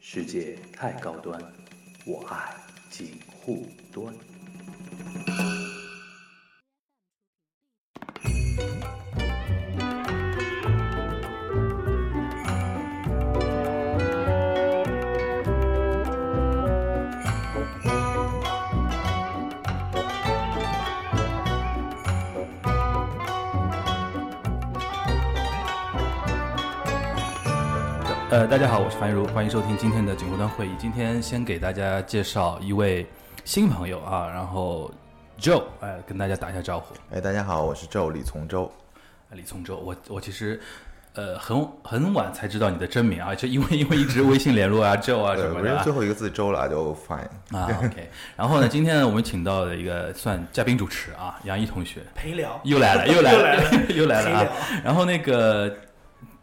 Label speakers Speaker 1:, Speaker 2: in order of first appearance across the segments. Speaker 1: 世界太高端，我爱锦护端。
Speaker 2: 呃，大家好，我是樊如，欢迎收听今天的锦湖端会议。今天先给大家介绍一位新朋友啊，然后 Joe，哎、跟大家打一下招呼。
Speaker 3: 哎，大家好，我是周李从周。
Speaker 2: 李从周，我我其实呃很很晚才知道你的真名啊，就因为因为一直微信联络啊，Joe 啊什
Speaker 3: 对，
Speaker 2: 么
Speaker 3: 我
Speaker 2: 的
Speaker 3: 认
Speaker 2: 啊
Speaker 3: 最后一个字周了，呃就 fine。
Speaker 2: 啊。OK，然后呢，今天呢我们请到的一个算嘉宾主持啊，杨毅同学
Speaker 4: 陪聊，
Speaker 2: 又来了，又来
Speaker 4: 又来
Speaker 2: 了， 又来
Speaker 4: 陪
Speaker 2: 了啊
Speaker 4: 聊。，
Speaker 2: 然后那个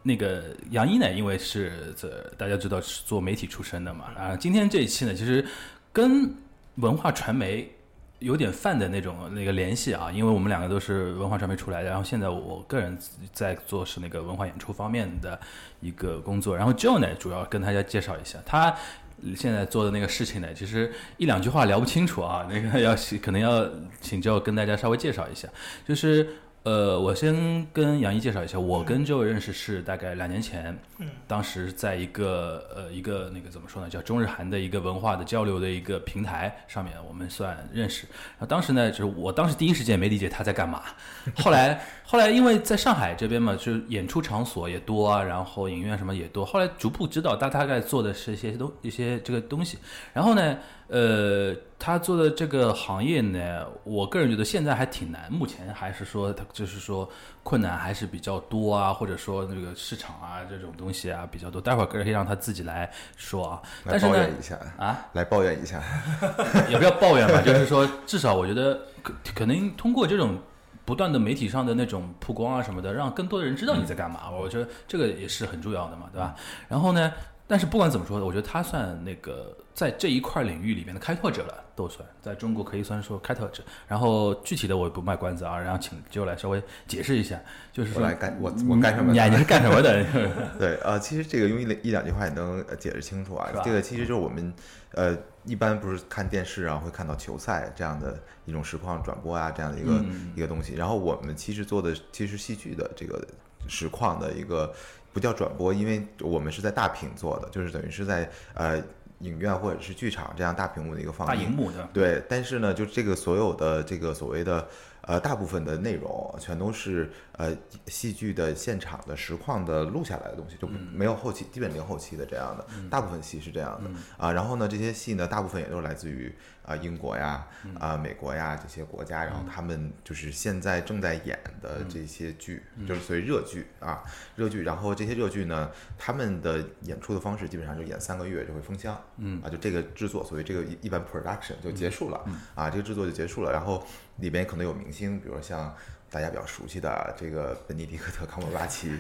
Speaker 2: 那个杨一呢，因为是这大家知道是做媒体出身的嘛，啊，今天这一期呢，其实跟文化传媒有点泛的那种那个联系啊，因为我们两个都是文化传媒出来的，然后现在我个人在做是那个文化演出方面的一个工作，然后 Joe 呢，主要跟大家介绍一下他。现在做的那个事情呢，其实一两句话聊不清楚啊，那个要可能要请 Joe 跟大家稍微介绍一下，就是呃，我先跟杨一介绍一下，我跟这位认识是大概两年前，
Speaker 4: 嗯，
Speaker 2: 当时在一个呃一个那个怎么说呢，叫中日韩的一个文化的交流的一个平台上面，我们算认识。然后当时呢，就是我当时第一时间没理解他在干嘛， 后来后来因为在上海这边嘛，就是演出场所也多啊，然后影院什么也多，后来逐步知道他大概做的是一些东一些这个东西。然后呢，呃，他做的这个行业呢，我个人觉得现在还挺难，目前还是说他就是说困难还是比较多啊，或者说那个市场啊这种东西啊比较多。待会儿可以让他自己来说啊，但
Speaker 3: 来
Speaker 2: 是
Speaker 3: 抱
Speaker 2: 呢
Speaker 3: 怨一下，
Speaker 2: 啊，
Speaker 3: 来抱怨一下。
Speaker 2: 也不要抱怨吧，就是说至少我觉得可可能通过这种。不断的媒体上的那种曝光啊什么的，让更多的人知道你在干
Speaker 3: 嗯
Speaker 2: 嘛，我觉得这个也是很重要的嘛，对吧？然后呢，但是不管怎么说，我觉得他算那个在这一块领域里面的开拓者了，都算在中国可以算说开拓者。然后具体的我也不卖关子啊，然后请就来稍微解释一下，就是
Speaker 3: 我
Speaker 2: 说
Speaker 3: 来干，我我干什么
Speaker 2: 你
Speaker 3: 呢？
Speaker 2: 你是干什么的？
Speaker 3: 对，呃，其实这个用一一两句话也能呃解释清楚啊
Speaker 2: 是吧。
Speaker 3: 这个其实就是我们，呃，一般不是看电视啊，会看到球赛这样的一种实况转播啊，这样的一个、
Speaker 2: 嗯
Speaker 3: 一个东西。然后我们其实做的其实戏剧的这个实况的一个不叫转播，因为我们是在大屏做的，就是等于是在呃影院或者是剧场这样大屏幕的一个放
Speaker 2: 大
Speaker 3: 映
Speaker 2: 荧。幕的，
Speaker 3: 对，但是呢，就这个所有的这个所谓的呃，大部分的内容全都是呃戏剧的现场的实况的录下来的东西，就不没有后期，基本零后期的这样的，大部分戏是这样的啊、然后呢，这些戏呢，大部分也都是来自于啊、英国呀、啊、美国呀这些国家，然后他们就是现在正在演的这些剧，就是所谓热剧啊，热剧。然后这些热剧呢，他们的演出的方式基本上就演三个月就会封箱，嗯啊，就这个制作，所谓这个一一般 production 就结束了、
Speaker 2: 嗯
Speaker 3: 啊，这个制作就结束了。然后里边可能有明星，比如说像大家比较熟悉的这个本尼迪克特康伯巴奇，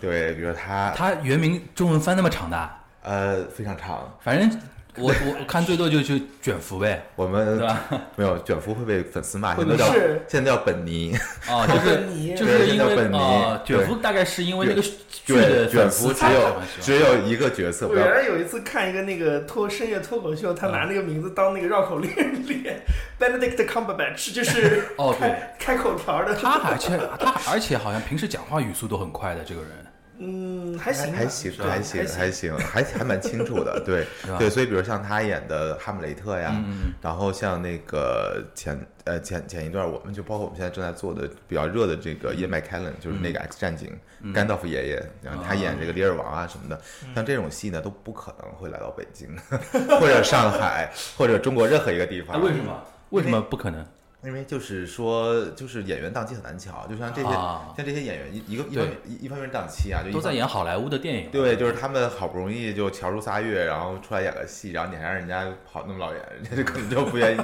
Speaker 3: 对，比如说他
Speaker 2: 他原名中文翻那么长的啊，
Speaker 3: 呃非常长，
Speaker 2: 反正我我我看最多就就卷福呗，
Speaker 3: 我
Speaker 2: 对
Speaker 3: 们
Speaker 2: 吧？
Speaker 3: 没有卷福会被粉丝骂，
Speaker 2: 会
Speaker 3: 现
Speaker 2: 被
Speaker 3: 在叫
Speaker 4: 骂是
Speaker 3: 现在叫本尼，
Speaker 2: 啊， 就
Speaker 4: 本
Speaker 2: 是
Speaker 4: 尼
Speaker 2: 就是因
Speaker 3: 对叫
Speaker 2: 为
Speaker 3: 本尼
Speaker 2: 啊，
Speaker 3: 对
Speaker 2: 卷福大概是因为那个剧的
Speaker 3: 卷卷
Speaker 2: 粉丝
Speaker 3: 福只
Speaker 2: 才
Speaker 3: 有
Speaker 2: 嘛是吧
Speaker 3: 只有一个角色，
Speaker 4: 我
Speaker 3: 不要
Speaker 4: 原来有一次看一个那个脱深夜脱口秀，他拿那个名字当那个绕口令练 Benedict Cumberbatch，就是
Speaker 2: 哦对
Speaker 4: 开开口条的，
Speaker 2: 他而且他而且好像平时讲话语速都很快的这个人，
Speaker 4: 嗯，还行吧，
Speaker 3: 还行，
Speaker 4: 吧
Speaker 3: 还行，
Speaker 4: 还
Speaker 3: 还行，还还蛮清楚的， 对
Speaker 2: 吧嗯
Speaker 3: 对，所以比如像他演的《哈姆雷特》呀，然后像那个前呃前前一段，我们就包括我们现在正在做的比较热的这个《夜麦凯伦》，就是
Speaker 2: 嗯
Speaker 3: 那个《X 战警》甘道夫爷爷，然后他演
Speaker 2: 哦
Speaker 3: 这个猎尔王啊什么的，
Speaker 2: 嗯
Speaker 3: 像这种戏呢都不可能会来到北京， 或者上海，或者中国任何一个地方，
Speaker 2: 么？啊哎为什么不可能？
Speaker 3: 因为就是说，就是演员档期很难瞧，就像这些、
Speaker 2: 啊
Speaker 3: 像这些演员一一个一方面一一方面档期啊，就一
Speaker 2: 都在
Speaker 3: 方
Speaker 2: 演好莱坞的电影，啊
Speaker 3: 对，就是他们好不容易就乔出仨月，然后出来演个戏，然后你还让人家跑那么老远，人家就可能就不 愿意。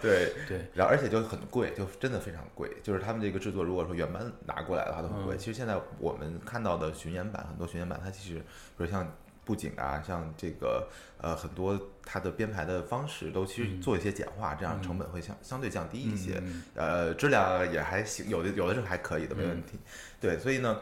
Speaker 3: 对，
Speaker 2: 对，
Speaker 3: 然后而且就很贵，就真的非常贵。就是他们这个制作，如果说原班拿过来的话都很贵。其实现在我们看到的巡演版，很多巡演版它其实，比如像布景啊，像这个呃很多它的编排的方式都其实做一些简化，这样成本会相相对降低一些。呃，质量也还行，有的有的时候还可以的，没问题。对，所以呢。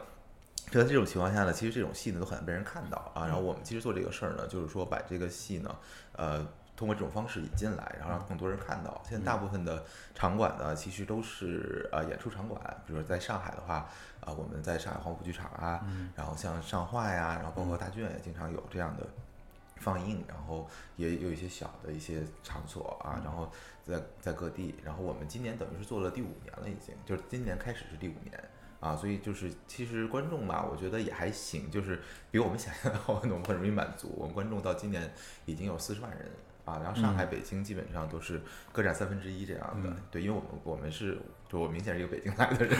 Speaker 3: 所以在这种情况下呢，其实这种戏呢都很难被人看到啊。然后我们其实做这个事儿呢，就是说把这个戏呢，呃，通过这种方式引进来，然后让更多人看到。现在大部分的场馆呢，其实都是呃演出场馆，比如说在上海的话，啊、我们在上海黄埔剧场啊，然后像上画呀，然后包括大剧院也经常有这样的。放映，然后也有一些小的一些场所啊，然后在在各地，然后我们今年等于是做了第五年了，已经就是今年开始是第五年啊，所以就是其实观众吧，我觉得也还行，就是比我们想象的好很多， 很容易满足。我们观众到今年已经有四十万人啊，然后上海、北京基本上都是各占三分之一这样的，对，因为我们我们是就我明显是一个北京来的 人，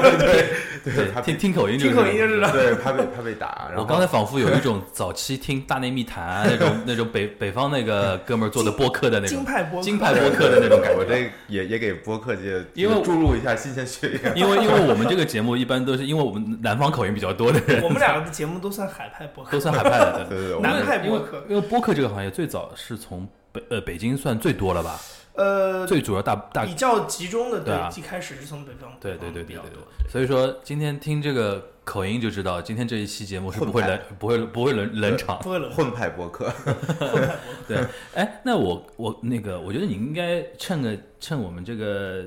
Speaker 3: 对对，他
Speaker 2: 听听口音就
Speaker 4: 听口音就知道。
Speaker 3: 对他被他被打，然后
Speaker 2: 我刚才仿佛有一种早期听《大内密谈》啊那种那种北北方那个哥们儿做的播客的那
Speaker 4: 京
Speaker 2: 种
Speaker 4: 派播客
Speaker 2: 京派 播客的那种感
Speaker 3: 我
Speaker 2: 觉。
Speaker 3: 这也也给播客界
Speaker 2: 因为
Speaker 3: 注入一下新鲜血液。
Speaker 2: 因为因为我们这个节目一般都是因为我们南方口音比较多的人，
Speaker 4: 我们俩的节目都算海派播客
Speaker 2: 都，算海派的。
Speaker 3: 对对对，我
Speaker 4: 南
Speaker 3: 们
Speaker 4: 派
Speaker 2: 因为
Speaker 4: 播客。
Speaker 2: 因为播客这个行业最早是从北呃北京算最多了吧，
Speaker 4: 呃，
Speaker 2: 最主要大大
Speaker 4: 比较集中的，
Speaker 2: 对啊
Speaker 4: 一开始是从北方，
Speaker 2: 对对对
Speaker 4: 比
Speaker 2: 对
Speaker 4: 较
Speaker 2: 对
Speaker 4: 多。
Speaker 2: 对，所以说今天听这个口音就知道，今天这一期节目是不会
Speaker 3: 混
Speaker 2: 冷
Speaker 3: 派
Speaker 2: 不会不会冷冷场。
Speaker 4: 不会冷，
Speaker 3: 混派播客，
Speaker 2: 对，哎，那我我那个，我觉得你应该趁个趁我们这个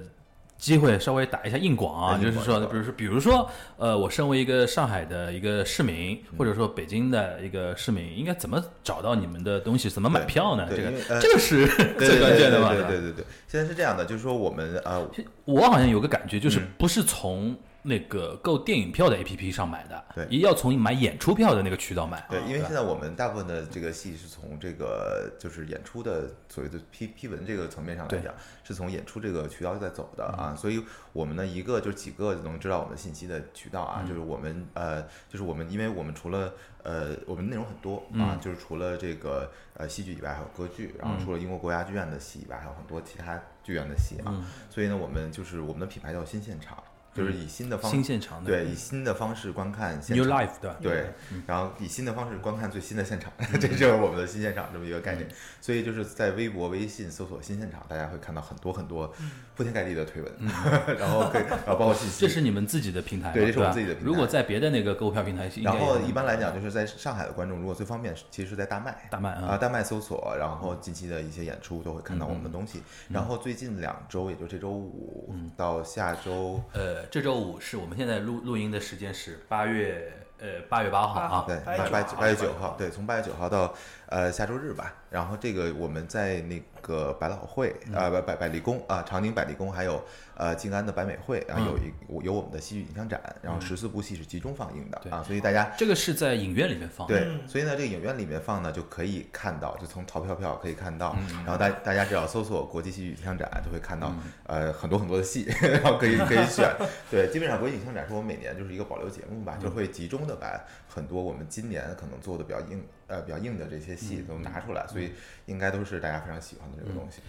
Speaker 2: 机会稍微打一下硬广啊，
Speaker 3: 哎硬
Speaker 2: 就
Speaker 3: 广
Speaker 2: 是说，
Speaker 3: 硬
Speaker 2: 比
Speaker 3: 广
Speaker 2: 如说，比如说，呃，我身为一个上海的一个市民，
Speaker 3: 嗯
Speaker 2: 或者说北京的一个市民，应该怎么找到你们的东西，怎么买票呢？啊
Speaker 3: 对
Speaker 2: 这
Speaker 3: 因
Speaker 2: 个
Speaker 3: 为呃
Speaker 2: 这个是 最
Speaker 3: 对对
Speaker 2: 关键
Speaker 3: 对对
Speaker 2: 的吧？
Speaker 3: 对对对对，现在是这样的，就是说我们呃，
Speaker 2: 其实我好像有个感觉，就是
Speaker 3: 嗯
Speaker 2: 不是从那个购电影票的 APP 上买的，
Speaker 3: 对
Speaker 2: 也要从买演出票的那个渠道买。
Speaker 3: 对，因为
Speaker 2: 吧
Speaker 3: 现在我们大部分的这个戏是从这个就是演出的所谓的批批文这个层面上来
Speaker 2: 对嗯
Speaker 3: 讲，是从演出这个渠道在走的啊，所以我们呢一个就是几个能知道我们信息的渠道
Speaker 2: 嗯
Speaker 3: 啊，就是我们呃，就是我们因为我们除了呃我们内容很多
Speaker 2: 嗯
Speaker 3: 啊，就是除了这个呃戏剧以外还有歌剧，然后
Speaker 2: 嗯
Speaker 3: 除了英国国家剧院的戏以外还有很多其他剧院的戏啊，
Speaker 2: 嗯
Speaker 3: 所以呢我们就是我们的品牌叫新现场，就是以新的方
Speaker 2: 新现场的
Speaker 3: 对以新的方式观看现
Speaker 2: New
Speaker 3: 场
Speaker 2: Life 对吧？
Speaker 3: 对，
Speaker 2: 嗯
Speaker 3: 然后以新的方式观看最新的现场， 这就是我们的新现场这么一个概
Speaker 2: 嗯
Speaker 3: 念。所以就是在微博、微信搜索“新现场”，大家会看到很多很多铺天盖地的推文， 然后可以，然后包括信息。
Speaker 2: 嗯这是你们自己的平台嘛，
Speaker 3: 对这是我们
Speaker 2: 吧
Speaker 3: 自己的平台
Speaker 2: 如果在别的那个购票平台，应该
Speaker 3: 然
Speaker 2: 也
Speaker 3: 后
Speaker 2: 能
Speaker 3: 一般来讲，就是在上海的观众，如果最方便，其实是在大麦，
Speaker 2: 大麦啊
Speaker 3: 啊，大麦搜索，然后近期的一些演出都会看到
Speaker 2: 嗯
Speaker 3: 我们的东西。然后最近两周，也就这周五
Speaker 2: 嗯
Speaker 3: 到下周，
Speaker 2: 呃，这周五是我们现在录录音的时间是八月呃八月八号啊
Speaker 4: 八，
Speaker 3: 对，
Speaker 4: 8
Speaker 3: 八
Speaker 4: 月
Speaker 3: 八
Speaker 4: 9
Speaker 3: 八月九
Speaker 2: 号
Speaker 3: 号，对，从八月九号到呃下周日吧。然后这个我们在那个百老汇啊、呃，百百百丽宫啊、长宁百丽宫，还有呃静安的百美汇啊，有一有我们的戏剧影像展，然后十四部戏是集中放映的
Speaker 2: 对
Speaker 3: 啊，所以大家。
Speaker 2: 这个是在影院里面放的，
Speaker 3: 对，所以呢，这个影院里面放呢，就可以看到，就从淘票票可以看到，
Speaker 2: 嗯
Speaker 3: 然后大大家只要搜索国际戏剧影像展，就会看到、呃很多很多的戏， 然后可以可以选。对，基本上国际影像展是我们每年就是一个保留节目吧，就会集中的把很多我们今年可能做的比较硬呃比较硬的这些
Speaker 2: 嗯
Speaker 3: 戏都拿出来，所以应该都是大家非常喜欢的这个东西。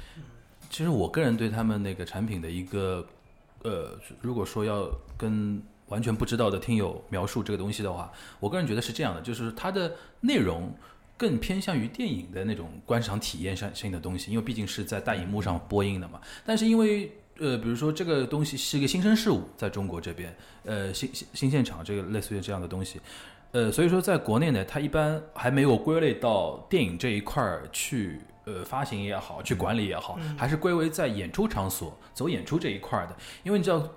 Speaker 2: 其实我个人对他们那个产品的一个，呃，如果说要跟完全不知道的听友描述这个东西的话，我个人觉得是这样的，就是它的内容更偏向于电影的那种观赏体验上性的东西，因为毕竟是在大荧幕上播映的嘛。但是因为呃，比如说这个东西是一个新生事物，在中国这边，呃，新新新现场这个类似于这样的东西，呃，所以说在国内呢，它一般还没有归类到电影这一块儿去，呃，发行也好，去管理也好，还是归为在演出场所走演出这一块儿的，因为你知道。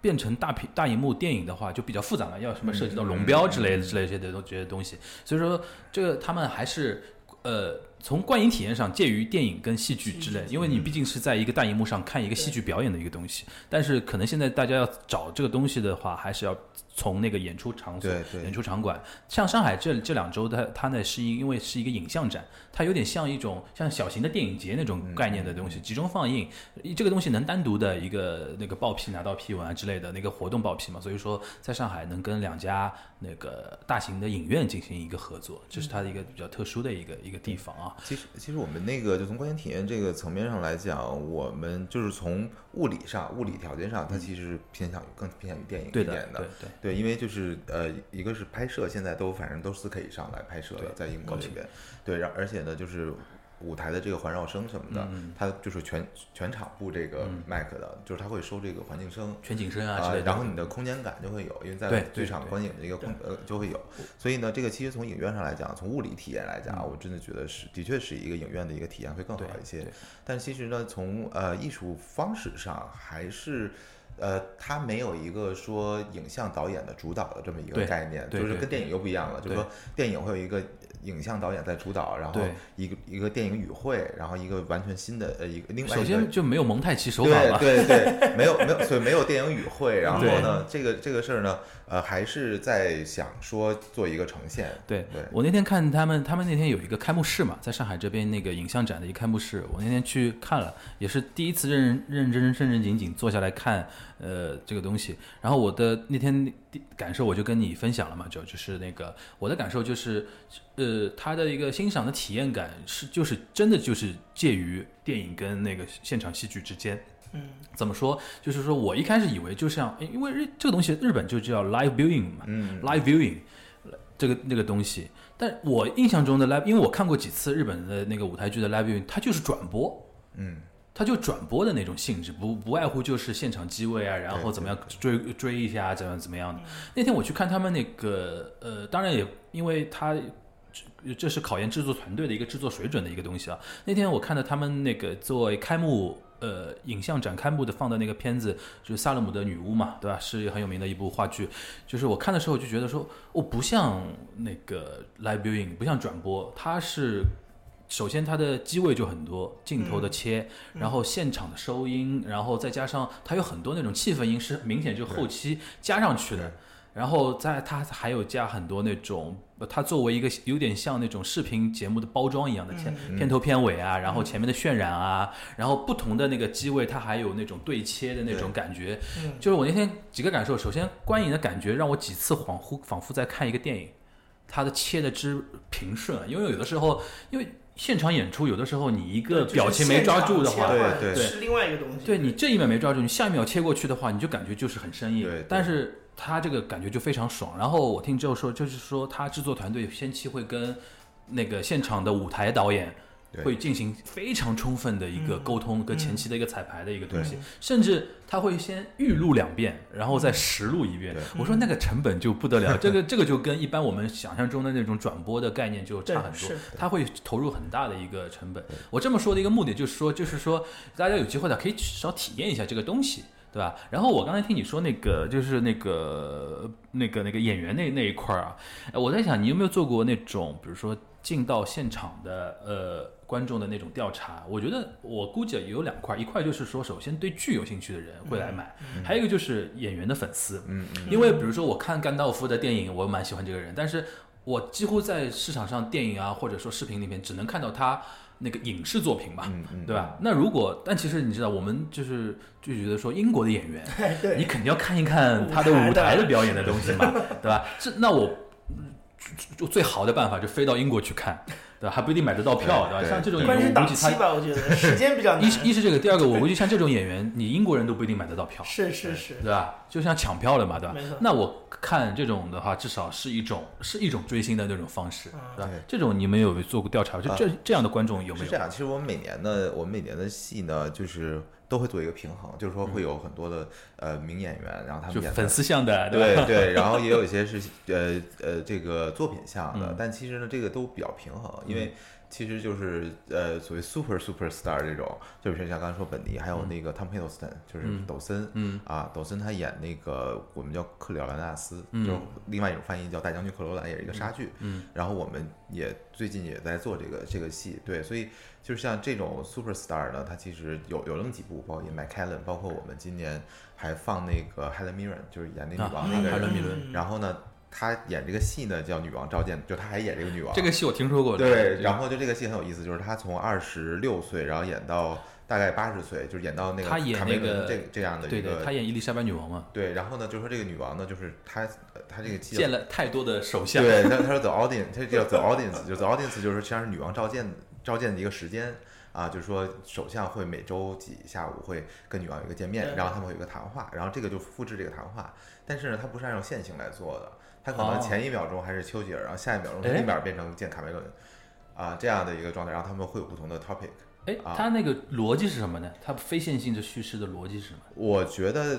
Speaker 2: 变成大屏大荧幕电影的话，就比较复杂了，要什么涉及到龙标之类的之类这些东这些东西，所以说这个他们还是呃从观影体验上介于电影跟戏剧之类，嗯因为你毕竟是在一个大荧幕上看一个戏剧表演的一个东西，但是可能现在大家要找这个东西的话，还是要从那个演出场所
Speaker 3: 对、对
Speaker 2: 演出场馆，像上海这这两周它它呢是因为是一个影像展，它有点像一种像小型的电影节那种概念的东西，
Speaker 3: 嗯
Speaker 2: 集中放映，一这个东西能单独的一个那个报批拿到批文啊之类的那个活动报批嘛，所以说在上海能跟两家那个大型的影院进行一个合作，这是它的一个比较特殊的一个一个地方啊。
Speaker 3: 其实，其实我们那个就从观影体验这个层面上来讲，我们就是从物理上、物理条件上，它其实是偏向于更偏向于电影
Speaker 2: 嗯对
Speaker 3: 一
Speaker 2: 的
Speaker 3: 点，
Speaker 2: 对对。
Speaker 3: 对，因为就是呃，一个是拍摄，现在都反正都是可以上来拍摄了，在英国这边，对，然而且呢，就是舞台的这个环绕声什么
Speaker 2: 嗯
Speaker 3: 的，它就是全全场布这个麦克的，就是它会收这个环境声。
Speaker 2: 全景声嗯啊之
Speaker 3: 啊
Speaker 2: 类，的。
Speaker 3: 然后你的空间感就会有，因为在
Speaker 2: 对
Speaker 3: 剧
Speaker 2: 对
Speaker 3: 场
Speaker 2: 对
Speaker 3: 观影的一个空呃就会有，所以呢，这个其实从影院上来讲，从物理体验来讲，啊我真的觉得是的确是一个影院的一个体验会更好
Speaker 2: 嗯对
Speaker 3: 一些
Speaker 2: 对。
Speaker 3: 但其实呢，从呃艺术方式上还是。呃，它没有一个说影像导演的主导的这么一个
Speaker 2: 对
Speaker 3: 概念，
Speaker 2: 对
Speaker 3: 就是
Speaker 2: 对
Speaker 3: 跟电影又不一样了。就是
Speaker 2: 对
Speaker 3: 说，电影会有一个影像导演在主导，然后
Speaker 2: 对
Speaker 3: 一个一个电影语汇，然后一个完全新的呃一个另外一
Speaker 2: 首
Speaker 3: 个
Speaker 2: 先就没有蒙太奇手法了，
Speaker 3: 对对对，没有没有，所以没有电影语汇。然后
Speaker 2: 对
Speaker 3: 呢，这个这个事儿呢，呃，还是在想说做一个呈现。
Speaker 2: 对
Speaker 3: 对
Speaker 2: 我那天看他们，他们那天有一个开幕式嘛，在上海这边那个影像展的一个开幕式，我那天去看了，也是第一次认认真真正正经经坐下来看，呃，这个东西。然后我的那天第感受我就跟你分享了嘛，就就是那个我的感受就是，呃，它的一个欣赏的体验感是就是真的就是介于电影跟那个现场戏剧之间。
Speaker 4: 嗯，
Speaker 2: 怎么说？就是说我一开始以为就像，因为日这个东西日本就叫 live viewing 嘛，
Speaker 3: 嗯
Speaker 2: live viewing 这个那个东西。但我印象中的 live，因为我看过几次日本的那个舞台剧的 live viewing，它就是转播，
Speaker 3: 嗯，
Speaker 2: 它就转播的那种性质，不不外乎就是现场机位啊，然后怎么样追追一下，啊怎么样怎么样的。那天我去看他们那个，呃，当然也因为他。这这是考验制作团队的一个制作水准的一个东西啊。那天我看到他们那个作为开幕呃影像展开幕的放的那个片子，就是《萨勒姆的女巫》嘛，对吧？是很有名的一部话剧。就是我看的时候就觉得说，哦，不像那个 live viewing，不像转播，它是首先它的机位就很多，镜头的切，然后现场的收音，然后再加上它有很多那种气氛音是明显就后期加上去的
Speaker 3: 对。
Speaker 2: 然后在它还有加很多那种，呃它作为一个有点像那种视频节目的包装一
Speaker 4: 嗯
Speaker 2: 样的片、片头片尾啊，然后前面的渲染啊，然后不同的那个机位它还有那种对切的那种感觉，
Speaker 4: 嗯
Speaker 2: 就是我那天几个感受，首先观影的感觉让我几次恍惚仿佛在看一个电影，它的切的之平顺，啊因为有的时候因为现场演出，有的时候你一个
Speaker 4: 就是
Speaker 2: 表情没抓住的
Speaker 4: 现
Speaker 2: 话
Speaker 4: 场，切换
Speaker 3: 对
Speaker 2: 对
Speaker 4: 是另外一个东西。
Speaker 2: 对你这一秒没抓住，你下一秒切过去的话，你就感觉就是很生硬。
Speaker 3: 对对
Speaker 2: 但是他这个感觉就非常爽。然后我听之后说，就是说他制作团队先期会跟那个现场的舞台导演
Speaker 3: 对
Speaker 2: 会进行非常充分的一个沟通跟前期的一个彩排的一个东西
Speaker 4: 嗯，
Speaker 2: 甚至他会先预录两遍，然后再实录一遍
Speaker 3: 对。
Speaker 2: 我说那个成本就不得了，这个这个就跟一般我们想象中的那种转播的概念就差很
Speaker 4: 对
Speaker 2: 多
Speaker 4: 是，
Speaker 2: 他会投入很大的一个成本。我这么说的一个目的就是说，就是说大家有机会的可以少体验一下这个东西。对吧？然后我刚才听你说那个，就是那个、那个、那个演员那那一块儿啊，哎我在想你有没有做过那种，比如说进到现场的呃观众的那种调查？我觉得我估计有两块，一块就是说，首先对剧有兴趣的人会来买，还有一个就是演员的粉丝，
Speaker 3: 嗯嗯，
Speaker 2: 因为比如说我看甘道夫的电影，我蛮喜欢这个人，但是我几乎在市场上电影啊或者说视频里面只能看到他那个影视作品嘛，
Speaker 3: 嗯嗯
Speaker 2: 对吧？那如果但其实你知道，我们就是就觉得说英国的演员，
Speaker 4: 哎 对
Speaker 2: 你肯定要看一看他的舞
Speaker 4: 舞
Speaker 2: 台
Speaker 4: 台
Speaker 2: 的
Speaker 4: 的
Speaker 2: 表演的东西嘛，对吧？这那我嗯就最好的办法就飞到英国去看，对吧？还不一定买得到票，对吧？
Speaker 3: 对
Speaker 2: 像这种演
Speaker 4: 关键
Speaker 2: 员，我
Speaker 4: 是档
Speaker 2: 估计他
Speaker 4: 期吧，我觉得时间比较 难。
Speaker 2: 一是一是这个，第二个我估计像这种演员，你英国人都不一定买得到票，
Speaker 4: 是是是，
Speaker 2: 对吧？就像抢票了嘛，对吧
Speaker 4: 没错？
Speaker 2: 那我看这种的话，至少是一种是一种追星的那种方式，
Speaker 4: 嗯
Speaker 2: 对吧
Speaker 3: 对？啊
Speaker 2: 这种你们有做过调查？就这这样的观众有没
Speaker 3: 是
Speaker 2: 有
Speaker 3: 这？样，其实我们每年呢，我们每年的戏呢，就是都会做一个平衡，就是说会有很多的呃名演员，然后他
Speaker 2: 嗯就
Speaker 3: 们演
Speaker 2: 粉
Speaker 3: 的。
Speaker 2: 丝向的，吧？
Speaker 3: 对对，然后 也有一些是呃呃这个作品向的
Speaker 2: 嗯，
Speaker 3: 但其实呢这个都比较平衡，因为其实就是呃所谓 super super star 这种，就是像刚才说本尼，还有那个 Tom Hiddleston，就是抖森，
Speaker 2: 嗯
Speaker 3: 啊，抖森他演那个我们叫克里奥兰纳斯，
Speaker 2: 嗯
Speaker 3: 就是另外一种翻译叫大将军克罗兰，也是一个杀剧，
Speaker 2: 嗯，
Speaker 3: 然后我们也最近也在做这个这个戏，对，所以就是像这种 super star 呢，它其实有有那么几部，包括演 m c a l l e n 包括我们今年还放那个 Helen Mirren，就是演那
Speaker 2: 啊
Speaker 3: 女王那个
Speaker 2: 海伦
Speaker 3: 人，
Speaker 2: 米伦，
Speaker 4: 嗯
Speaker 3: 然后呢，她演这个戏呢叫女王召见，就她还演这个女王，
Speaker 2: 这个戏我听说过的。
Speaker 3: 对，然后就这个戏很有意思，就是她从二十六岁，然后演到大概八十岁，就是演到那个
Speaker 2: 她演
Speaker 3: 卡梅
Speaker 2: 那个
Speaker 3: 伦这这样的
Speaker 2: 对
Speaker 3: 一
Speaker 2: 对，
Speaker 3: 个
Speaker 2: 她演伊丽莎白女王嘛，
Speaker 3: 对，然后呢，就说这个女王呢，就是她，呃她这个记
Speaker 2: 见了太多的首相，
Speaker 3: 对，她她说走 audience，她叫走 audience，就走 audience 就是实际上是女王召见召见的一个时间啊，就是说首相会每周几下午会跟女王有一个见面，
Speaker 4: 对
Speaker 3: 然后他们会有一个谈话，然后这个就复制这个谈话，但是呢，它不是按照线性来做的，它可能
Speaker 2: 哦
Speaker 3: 前一秒钟还是丘吉尔，然后下一秒钟
Speaker 2: 哎
Speaker 3: 立马变成见卡梅伦。啊这样的一个状态，然后他们会有不同的 topic。
Speaker 2: 哎，
Speaker 3: 啊
Speaker 2: 它那个逻辑是什么呢？它非线性的叙事的逻辑是什么？
Speaker 3: 我觉得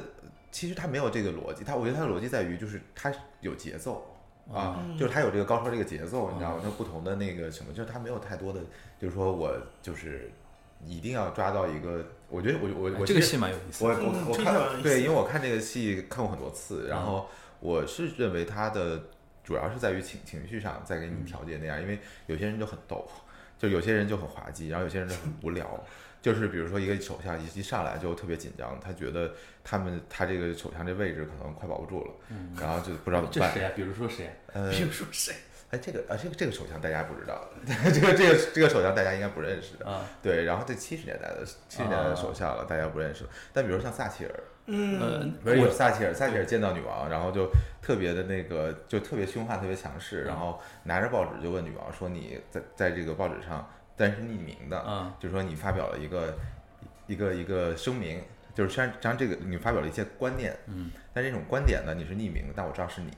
Speaker 3: 其实他没有这个逻辑，他我觉得他的逻辑在于就是他有节奏
Speaker 2: 哦
Speaker 4: 嗯
Speaker 3: 啊，就是他有这个高潮这个节奏，你知道吗？他不同的那个什么，就是他没有太多的，就是说我就是一定要抓到一个，我觉得我我
Speaker 2: 哎
Speaker 3: 我
Speaker 2: 这个
Speaker 3: 其实
Speaker 2: 戏蛮有意思
Speaker 3: 我
Speaker 2: 的。
Speaker 3: 我我
Speaker 4: 嗯这
Speaker 3: 看
Speaker 4: 个蛮有意
Speaker 3: 对，
Speaker 4: 思嗯
Speaker 3: 因为我看这个戏看过很多次，然后我是认为它的主要是在于情情绪上在给
Speaker 4: 嗯
Speaker 3: 你调节那样，因为有些人就很逗，就有些人就很滑稽，然后有些人就很无聊。就是比如说一个首相一一上来就特别紧张，他觉得他们他这个首相这位置可能快保不住了，
Speaker 4: 嗯
Speaker 3: 然后就不知道怎么
Speaker 2: 这
Speaker 3: 办。
Speaker 2: 谁啊？比如说谁啊？
Speaker 3: 呃，
Speaker 4: 比如说谁？
Speaker 3: 哎，这个啊，这个这个首相大家不知道， 这个这个这个首相大家应该不认识的。
Speaker 2: 啊
Speaker 3: 对，然后这七十年代的七十年代的首相了，大家不认识。但比如像撒切尔，
Speaker 2: 呃
Speaker 4: 嗯，，
Speaker 3: 不是
Speaker 2: 我
Speaker 3: 有撒切尔，撒切尔见到女王，然后就特别的那个，就特别凶悍，特别强势，
Speaker 2: 嗯
Speaker 3: 然后拿着报纸就问女王说：“你在在这个报纸上，但是匿名的，
Speaker 2: 嗯
Speaker 3: 就说你发表了一个一个一个声明，就是虽然将这个你发表了一些观念，嗯，但这种观点呢，你是匿名的，但我知道是你，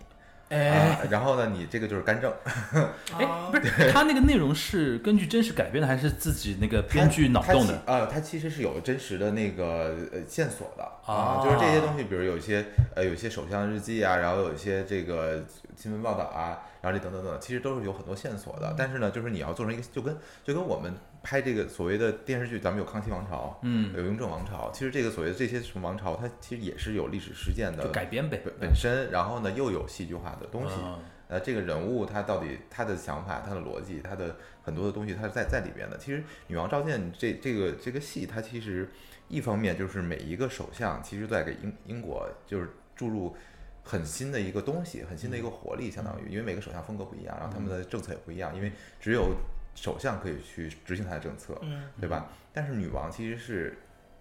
Speaker 2: 哎
Speaker 3: 啊，然后呢，你这个就是干政，
Speaker 4: 啊
Speaker 2: 哎，不是，他那个内容是根据真实改编的，还是自己那个编剧脑洞的？
Speaker 3: 啊，它其实是有真实的那个呃线索的
Speaker 2: 啊
Speaker 3: 啊，就是这些东西，比如有一些呃有一些首相日记啊，然后有一些这个新闻报道啊，然后这等等等，其实都是有很多线索的。但是呢，就是你要做成一个，就跟就跟我们拍这个所谓的电视剧，咱们有康熙王朝，
Speaker 2: 嗯，
Speaker 3: 有雍正王朝，其实这个所谓的这些什么王朝，它其实也是有历史事件的
Speaker 2: 就改编呗。
Speaker 3: 本本身，然后呢又有戏剧化的东西。
Speaker 2: 嗯
Speaker 3: 呃，这个人物他到底他的想法、他的逻辑、他的很多的东西，他是在在里边的。其实《女王召见》这这个这个戏，它其实一方面就是每一个首相其实都在给英英国就是注入很新的一个东西，很新
Speaker 2: 嗯
Speaker 3: 的一个活力，相当于，因为每个首相风格不一样，然后他们的政策也不一样，因为只有首相可以去执行他的政策，
Speaker 4: 嗯，
Speaker 3: 对吧？但是女王其实是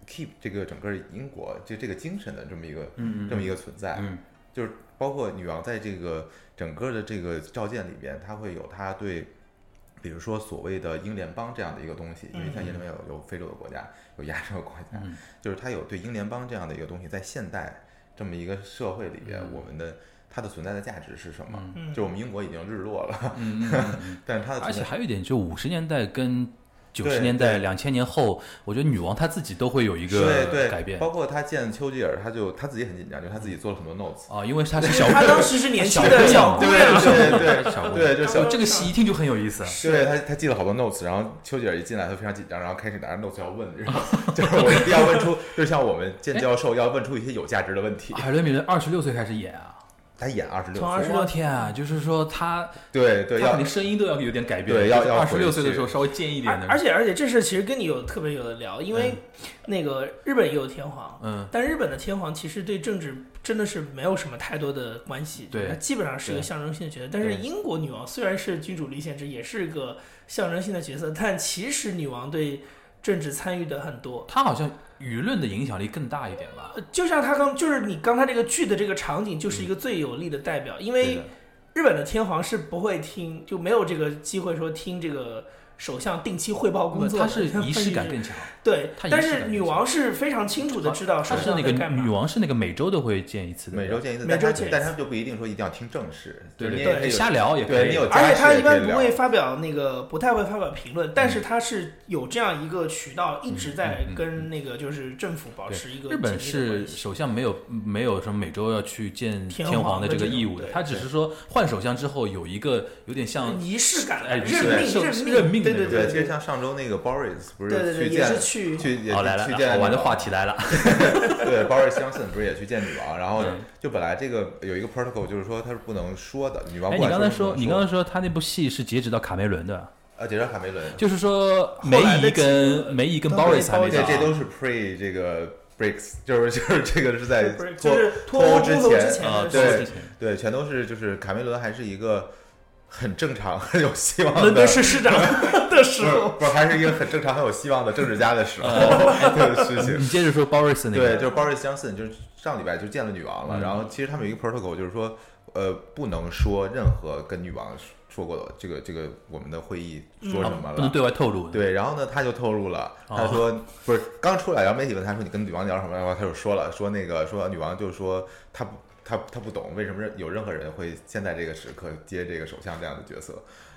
Speaker 3: keep 这个整个英国就这个精神的这么一个
Speaker 2: 嗯
Speaker 3: 这么一个存在，
Speaker 2: 嗯，
Speaker 3: 就是包括女王在这个整个的这个召见里边，她会有她对，比如说所谓的英联邦这样的一个东西，因为像英联邦有有非洲的国家，有亚洲的国 家，
Speaker 2: 嗯
Speaker 3: 就是她有对英联邦这样的一个东西，在现代这么一个社会里边，
Speaker 2: 嗯
Speaker 3: 我们的它的存在的价值是什么？
Speaker 4: 嗯
Speaker 3: 就我们英国已经日落了，
Speaker 2: 嗯嗯 嗯，
Speaker 3: 但是它的
Speaker 2: 而
Speaker 3: 存
Speaker 2: 且
Speaker 3: 在。
Speaker 2: 还有一点，就五十年代跟九十
Speaker 3: 对
Speaker 2: 年代、
Speaker 3: 对
Speaker 2: 两千年后，我觉得女王她自己都会有一
Speaker 3: 对
Speaker 2: 个改
Speaker 3: 对，
Speaker 2: 变
Speaker 3: 包括她见丘吉尔，她就她自己很紧张，就是她自己做了很多 notes，
Speaker 2: 啊，因为她是小
Speaker 4: 他当时是年轻的
Speaker 2: 小
Speaker 4: 小
Speaker 2: 姑
Speaker 4: 姑
Speaker 2: 娘
Speaker 4: 娘，
Speaker 3: 对对
Speaker 2: 小姑娘
Speaker 3: 对，就小
Speaker 4: 小
Speaker 2: 这个戏一听就很有意思。
Speaker 3: 对他，他记了好多 notes，然后丘吉尔一进来，他非常紧张，然后开始拿着 notes 要问，然后 就是我一定要问出，就像我们见教授要问出一些有价值的问题。
Speaker 2: 海伦·米伦二十六岁开始演啊，
Speaker 3: 他演二十六
Speaker 4: 从
Speaker 3: 岁，
Speaker 4: 26
Speaker 2: 我天啊！就是说她，
Speaker 3: 对对，
Speaker 2: 她肯
Speaker 3: 要
Speaker 2: 定声音都要有点改变。
Speaker 3: 对要要
Speaker 2: 二十
Speaker 3: 回
Speaker 2: 六岁的
Speaker 3: 去
Speaker 2: 时候稍微尖一点嗯
Speaker 4: 而
Speaker 2: 的，
Speaker 4: 而且而且这事其实跟你有特别有的聊，因为那个日本也有天皇，
Speaker 2: 嗯，
Speaker 4: 但日本的天皇其实对政治真的是没有什么太多的关系，
Speaker 2: 对
Speaker 4: 它基本上是一个象征性的角色。但是
Speaker 2: 对
Speaker 4: 英国女王虽然是君主立宪制，也是个象征性的角色，但其实女王对政治参与的很多。
Speaker 2: 她好像舆论的影响力更大一点吧？
Speaker 4: 呃就像他刚，就是你刚才这个剧的这个场景，就是一个最有力的代表，因
Speaker 2: 嗯对
Speaker 4: 为
Speaker 2: 的，
Speaker 4: 日本的天皇是不会听，就没有这个机会说听这个首相定期汇报工
Speaker 2: 不，
Speaker 4: 作
Speaker 2: 她
Speaker 4: 的。
Speaker 2: 嗯是仪式感更强。
Speaker 4: 对
Speaker 2: 她，仪
Speaker 4: 但
Speaker 2: 式感
Speaker 4: 是
Speaker 2: 很
Speaker 4: 女
Speaker 2: 强
Speaker 4: 王是非常清楚的知道
Speaker 2: 她
Speaker 4: 首
Speaker 2: 是
Speaker 4: 相
Speaker 2: 那
Speaker 4: 在
Speaker 2: 个
Speaker 4: 干嘛。
Speaker 2: 女王是那个每周都会见一次的，
Speaker 3: 每周见一次，
Speaker 4: 每
Speaker 3: 但
Speaker 4: 周
Speaker 3: 他
Speaker 4: 见一
Speaker 3: 但
Speaker 4: 次
Speaker 3: 他就不一定说一定要听正事，
Speaker 2: 对
Speaker 3: 就是
Speaker 2: 对
Speaker 3: 你也可
Speaker 2: 对，
Speaker 3: 以
Speaker 2: 瞎聊也可以。
Speaker 3: 对
Speaker 2: 嗯
Speaker 3: 你有
Speaker 4: 而且
Speaker 3: 家
Speaker 4: 他
Speaker 3: 事也
Speaker 4: 一
Speaker 3: 可以
Speaker 4: 般不
Speaker 3: 聊
Speaker 4: 会发表那个，不太会发表评论，但是他是有这样一个渠道，一直在跟那个就是政府保
Speaker 2: 对
Speaker 4: 持一个
Speaker 2: 日本
Speaker 4: 紧密的
Speaker 2: 是
Speaker 4: 关系
Speaker 2: 首相没有嗯没有什么每周要去见
Speaker 4: 天
Speaker 2: 天
Speaker 4: 皇
Speaker 2: 的
Speaker 4: 的
Speaker 2: 这个
Speaker 4: 这种
Speaker 2: 义务的，
Speaker 4: 对
Speaker 2: 他只是说换首相之后有一个有点像
Speaker 4: 仪式感
Speaker 2: 哎
Speaker 4: 的
Speaker 2: 仪
Speaker 3: 式
Speaker 4: 任
Speaker 2: 感
Speaker 4: 命
Speaker 2: 是
Speaker 4: 命
Speaker 2: 任命的
Speaker 4: 对对
Speaker 2: 那
Speaker 3: 对，
Speaker 4: 对，
Speaker 3: 其实像上周那个 Boris 不
Speaker 4: 对对
Speaker 3: 去
Speaker 4: 对也
Speaker 3: 见
Speaker 4: 是去
Speaker 3: 去也
Speaker 2: 哦来了
Speaker 3: 去
Speaker 2: 好
Speaker 3: 见
Speaker 2: 玩的
Speaker 3: 女
Speaker 2: 话
Speaker 3: 王
Speaker 2: 题来了，
Speaker 3: 对，Boris Johnson 不是也去见女王，然后
Speaker 2: 对
Speaker 3: 就本来这个有一个 protocol 就是说他是不能说的，女王
Speaker 2: 哎，
Speaker 3: 不
Speaker 2: 你
Speaker 3: 管
Speaker 2: 刚才
Speaker 3: 什么
Speaker 2: 说
Speaker 3: 都不能
Speaker 2: 你刚才说他那部戏是截止到卡梅伦的，
Speaker 3: 呃，杰瑞卡梅伦，
Speaker 2: 就是说梅
Speaker 4: 后来
Speaker 2: 姨
Speaker 4: 的几
Speaker 2: 跟
Speaker 4: 个
Speaker 2: 梅姨跟
Speaker 4: 都被
Speaker 2: Boris 还没到
Speaker 4: 包
Speaker 3: 这
Speaker 2: 啊，
Speaker 3: 这都是 pre 这个 breaks，就是 就是这个是在脱
Speaker 4: 就是就是脱
Speaker 3: 欧
Speaker 4: 欧
Speaker 3: 之
Speaker 4: 脱欧之
Speaker 3: 前
Speaker 4: 前
Speaker 2: 啊
Speaker 4: 的
Speaker 2: 脱欧
Speaker 3: 对
Speaker 2: 之前
Speaker 3: 对，全都是就是卡梅伦还是一个很正常很有希望的，
Speaker 4: 伦敦市市长 的时
Speaker 3: 不是
Speaker 4: 候，
Speaker 3: 不是还是一个很正常很有希望的政治家 的时候 的事情
Speaker 2: 你。接着说 Boris 哎嗯那
Speaker 3: 对，
Speaker 2: 个，嗯
Speaker 3: 就是 Boris Johnson 就是上礼拜就见了女王了，然后其实他们有一个 protocol 就是说，呃，不能说任何跟女王说过的这个这个我们的会议说什么
Speaker 2: 嗯
Speaker 3: 了，
Speaker 2: 不能对外透露。，
Speaker 3: 对，然后呢，他就透露了，
Speaker 2: 哦
Speaker 3: 他说、不是刚出来，然后媒体问他说你跟女王聊什么，然后他就说了，说那个说女王就说他不他他不懂为什么任有任何人会现在这个时刻接这个首相这样的角色，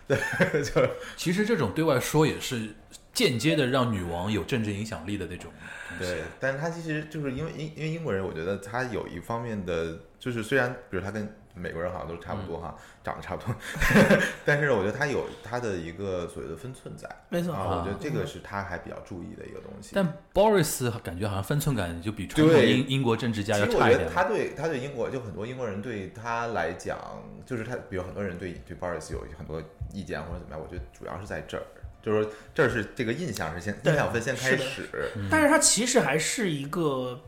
Speaker 3: 对，就是
Speaker 2: 其实这种对外说也是间接的让女王有政治影响力的那种东西。
Speaker 3: 对，但是他其实就是因为英因为英国人，我觉得他有一方面的就是虽然比如他跟美国人好像都差不多哈，长得差不 多，但是我觉得他有他的一个所谓的分寸在
Speaker 4: 没错
Speaker 3: 啊，我觉得这个是他还比较注意的一个东西。
Speaker 2: 但 Boris 感觉好像分寸感就比传统
Speaker 3: 对
Speaker 2: 英英国政治
Speaker 3: 其
Speaker 2: 家
Speaker 3: 实
Speaker 2: 要
Speaker 3: 我
Speaker 2: 差一点
Speaker 3: 觉得
Speaker 2: 吧。
Speaker 3: 他对他对英国，就很多英国人对他来讲，就是他，比如很多人对对 Boris 有很多意见或者怎么样，我觉得主要是在这儿，就是说这儿是这个印象是先
Speaker 4: 对
Speaker 3: 印象分先
Speaker 4: 是
Speaker 3: 开
Speaker 4: 的
Speaker 3: 始，
Speaker 4: 嗯但是他其实还是一个，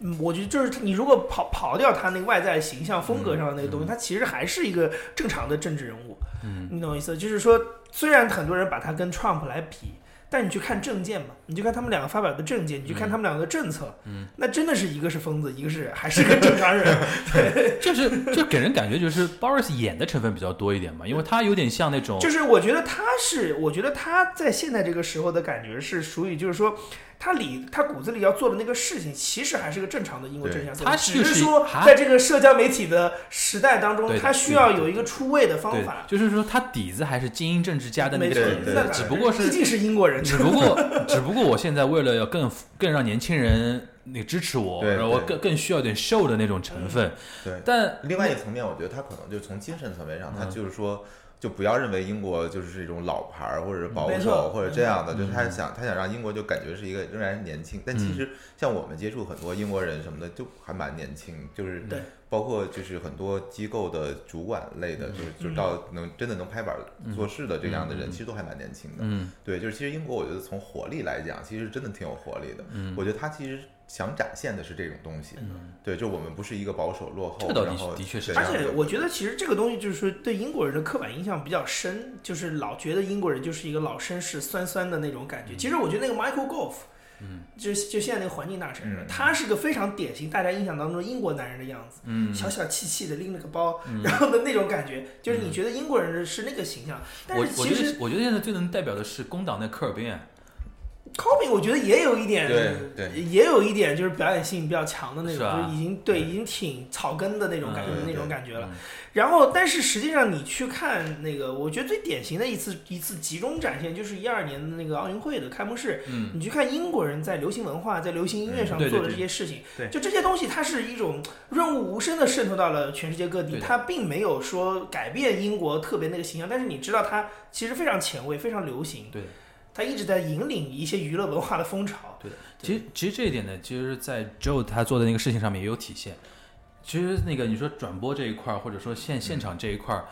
Speaker 4: 嗯我觉得就是你如果跑跑掉他那个外在形象风格上的那个
Speaker 3: 嗯
Speaker 4: 东西，他其实还是一个正常的政治人物。嗯，你懂我意思？就是说，虽然很多人把他跟 Trump 来比。但你去看政见嘛，你就看他们两个发表的政见，你去看他们两个的政策，嗯，那真的是一个是疯子，一个是还是个正常人，
Speaker 2: 就是就给人感觉就是 Boris 演的成分比较多一点嘛，因为他有点像那种
Speaker 4: 就是我觉得他是，我觉得他在现在这个时候的感觉是属于，就是说他里他骨子里要做的那个事情，其实还是个正常的英国
Speaker 3: 对
Speaker 4: 正向思
Speaker 2: 他
Speaker 4: 维，只
Speaker 2: 就是是
Speaker 4: 说
Speaker 2: 他
Speaker 4: 在这个社交媒体的时代当中
Speaker 2: 对，的
Speaker 4: 他需要有一个出位的方
Speaker 2: 对
Speaker 4: 法，，
Speaker 2: 就是说他底子还是精英政治家的那个
Speaker 4: 没错
Speaker 3: 对
Speaker 2: 底
Speaker 3: 对
Speaker 2: 子
Speaker 3: 对，
Speaker 2: 只不过
Speaker 4: 毕
Speaker 2: 是
Speaker 4: 竟是英国人，
Speaker 2: 只不过 只不过我现在为了要更更让年轻人那个支持我，
Speaker 3: 对
Speaker 2: 然后我
Speaker 3: 对
Speaker 2: 更更需要点 show 的那种成分，
Speaker 3: 对。
Speaker 2: 但
Speaker 3: 另外一个层面，我觉得他可能就从精神层面上，他
Speaker 4: 嗯
Speaker 3: 就是说，就不要认为英国就是一种老牌儿或者是保
Speaker 4: 没错嗯
Speaker 3: 守或者这样的，就他想他想让英国就感觉是一个仍然是年轻，但其实像我们接触很多英国人什么的，就还蛮年轻，就是
Speaker 4: 对
Speaker 3: 包括就是很多机构的主管类的，
Speaker 4: 嗯
Speaker 3: 就是就是到能真的能拍板做事的这样的人，其实都还蛮年轻的。
Speaker 2: 嗯，
Speaker 3: 对，就是其实英国，我觉得从活力来讲，其实真的挺有活力的。嗯，我觉得他其实想展现的是这种东西。嗯，对，就我们不是一个保守落后，
Speaker 2: 这倒的
Speaker 3: 然后
Speaker 2: 的确是
Speaker 3: 对
Speaker 4: 而
Speaker 3: 然后
Speaker 4: 且
Speaker 3: 就
Speaker 4: 我觉得其实这个东西就是说对英国人的刻板印象比较深，就是老觉得英国人就是一个老绅士、酸酸的那种感觉。其实我觉得那个 Michael Gove。嗯，就就现在那个环境大臣，
Speaker 3: 嗯
Speaker 4: 他是个非常典型大家印象当中英国男人的样子，嗯，小小气气的拎了个包，然后的那种感觉，就是你觉得英国人是那个形象，但
Speaker 2: 我
Speaker 4: 是
Speaker 2: 我
Speaker 4: 其
Speaker 2: 觉得
Speaker 4: 实
Speaker 2: 我觉得现在最能代表的是工党那科尔宾，
Speaker 4: Corbyn 我觉得也有一点，
Speaker 3: 对对
Speaker 4: 也有一点就是表演性比较强的那
Speaker 2: 是
Speaker 4: 种，
Speaker 2: 吧
Speaker 4: 就是已经对已经挺草根的那种感觉、
Speaker 3: 嗯
Speaker 4: 那
Speaker 3: 对
Speaker 4: 种
Speaker 3: 对
Speaker 4: 感觉了。
Speaker 2: 嗯
Speaker 4: 然后，但是实际上你去看那个，我觉得最典型的一次一次集中展现，就是一二年的那个奥运会的开幕式。
Speaker 2: 嗯，
Speaker 4: 你去看英国人在流行文化、在流行音乐上
Speaker 2: 嗯对对
Speaker 4: 做的
Speaker 2: 对
Speaker 4: 这些事情，
Speaker 2: 对
Speaker 4: 就这些东西，它是一种润物无声的渗透到了全世界各地
Speaker 2: 对，的
Speaker 4: 它并没有说改变英国特别那个形象，但是你知道它其实非常前卫、非常流行，
Speaker 2: 对。
Speaker 4: 它一直在引领一些娱乐文化的风潮。
Speaker 2: 对的，其实其实这一点呢，其实，在 Joe 他做的那个事情上面也有体现。其实那个你说转播这一块儿，或者说
Speaker 3: 嗯
Speaker 2: 现现场这一块儿，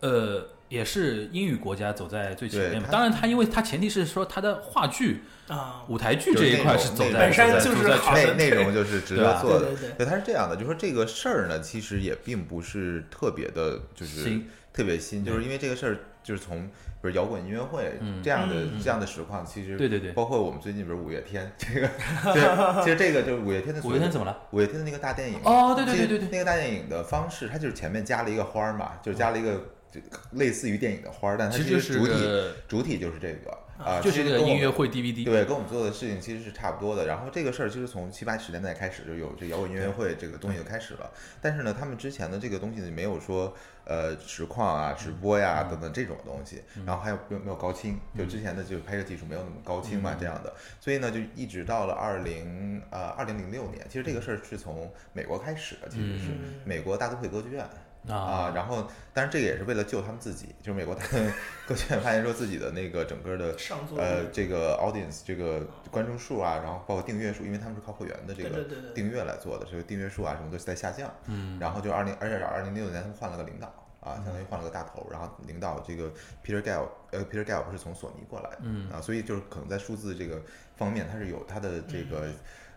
Speaker 2: 呃，也是英语国家走在最前面嘛。
Speaker 3: 对他
Speaker 2: 当然，他因为他前提是说他的话剧、
Speaker 4: 啊、
Speaker 2: 舞台剧这一块是走在
Speaker 4: 本身
Speaker 2: 走在
Speaker 4: 就是
Speaker 2: 走在
Speaker 4: 好
Speaker 3: 内
Speaker 4: 的
Speaker 3: 内容就是值
Speaker 2: 对啊吧
Speaker 3: 得做的。
Speaker 4: 对对对
Speaker 3: 它是这样的，就是说这个事儿呢，其实也并不是特别的，就是
Speaker 2: 新嗯
Speaker 3: 特别新，就是因为这个事儿，就是从比如摇滚音乐会这样的
Speaker 4: 嗯
Speaker 3: 这样的实况，其实
Speaker 2: 对对对
Speaker 3: 包括我们最近比如五月天这个， 对，其实这个就是五月天的
Speaker 2: 五月天怎么了？
Speaker 3: 五月天的那个大电影
Speaker 2: 哦对对对对对
Speaker 3: 那个大电影的方式，它就是前面加了一个花儿嘛，就是加了一个就类似于电影的花儿，但它
Speaker 2: 其实就是
Speaker 3: 主体
Speaker 2: 个
Speaker 3: 主体就是这个啊，
Speaker 2: 就是
Speaker 3: 其
Speaker 2: 这
Speaker 3: 实
Speaker 2: 个
Speaker 3: 跟我
Speaker 2: 音
Speaker 3: 们
Speaker 2: 乐会 DVD。
Speaker 3: 对，跟我们做的事情其实是差不多的。然后这个事儿其实从七八十年代开始就有这摇滚音乐会这个东西就开始了，但是呢，他们之前的这个东西没有说呃实况啊、直播呀、等等这种东西，然后还有没有没有高清，就之前的就是拍摄技术没有那么高清嘛、这样的，所以呢，就一直到了二零呃二零零六年，其实这个事儿是从美国开始的，其实是、
Speaker 4: 嗯
Speaker 3: 美国大都会歌剧院。
Speaker 2: 啊
Speaker 3: 然后，当然这个也是为了救他们自己，就是美国大都会歌剧院发现说自己的那个整个的
Speaker 4: 上座率
Speaker 3: 呃，这个 audience 这个观众数啊，然后包括订阅数，因为他们是靠会员的这
Speaker 4: 对
Speaker 3: 个
Speaker 4: 对对对
Speaker 3: 订阅来做的，所以订阅数啊什么都是在下降。嗯，然后就二零，而且二零零六年他们换了个领导啊，相当于换了个大头，然后领导这个 Peter Gale，呃，Peter Gale 不是从索尼过来的，嗯啊，所以就是可能在数字这个方面，它是有它的这个、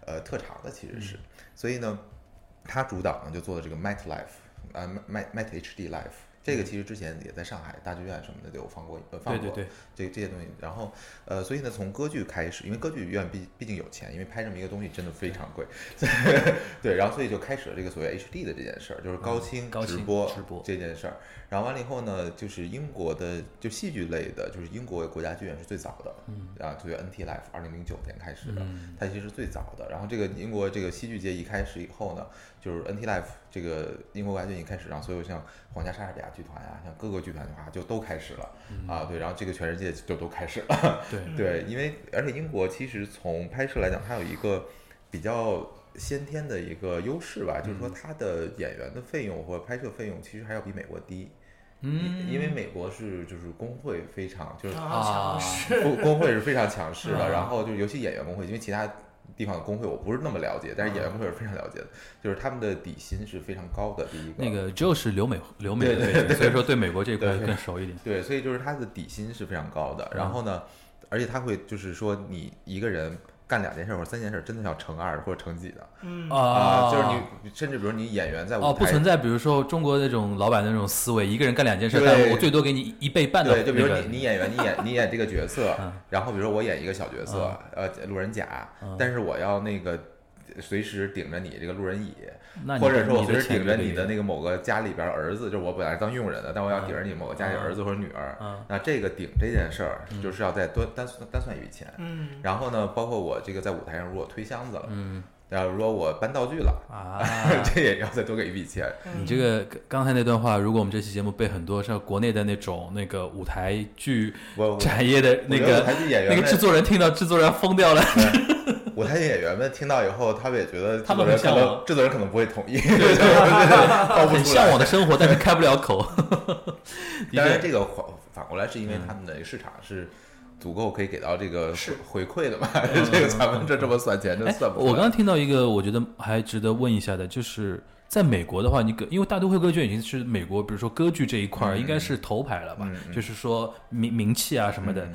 Speaker 3: 呃特长的，其实是，所以呢，他主导呢就做的这个 Met Life 啊，Met Met HD Life。这个其实之前也在上海大剧院什么的都有放过，呃，放
Speaker 2: 对
Speaker 3: 过
Speaker 2: 对对，
Speaker 3: 这这些东西。然后，呃，所以呢，从歌剧开始，因为歌剧院毕毕竟有钱，因为拍这么一个东西真的非常贵， 对，然后所以就开始了这个所谓 HD 的这件事儿，就是高清
Speaker 2: 嗯高
Speaker 3: 直
Speaker 2: 清
Speaker 3: 播
Speaker 2: 直播
Speaker 3: 这件事儿。然后完了以后呢，就是英国的就戏剧类的，就是英国国家剧院是最早的，嗯，啊，就叫 NT Life，二零零九年
Speaker 2: 嗯
Speaker 3: 嗯开始的，它其实是最早的。然后这个英国这个戏剧节一开始以后呢，就是 NT Life 这个英国国家电影开始，让所有像皇家莎士比亚剧团呀、像各个剧团的话就都开始了、啊，对，然后这个全世界就都开始了。
Speaker 2: 对，
Speaker 3: 对，因为而且英国其实从拍摄来讲，它有一个比较先天的一个优势吧，就是说它的演员的费用或拍摄费用其实还要比美国低。
Speaker 2: 嗯，
Speaker 3: 因为美国是就是工会非常就是
Speaker 2: 啊
Speaker 4: 啊，是
Speaker 3: 工工会是非常强势
Speaker 2: 啊
Speaker 3: 的，然后就是尤其演员工会，因为其他地方的工会我不是那么了解，
Speaker 2: 嗯
Speaker 3: 但是演员工会是非常了解的，就是他们的底薪是非常高的。第一个，
Speaker 2: 那个 Joe 是留美留美的
Speaker 3: 对对
Speaker 2: 人，所以说对美国这一块
Speaker 3: 对对
Speaker 2: 更熟一点。
Speaker 3: 对，所以就是他的底薪是非常高
Speaker 2: 嗯
Speaker 3: 的。然后呢，而且他会就是说你一个人干两件事或者三件事，真的要乘二或者乘几的
Speaker 4: 嗯，
Speaker 2: 啊
Speaker 3: 啊，就是你甚至比如你演员在舞台
Speaker 2: 哦，不存在，比如说中国那种老板那种思维，一个人干两件事，
Speaker 3: 对
Speaker 2: 但我最多给你一倍半的
Speaker 3: 对，就比如
Speaker 2: 那
Speaker 3: 你
Speaker 2: 个
Speaker 3: 你演员，你演你演这个角色
Speaker 2: 嗯，
Speaker 3: 然后比如说我演一个小角色，呃，路人甲，但是我要那个随时顶着你这个路人乙，
Speaker 2: 那你
Speaker 3: 或者说我
Speaker 2: 你
Speaker 3: 随
Speaker 2: 的
Speaker 3: 时
Speaker 2: 钱
Speaker 3: 顶着
Speaker 2: 就得
Speaker 3: 你的那个某个家里边儿儿子，就是我本来是当佣人的，但我要顶着你某个
Speaker 2: 啊
Speaker 3: 家里儿子或者女儿，
Speaker 2: 嗯
Speaker 3: 那这个顶这件事儿就是要再多单单算一笔钱。
Speaker 4: 嗯，
Speaker 3: 然后呢，包括我这个在舞台上如果推箱子了，然后如果我搬道具了，
Speaker 2: 嗯啊，
Speaker 3: 这也要再多给一笔钱。
Speaker 4: 嗯
Speaker 2: 你这个刚才那段话，如果我们这期节目被很多像国内的那种那个舞台剧
Speaker 3: 我我
Speaker 2: 产业的那
Speaker 3: 我觉得
Speaker 2: 个
Speaker 3: 舞台剧演员
Speaker 2: 那个
Speaker 3: 们
Speaker 2: 制作人听到，制作人疯掉了。
Speaker 3: 舞台演员们听到以后，他们也觉得制
Speaker 2: 他们
Speaker 3: 作
Speaker 2: 很
Speaker 3: 人可
Speaker 2: 向
Speaker 3: 能
Speaker 2: 往
Speaker 3: 制作人可能不会同意，报不
Speaker 2: 很
Speaker 3: 出
Speaker 2: 向
Speaker 3: 来。
Speaker 2: 往的生活，但是开不了口。的
Speaker 3: 当
Speaker 2: 确，
Speaker 3: 然，
Speaker 2: 嗯
Speaker 3: 这个反反过来是因为他们的市场是足够可以给到这个
Speaker 4: 是
Speaker 3: 回馈的嘛？ 这个咱们这这么算钱，这
Speaker 2: 嗯哎
Speaker 3: 算，不出来？
Speaker 2: 我刚刚听到一个，我觉得还值得问一下的，就是在美国的话，你可因为大都会歌剧已经是美国，比如说歌剧这一块儿应该是头牌了吧，
Speaker 3: 嗯嗯
Speaker 2: 就是说名名气啊什么的，
Speaker 3: 嗯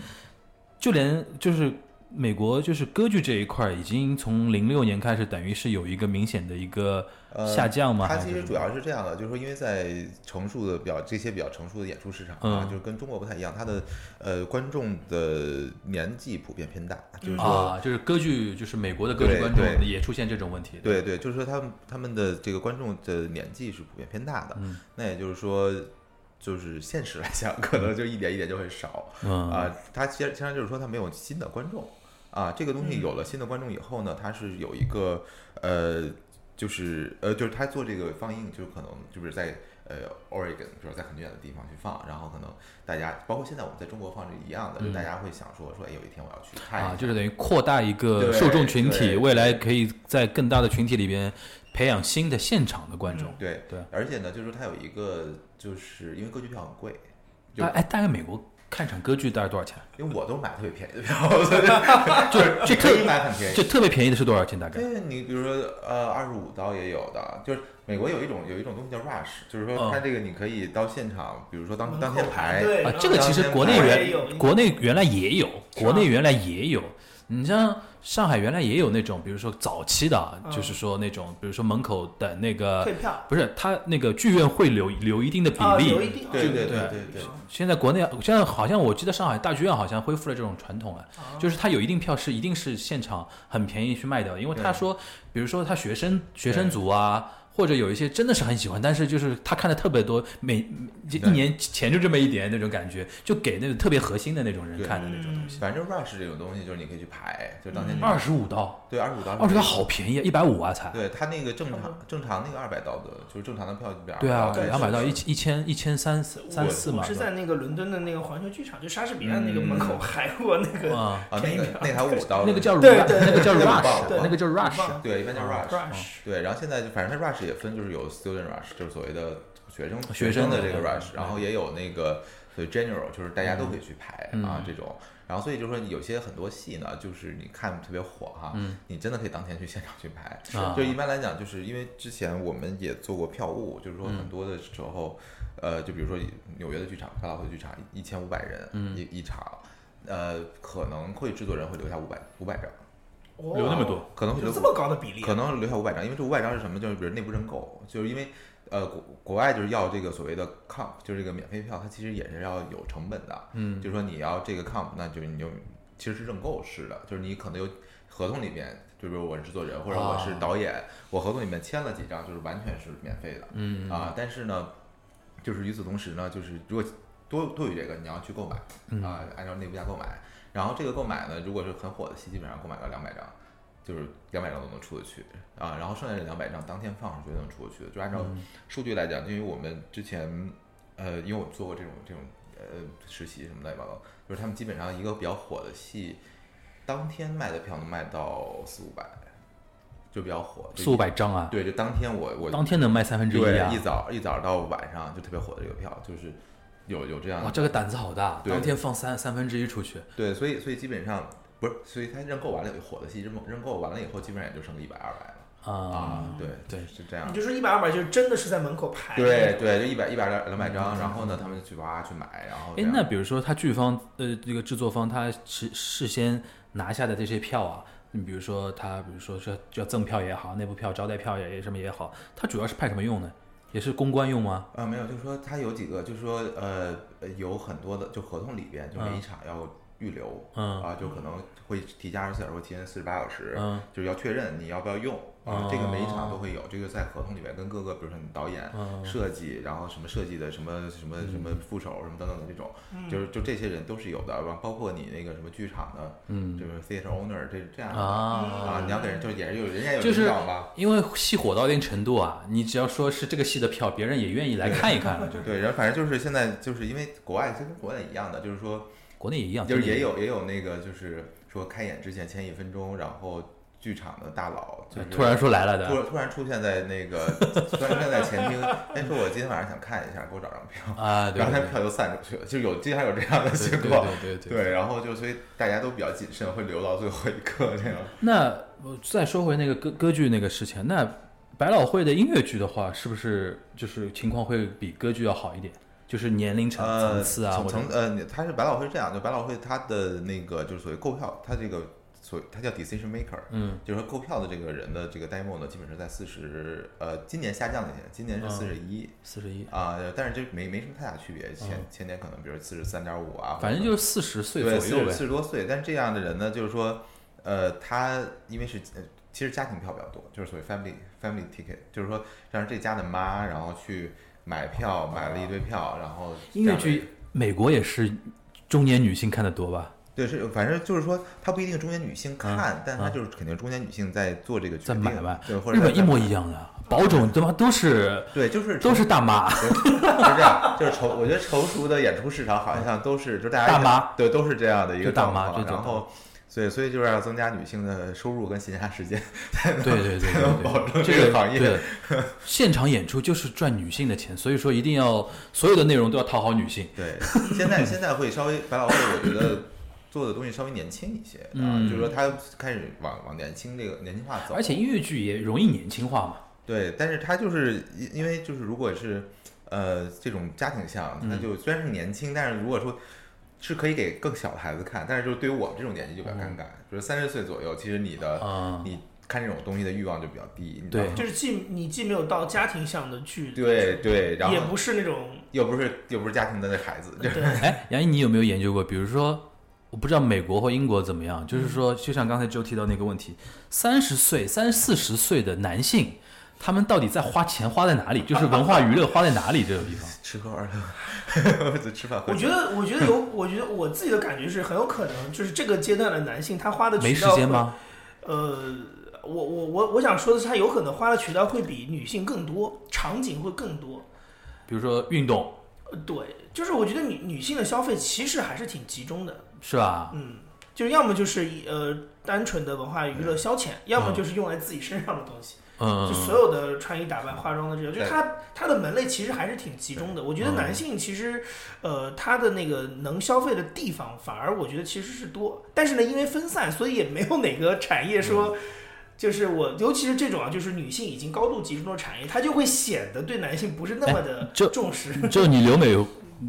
Speaker 2: 就连就是。美国就是歌剧这一块儿已经从零六年开始，等于是有一个明显的一个
Speaker 3: 呃
Speaker 2: 下降嘛？
Speaker 3: 它
Speaker 2: 还是
Speaker 3: 其实
Speaker 2: 什
Speaker 3: 主
Speaker 2: 么
Speaker 3: 要是这样的，就是说，因为在成熟的比较这些比较成熟的演出市场啊，
Speaker 2: 嗯
Speaker 3: 就是跟中国不太一样，它的呃观众的年纪普遍偏大，就是说、
Speaker 2: 啊，就是歌剧，就是美国的歌剧
Speaker 3: 对
Speaker 2: 观众
Speaker 3: 对
Speaker 2: 也出现这种问题。
Speaker 3: 对对，就是说他们他们的这个观众的年纪是普遍偏大的，
Speaker 2: 嗯
Speaker 3: 那也就是说，就是现实来讲，可能就一点一点就会少
Speaker 2: 嗯
Speaker 3: 啊。它其实其实就是说，它没有新的观众啊。这个东
Speaker 2: 嗯
Speaker 3: 西有了新的观众以后呢，它是有一个呃，就是呃，就是他做这个放映，就是可能就是在呃 Oregon，比如在很远的地方去放，然后可能大家包括现在我们在中国放是一样的，就大家会想说说，哎，有一天我要去看一
Speaker 2: 嗯啊，
Speaker 3: 下
Speaker 2: 就是等于扩大一个
Speaker 3: 对
Speaker 2: 受众群体，
Speaker 3: 对
Speaker 2: 未来可以在更大的群体里边培养新的现场的观众。
Speaker 3: 对
Speaker 2: 对
Speaker 3: 而且呢，就是它有一个，就是因为歌剧票很贵，就
Speaker 2: 哎哎，大概美国看场歌剧大概多少钱？
Speaker 3: 因为我都买特别便宜 的票，所
Speaker 2: 这特
Speaker 3: 以就是你啊可以买很便宜
Speaker 2: 就。特别便宜的是多少钱？大概
Speaker 3: 对，你比如说，呃，二十五刀也有的，就是美国有一种有一种东西叫 rush，就是说
Speaker 2: 嗯
Speaker 3: 它这个你可以到现场，比如说当
Speaker 4: 门
Speaker 3: 当
Speaker 4: 口
Speaker 3: 天排，
Speaker 4: 队
Speaker 2: 啊
Speaker 4: 然，后
Speaker 2: 这个其实国内
Speaker 4: 当然也有
Speaker 2: 原国内原来也有，
Speaker 4: 是
Speaker 2: 国内
Speaker 4: 吧
Speaker 2: 原来也有。你像上海原来也有那种，比如说早期的啊，
Speaker 4: 嗯
Speaker 2: 就是说那种，比如说门口等那个
Speaker 4: 退票
Speaker 2: 不是他那个剧院会留留一定的比
Speaker 4: 啊，有一
Speaker 2: 例。
Speaker 4: 定
Speaker 3: 对
Speaker 4: 对
Speaker 3: 对
Speaker 2: 对
Speaker 3: 对对
Speaker 2: 现在国内现在好像我记得上海大剧院好像恢复了这种传统了，
Speaker 4: 啊
Speaker 2: 就是他有一定票是一定是现场很便宜去卖掉的，因为他
Speaker 3: 对
Speaker 2: 说，比如说他学生学生族啊，或者有一些真的是很喜欢，但是就是他看的特别多，每就一
Speaker 3: 对
Speaker 2: 年钱就这么一点那种感觉，就给那种特别核心的那种人
Speaker 3: 对
Speaker 2: 看的那种东西。
Speaker 3: 反正 rush 这种东西就是你可以去排，就当天去
Speaker 2: 嗯
Speaker 3: 排
Speaker 2: 二十五刀，
Speaker 3: 对二十五刀，
Speaker 2: 二十刀好。便宜，一百五啊才。
Speaker 3: 对它那个正常正常那个二百刀的，就是正常的票里
Speaker 2: 对啊，
Speaker 4: 对
Speaker 2: 两百
Speaker 4: 是
Speaker 2: 刀
Speaker 4: 是
Speaker 2: 一一千一千三三四嘛
Speaker 4: 嗯我，是在那个伦敦的那个环球剧场，就莎士比亚那个门口
Speaker 3: 嗯
Speaker 4: 排过那个
Speaker 2: 啊，
Speaker 3: 啊，那个那台五刀的，
Speaker 2: 那个叫
Speaker 4: 对对
Speaker 2: rush，那个叫
Speaker 3: 对
Speaker 2: rush，
Speaker 3: 对
Speaker 2: 那个叫
Speaker 4: 棒
Speaker 2: rush。
Speaker 3: 对，一般叫 rush。
Speaker 4: 啊
Speaker 3: 嗯
Speaker 4: rush，
Speaker 3: 对，然后现在就反正它 rush 也分，就是有 student rush，就是所谓的学生
Speaker 2: 学
Speaker 3: 生
Speaker 2: 生
Speaker 3: 的
Speaker 2: 的
Speaker 3: 这个
Speaker 2: 对
Speaker 3: rush，然后也有那个所谓 general，就是大家都可以去排、啊
Speaker 2: 嗯
Speaker 3: 这种。然后所以就是说有些很多戏呢，就是你看特别火哈，你真的可以当天去现场去排。
Speaker 2: 嗯啊
Speaker 3: 就一般来讲，就是因为之前我们也做过票务，就是说
Speaker 2: 嗯
Speaker 3: 很多的时候，呃，就比如说纽约的剧场，百老汇剧场一千五百人、
Speaker 2: 嗯
Speaker 3: 一一场，呃，可能会制作人会留下五百五百张，
Speaker 4: 哇
Speaker 2: 留那么多，
Speaker 3: 可能会留
Speaker 4: 哦有这么高的比例啊，
Speaker 3: 可能留下五百张，因为这五百张是什么？就是比如内部认购，就是因为呃国国外就是要这个所谓的 comp，就是这个免费票，它其实也是要有成本的。嗯，就是说你要这个 comp，那就是你就其实是认购式的，就是你可能有合同里面，就比如我是制作人或者我是导演，我合同里面签了几张，就是完全是免费的。嗯啊，但是呢，就是与此同时呢，就是如果多多于这个，你要去购买
Speaker 2: 嗯
Speaker 3: 啊啊、按照内部价购买。然后这个购买呢，如果是很火的戏，基本上购买到两百张，就是两百张都能出得去啊，然后剩下的两百张当天放是绝对能出得去的。就按照
Speaker 2: 嗯
Speaker 3: 数据来讲，因为我们之前呃，因为我们做过这种这种呃实习什么乱七八糟，就是他们基本上一个比较火的戏，当天卖的票能卖到四五百，就比较火，就
Speaker 2: 四五百张啊，
Speaker 3: 对，就当天我我
Speaker 2: 当天能卖三分之
Speaker 3: 对
Speaker 2: 啊
Speaker 3: 一！早一早到晚上就特别火的这个票，就是有有这样
Speaker 2: 哇，
Speaker 3: 的
Speaker 2: 这个胆子好大，
Speaker 3: 对
Speaker 2: 当天放三三分之一出去，
Speaker 3: 对，所以所以基本上不是，所以他认购完了以后火的戏，认购认购完了以后，基本上也就剩个一百二百了
Speaker 2: 啊、
Speaker 3: 啊。对
Speaker 2: 对
Speaker 3: 是这样
Speaker 4: 你。就说一百二百，就真的是在门口排。
Speaker 3: 对，对，就一百一百两两百张，然后呢，他们就去哇去买，然后这
Speaker 2: 哎，
Speaker 3: 样
Speaker 2: 那比如说他剧方呃这个制作方他事事先拿下的这些票啊，你比如说他比如说是叫赠票也好，内部票、招待票也什么也好，他主要是派什么用呢？也是公关用吗？
Speaker 3: 啊没有，就是说他有几个，就是说呃呃有很多的，就合同里边就每一场要预留
Speaker 2: 嗯
Speaker 3: 啊，就可能会提前二十四小时或提前四十八小时，
Speaker 2: 嗯
Speaker 3: 就是要确认你要不要用
Speaker 2: 哦
Speaker 3: 啊，这个每一场都会有，这个在合同里面跟各个，比如说你导演、
Speaker 2: 嗯
Speaker 3: 设计，然后什么设计的什么什么什么副手什么等等的这种，
Speaker 4: 嗯
Speaker 3: 就是就这些人都是有的，然后包括你那个什么剧场的，嗯，就是 theater owner 这这样的
Speaker 2: 啊。
Speaker 3: 啊，你要给人就是也是有人家有
Speaker 2: 就是
Speaker 3: 领导吧。
Speaker 2: 因为戏火到一定程度啊，你只要说是这个戏的票，别人也愿意来看一看了。就是
Speaker 3: 对，然后反正就是现在就是因为国外就跟国内一样的，就是说
Speaker 2: 国内也一样，
Speaker 3: 就是
Speaker 2: 真的
Speaker 3: 也有也有那个就是说开演之前前一分钟，然后剧场的大佬就
Speaker 2: 对
Speaker 3: 是
Speaker 2: 突然说来了
Speaker 3: 突
Speaker 2: 的
Speaker 3: 然突然出现在那个突然出现在前厅，哎，说我今天晚上想看一下，给我找张票，
Speaker 2: 啊，对
Speaker 3: 然后他
Speaker 2: 对
Speaker 3: 票就散出去了，就有经常有这样的
Speaker 2: 对
Speaker 3: 情
Speaker 2: 对
Speaker 3: 况。
Speaker 2: 对对对。
Speaker 3: 对，然后就所以大家都比较谨慎，会留到最后一刻这样。
Speaker 2: 那我再说回那个歌歌剧那个事情，那百老汇的音乐剧的话，是不是就是情况会比歌剧要好一点？就是年龄层层
Speaker 3: 呃，
Speaker 2: 次啊，
Speaker 3: 层
Speaker 2: 或者
Speaker 3: 层呃，它是百老汇是这样，就百老汇它的那个就是所谓购票，它这个所它叫 decision maker，
Speaker 2: 嗯，
Speaker 3: 就是说购票的这个人的这个 demo 呢，基本是在四十，呃，今年下降了一些，今年是
Speaker 2: 嗯
Speaker 3: 四十一
Speaker 2: 四十一，
Speaker 3: 啊，但是这没没什么太大区别，前前年可能比如四十三点五啊，
Speaker 2: 嗯反正就是四十岁左右呗
Speaker 3: 四。十多岁。但是这样的人呢，就是说，呃，他因为是呃其实家庭票比较多，就是所谓 family family ticket，就是说让这家的妈然后去买票，买了一堆票，然后
Speaker 2: 音乐
Speaker 3: 这样的
Speaker 2: 剧美国也是中年女性看的多吧，
Speaker 3: 对，是反正就是说，她不一定中年女性看，但她就是肯定中年女性在做这个决
Speaker 2: 嗯在
Speaker 3: 定，
Speaker 2: 买卖
Speaker 3: 对，或，者
Speaker 2: 日本
Speaker 3: 在
Speaker 2: 一模一样的，保种他妈都是
Speaker 3: 对，就是
Speaker 2: 都是大 妈，
Speaker 3: 是这样，就是成我觉得成熟的演出市场好像都是就大家
Speaker 2: 大妈
Speaker 3: 对都是这样的一
Speaker 2: 就
Speaker 3: 个
Speaker 2: 大
Speaker 3: 状
Speaker 2: 妈
Speaker 3: 况，
Speaker 2: 对对
Speaker 3: 然后所以所以就是要增加女性的收入跟闲暇时间，
Speaker 2: 对 对对对对，
Speaker 3: 保证
Speaker 2: 这
Speaker 3: 这
Speaker 2: 个
Speaker 3: 个行业
Speaker 2: 对，现场演出就是赚女性的钱，所以说一定要所有的内容都要讨好女性。
Speaker 3: 对，现在现在会稍微百老汇，我觉得做的东西稍微年轻一些，啊，
Speaker 2: 嗯
Speaker 3: 就是说它开始往往年轻这个年轻化走，
Speaker 2: 而且音乐剧也容易年轻化嘛，
Speaker 3: 对，但是他就是因因为就是如果是呃这种家庭向，
Speaker 2: 嗯
Speaker 3: 他就虽然是年轻，但是如果说是可以给更小的孩子看，但是就是对于我们这种年纪就比较
Speaker 2: 哦
Speaker 3: 尴尬，就是三十岁左右，其实你的、
Speaker 2: 啊
Speaker 3: 你看这种东西的欲望就比较低，你知道
Speaker 2: 对
Speaker 3: 吗
Speaker 4: 就是既你既没有到家庭向的剧，
Speaker 3: 对对，然
Speaker 4: 也
Speaker 3: 后
Speaker 4: 不是那 种
Speaker 3: 又不是又不是家庭的那孩子，就是
Speaker 4: 对
Speaker 2: 哎，杨毅，你有没有研究过？比如说，我不知道美国或英国怎么样，就是
Speaker 4: 嗯
Speaker 2: 说，就像刚才周提到那个问题，三十岁、三四十岁的男性，他们到底在花钱花在哪里？就是文化娱乐花在哪里这种地方？
Speaker 3: 吃喝玩乐， 就吃饭喝
Speaker 4: 我
Speaker 3: 酒。
Speaker 4: 觉得，我觉得有，我觉得我自己的感觉是很有可能，就是这个阶段的男性他花的渠道
Speaker 2: 没时间吗？
Speaker 4: 会？呃，我我我我想说的是，他有可能花的渠道会比女性更多，场景会更多。
Speaker 2: 比如说运动，
Speaker 4: 呃对，就是我觉得女女性的消费其实还是挺集中的，
Speaker 2: 是吧？
Speaker 4: 嗯，就是要么就是一呃单纯的文化娱乐消
Speaker 3: 嗯
Speaker 4: 遣，要么就是用来自己身上的东西，
Speaker 2: 嗯
Speaker 4: 就，所有的穿衣打扮、化妆的这个，就
Speaker 3: 对
Speaker 4: 它它的门类其实还是挺集中的。我觉
Speaker 2: 嗯
Speaker 4: 得男性其实，呃，他的那个能消费的地方，反而我觉得其实是多，但是呢，因为分散，所以也没有哪个产业说。
Speaker 2: 嗯
Speaker 4: 就是我，尤其是这种啊，就是女性已经高度集中的产业，它就会显得对男性不是那么的
Speaker 2: 这
Speaker 4: 重视。
Speaker 2: 哎嗯就你留美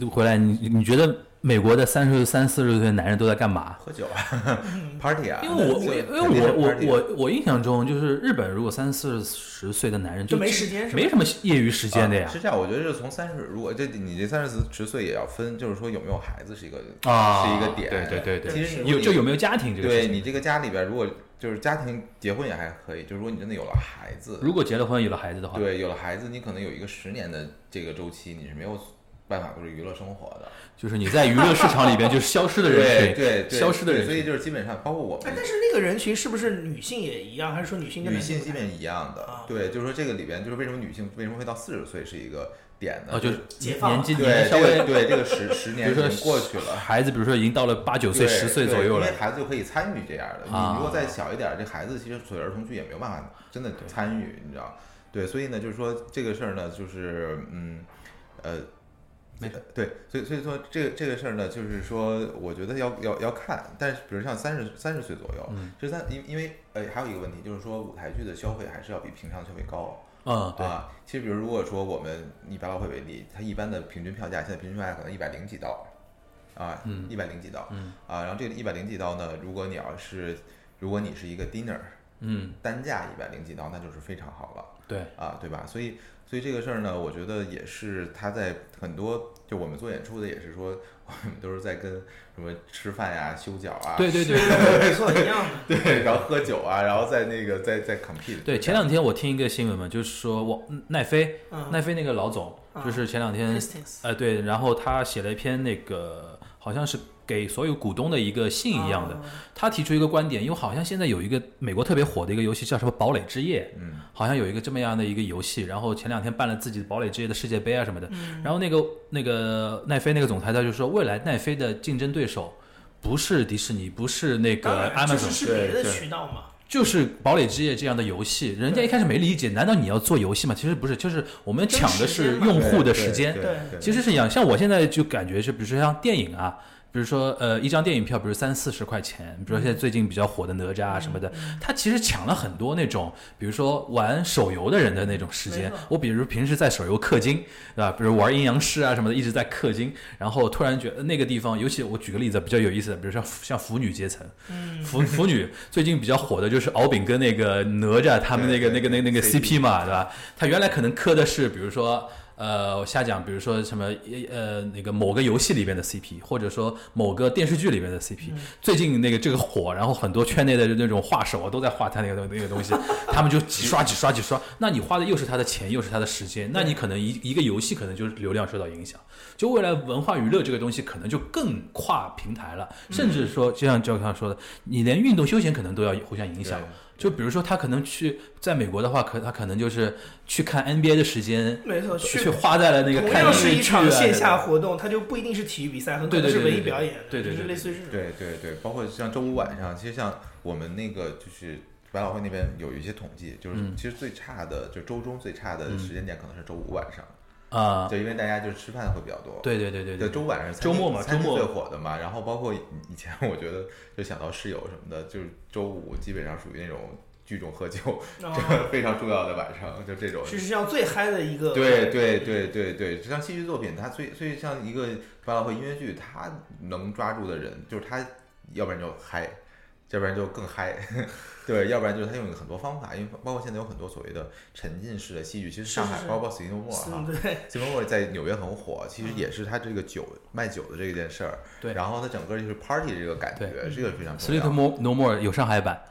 Speaker 2: 回来，你你觉得美国的三十三四十岁的男人都在干嘛？
Speaker 3: 喝酒啊，party 啊，
Speaker 2: 嗯因为我
Speaker 3: 就
Speaker 2: 我
Speaker 3: 肯定
Speaker 2: 因为
Speaker 3: 是
Speaker 2: 我
Speaker 4: 啊
Speaker 3: party
Speaker 2: 我我我印象中，就是日本如果三四十岁的男人
Speaker 4: 就没时间是吧
Speaker 2: 没什么业余时间的呀
Speaker 3: 啊。是这样，我觉得就是从三十，如果这你这三十十岁也要分，就是说有没有孩子是一个
Speaker 2: 啊
Speaker 3: 是一个点。
Speaker 2: 对对对对
Speaker 3: 其实
Speaker 2: 有就有
Speaker 3: 没
Speaker 2: 没有家庭这个事
Speaker 3: 对
Speaker 2: 情。
Speaker 3: 你这个家里边，如果就是家庭结婚也还可以，就是如果你真的有了孩子，
Speaker 2: 如果结了婚有了孩子的话，
Speaker 3: 对有了孩子，你可能有一个十年的这个周期，你是没有办法都是娱乐生活的，
Speaker 2: 就是你在娱乐市场里边就是消失的人群，
Speaker 3: 对对，
Speaker 2: 消失的人
Speaker 3: 对所以就是基本上包括我
Speaker 4: 哎
Speaker 3: 们，
Speaker 4: 但是那个人群是不是女性也一样，还是说女性跟
Speaker 3: 女
Speaker 4: 男性
Speaker 3: 性
Speaker 4: 不
Speaker 3: 基
Speaker 4: 太
Speaker 3: 本
Speaker 4: 一样？
Speaker 3: 一样的
Speaker 4: 啊，
Speaker 3: 对，就是说这个里边就是为什么女性为什么会到四十岁是一个点呢？
Speaker 2: 哦，就是
Speaker 4: 解放
Speaker 2: 年纪年
Speaker 3: 对
Speaker 2: 纪稍
Speaker 3: 这个
Speaker 2: 微，
Speaker 3: 对这个十十
Speaker 2: 比
Speaker 3: 年
Speaker 2: 如
Speaker 3: 已
Speaker 2: 说
Speaker 3: 经过去了。
Speaker 2: 孩子比如说已经到了八九岁、
Speaker 3: 对
Speaker 2: 十岁
Speaker 3: 对
Speaker 2: 左右
Speaker 3: 因
Speaker 2: 了
Speaker 3: 为，孩子就可以参与这样的。
Speaker 2: 啊
Speaker 3: 你如果再小一点，这孩子其实所有儿童剧也没有办法真的参与，你知道？对，所以呢，就是说这个事儿呢，就是嗯，呃，
Speaker 2: 没事
Speaker 3: 对，所以所以说这个这个事儿呢，就是说，我觉得要要要看，但是比如像三十三十岁左右，
Speaker 2: 嗯
Speaker 3: 这三因因为呃还有一个问题就是说舞台剧的消费还是要比平常消费高。
Speaker 2: 嗯，对，
Speaker 3: 啊，其实比如如果说我们以百老汇为例，它一般的平均票价现在平均票价可能一百零几刀，啊，一百零几刀，
Speaker 2: 嗯
Speaker 3: 啊，然后这个一百零几刀呢，如果你要是如果你是一个 dinner
Speaker 2: 嗯，
Speaker 3: 单价一百零几刀，那就是非常好了
Speaker 2: 对，
Speaker 3: 啊，对吧？所以所以这个事儿呢，我觉得也是它在很多就我们做演出的也是说，我们都是在跟什么吃饭呀、修脚啊，
Speaker 2: 对对对。
Speaker 4: 没错，一样的。
Speaker 3: 对，然后喝酒啊，然后在那个在在 compete，
Speaker 2: 对，前两天我听一个新闻嘛，就是说我奈飞，
Speaker 4: 嗯
Speaker 2: 奈飞那个老总，就是前两天
Speaker 4: Hastings
Speaker 2: 呃，对，然后他写了一篇那个，好像是给所有股东的一个信一样的。
Speaker 4: 嗯哦
Speaker 2: 他提出一个观点，因为好像现在有一个美国特别火的一个游戏叫什么《堡垒之夜》，
Speaker 3: 嗯，
Speaker 2: 好像有一个这么样的一个游戏。然后前两天办了自己的堡垒之夜的世界杯啊什么的。然后那个那个奈飞那个总裁他就说，未来奈飞的竞争对手不是迪士尼，不是那
Speaker 4: 当
Speaker 2: 个
Speaker 4: 然，就是
Speaker 2: Amazon，
Speaker 4: 是
Speaker 3: 对
Speaker 4: 别的
Speaker 3: 对
Speaker 4: 渠道嘛。
Speaker 2: 就是《堡垒之夜》这样的游戏，人家一开始没理解，难道你要做游戏吗？其实不是，就是我们抢的是用户的时间，
Speaker 3: 对
Speaker 4: 对
Speaker 3: 对
Speaker 2: 其实是一样。像我现在就感觉是，比如说像电影啊，比如说呃一张电影票，比如三四十块钱，比如说现在最近比较火的哪吒啊什
Speaker 4: 嗯
Speaker 2: 么的，它其实抢了很多那种，比如说玩手游的人的那种时
Speaker 4: 没
Speaker 2: 间
Speaker 4: 错。
Speaker 2: 我比如平时在手游氪金，对吧？比如玩阴阳师啊什么的，一直在氪金，然后突然觉得那个地方，尤其我举个例子比较有意思的，比如像像腐女阶层，
Speaker 4: 嗯，
Speaker 2: 腐腐女最近比较火的就是敖丙跟那个哪吒他们那个那
Speaker 3: 对
Speaker 2: 个
Speaker 3: 对
Speaker 2: 那个那个
Speaker 3: CP
Speaker 2: CP 嘛，对吧？他原来可能磕的是，比如说。呃，我瞎讲，比如说什么呃那个某个游戏里边的 CP，或者说某个电视剧里边的 CP，、最近那个这个火，然后很多圈内的那种画手啊都在画他那个东那个东西，他们就几刷几刷几刷，那你花的又是他的钱，又是他的时间，那你可能一一个游戏可能就是流量受到影响。就未来文化娱乐这个东西可能就更跨平台了，
Speaker 4: 嗯
Speaker 2: 甚至说就像教刚说的，你连运动休闲可能都要互相影响
Speaker 3: 对。
Speaker 2: 就比如说他可能去在美国的话，可他可能就是去看 NBA 的时间，
Speaker 4: 没错，去
Speaker 2: 去花在了那个
Speaker 4: 同
Speaker 2: 看音
Speaker 4: 样
Speaker 2: 乐
Speaker 4: 是一
Speaker 2: 剧
Speaker 4: 场
Speaker 2: 啊
Speaker 4: 线
Speaker 2: 这
Speaker 4: 下
Speaker 2: 种
Speaker 4: 活动，它就不一定是体育比赛，很可
Speaker 2: 对
Speaker 4: 能
Speaker 2: 对
Speaker 4: 是
Speaker 2: 对对
Speaker 4: 文艺
Speaker 2: 对
Speaker 4: 表演，
Speaker 2: 对对
Speaker 4: 就是
Speaker 2: 对
Speaker 4: 类
Speaker 2: 对
Speaker 4: 似于这种。
Speaker 3: 对对对，包括像周五晚上，其实像我们那个就是百老汇那边有一些统计，就是
Speaker 2: 嗯
Speaker 3: 其实最差的，就周中最差的时间点可能是周五晚上，
Speaker 2: 啊，
Speaker 3: 就因为大家就是吃饭会比较多。
Speaker 2: 对对对对
Speaker 3: 对，周五晚上餐
Speaker 2: 周末
Speaker 3: 厅
Speaker 2: 嘛
Speaker 3: 餐
Speaker 2: 周
Speaker 3: 厅
Speaker 2: 末
Speaker 3: 最火的嘛。然后包括以以前，我觉得就想到室友什么的，就是周五基本上属于那种聚众喝酒，
Speaker 4: 哦
Speaker 3: 这非常重要的晚上，就这种。
Speaker 4: 是世界上最嗨的一个。
Speaker 3: 对对对对对，像戏剧作品，它最所以像一个百老汇音乐剧，它能抓住的人，就是他，要不然就嗨，要不然就更嗨， 对，要不然就是他用很多方法，因为包括现在有很多所谓的沉浸式的戏剧，其实上海
Speaker 4: 是是
Speaker 3: 包括斯蒂诺莫
Speaker 4: 是
Speaker 3: 哈，
Speaker 4: 对，
Speaker 3: 斯蒂诺莫在纽约很火，其实也是他这个酒卖酒的这件事儿，
Speaker 2: 对
Speaker 3: 然后他整个就是 party 这个感觉，
Speaker 2: 对
Speaker 3: 这个非常重
Speaker 2: Sleep
Speaker 3: 要，
Speaker 2: Mo- No More 有上海版，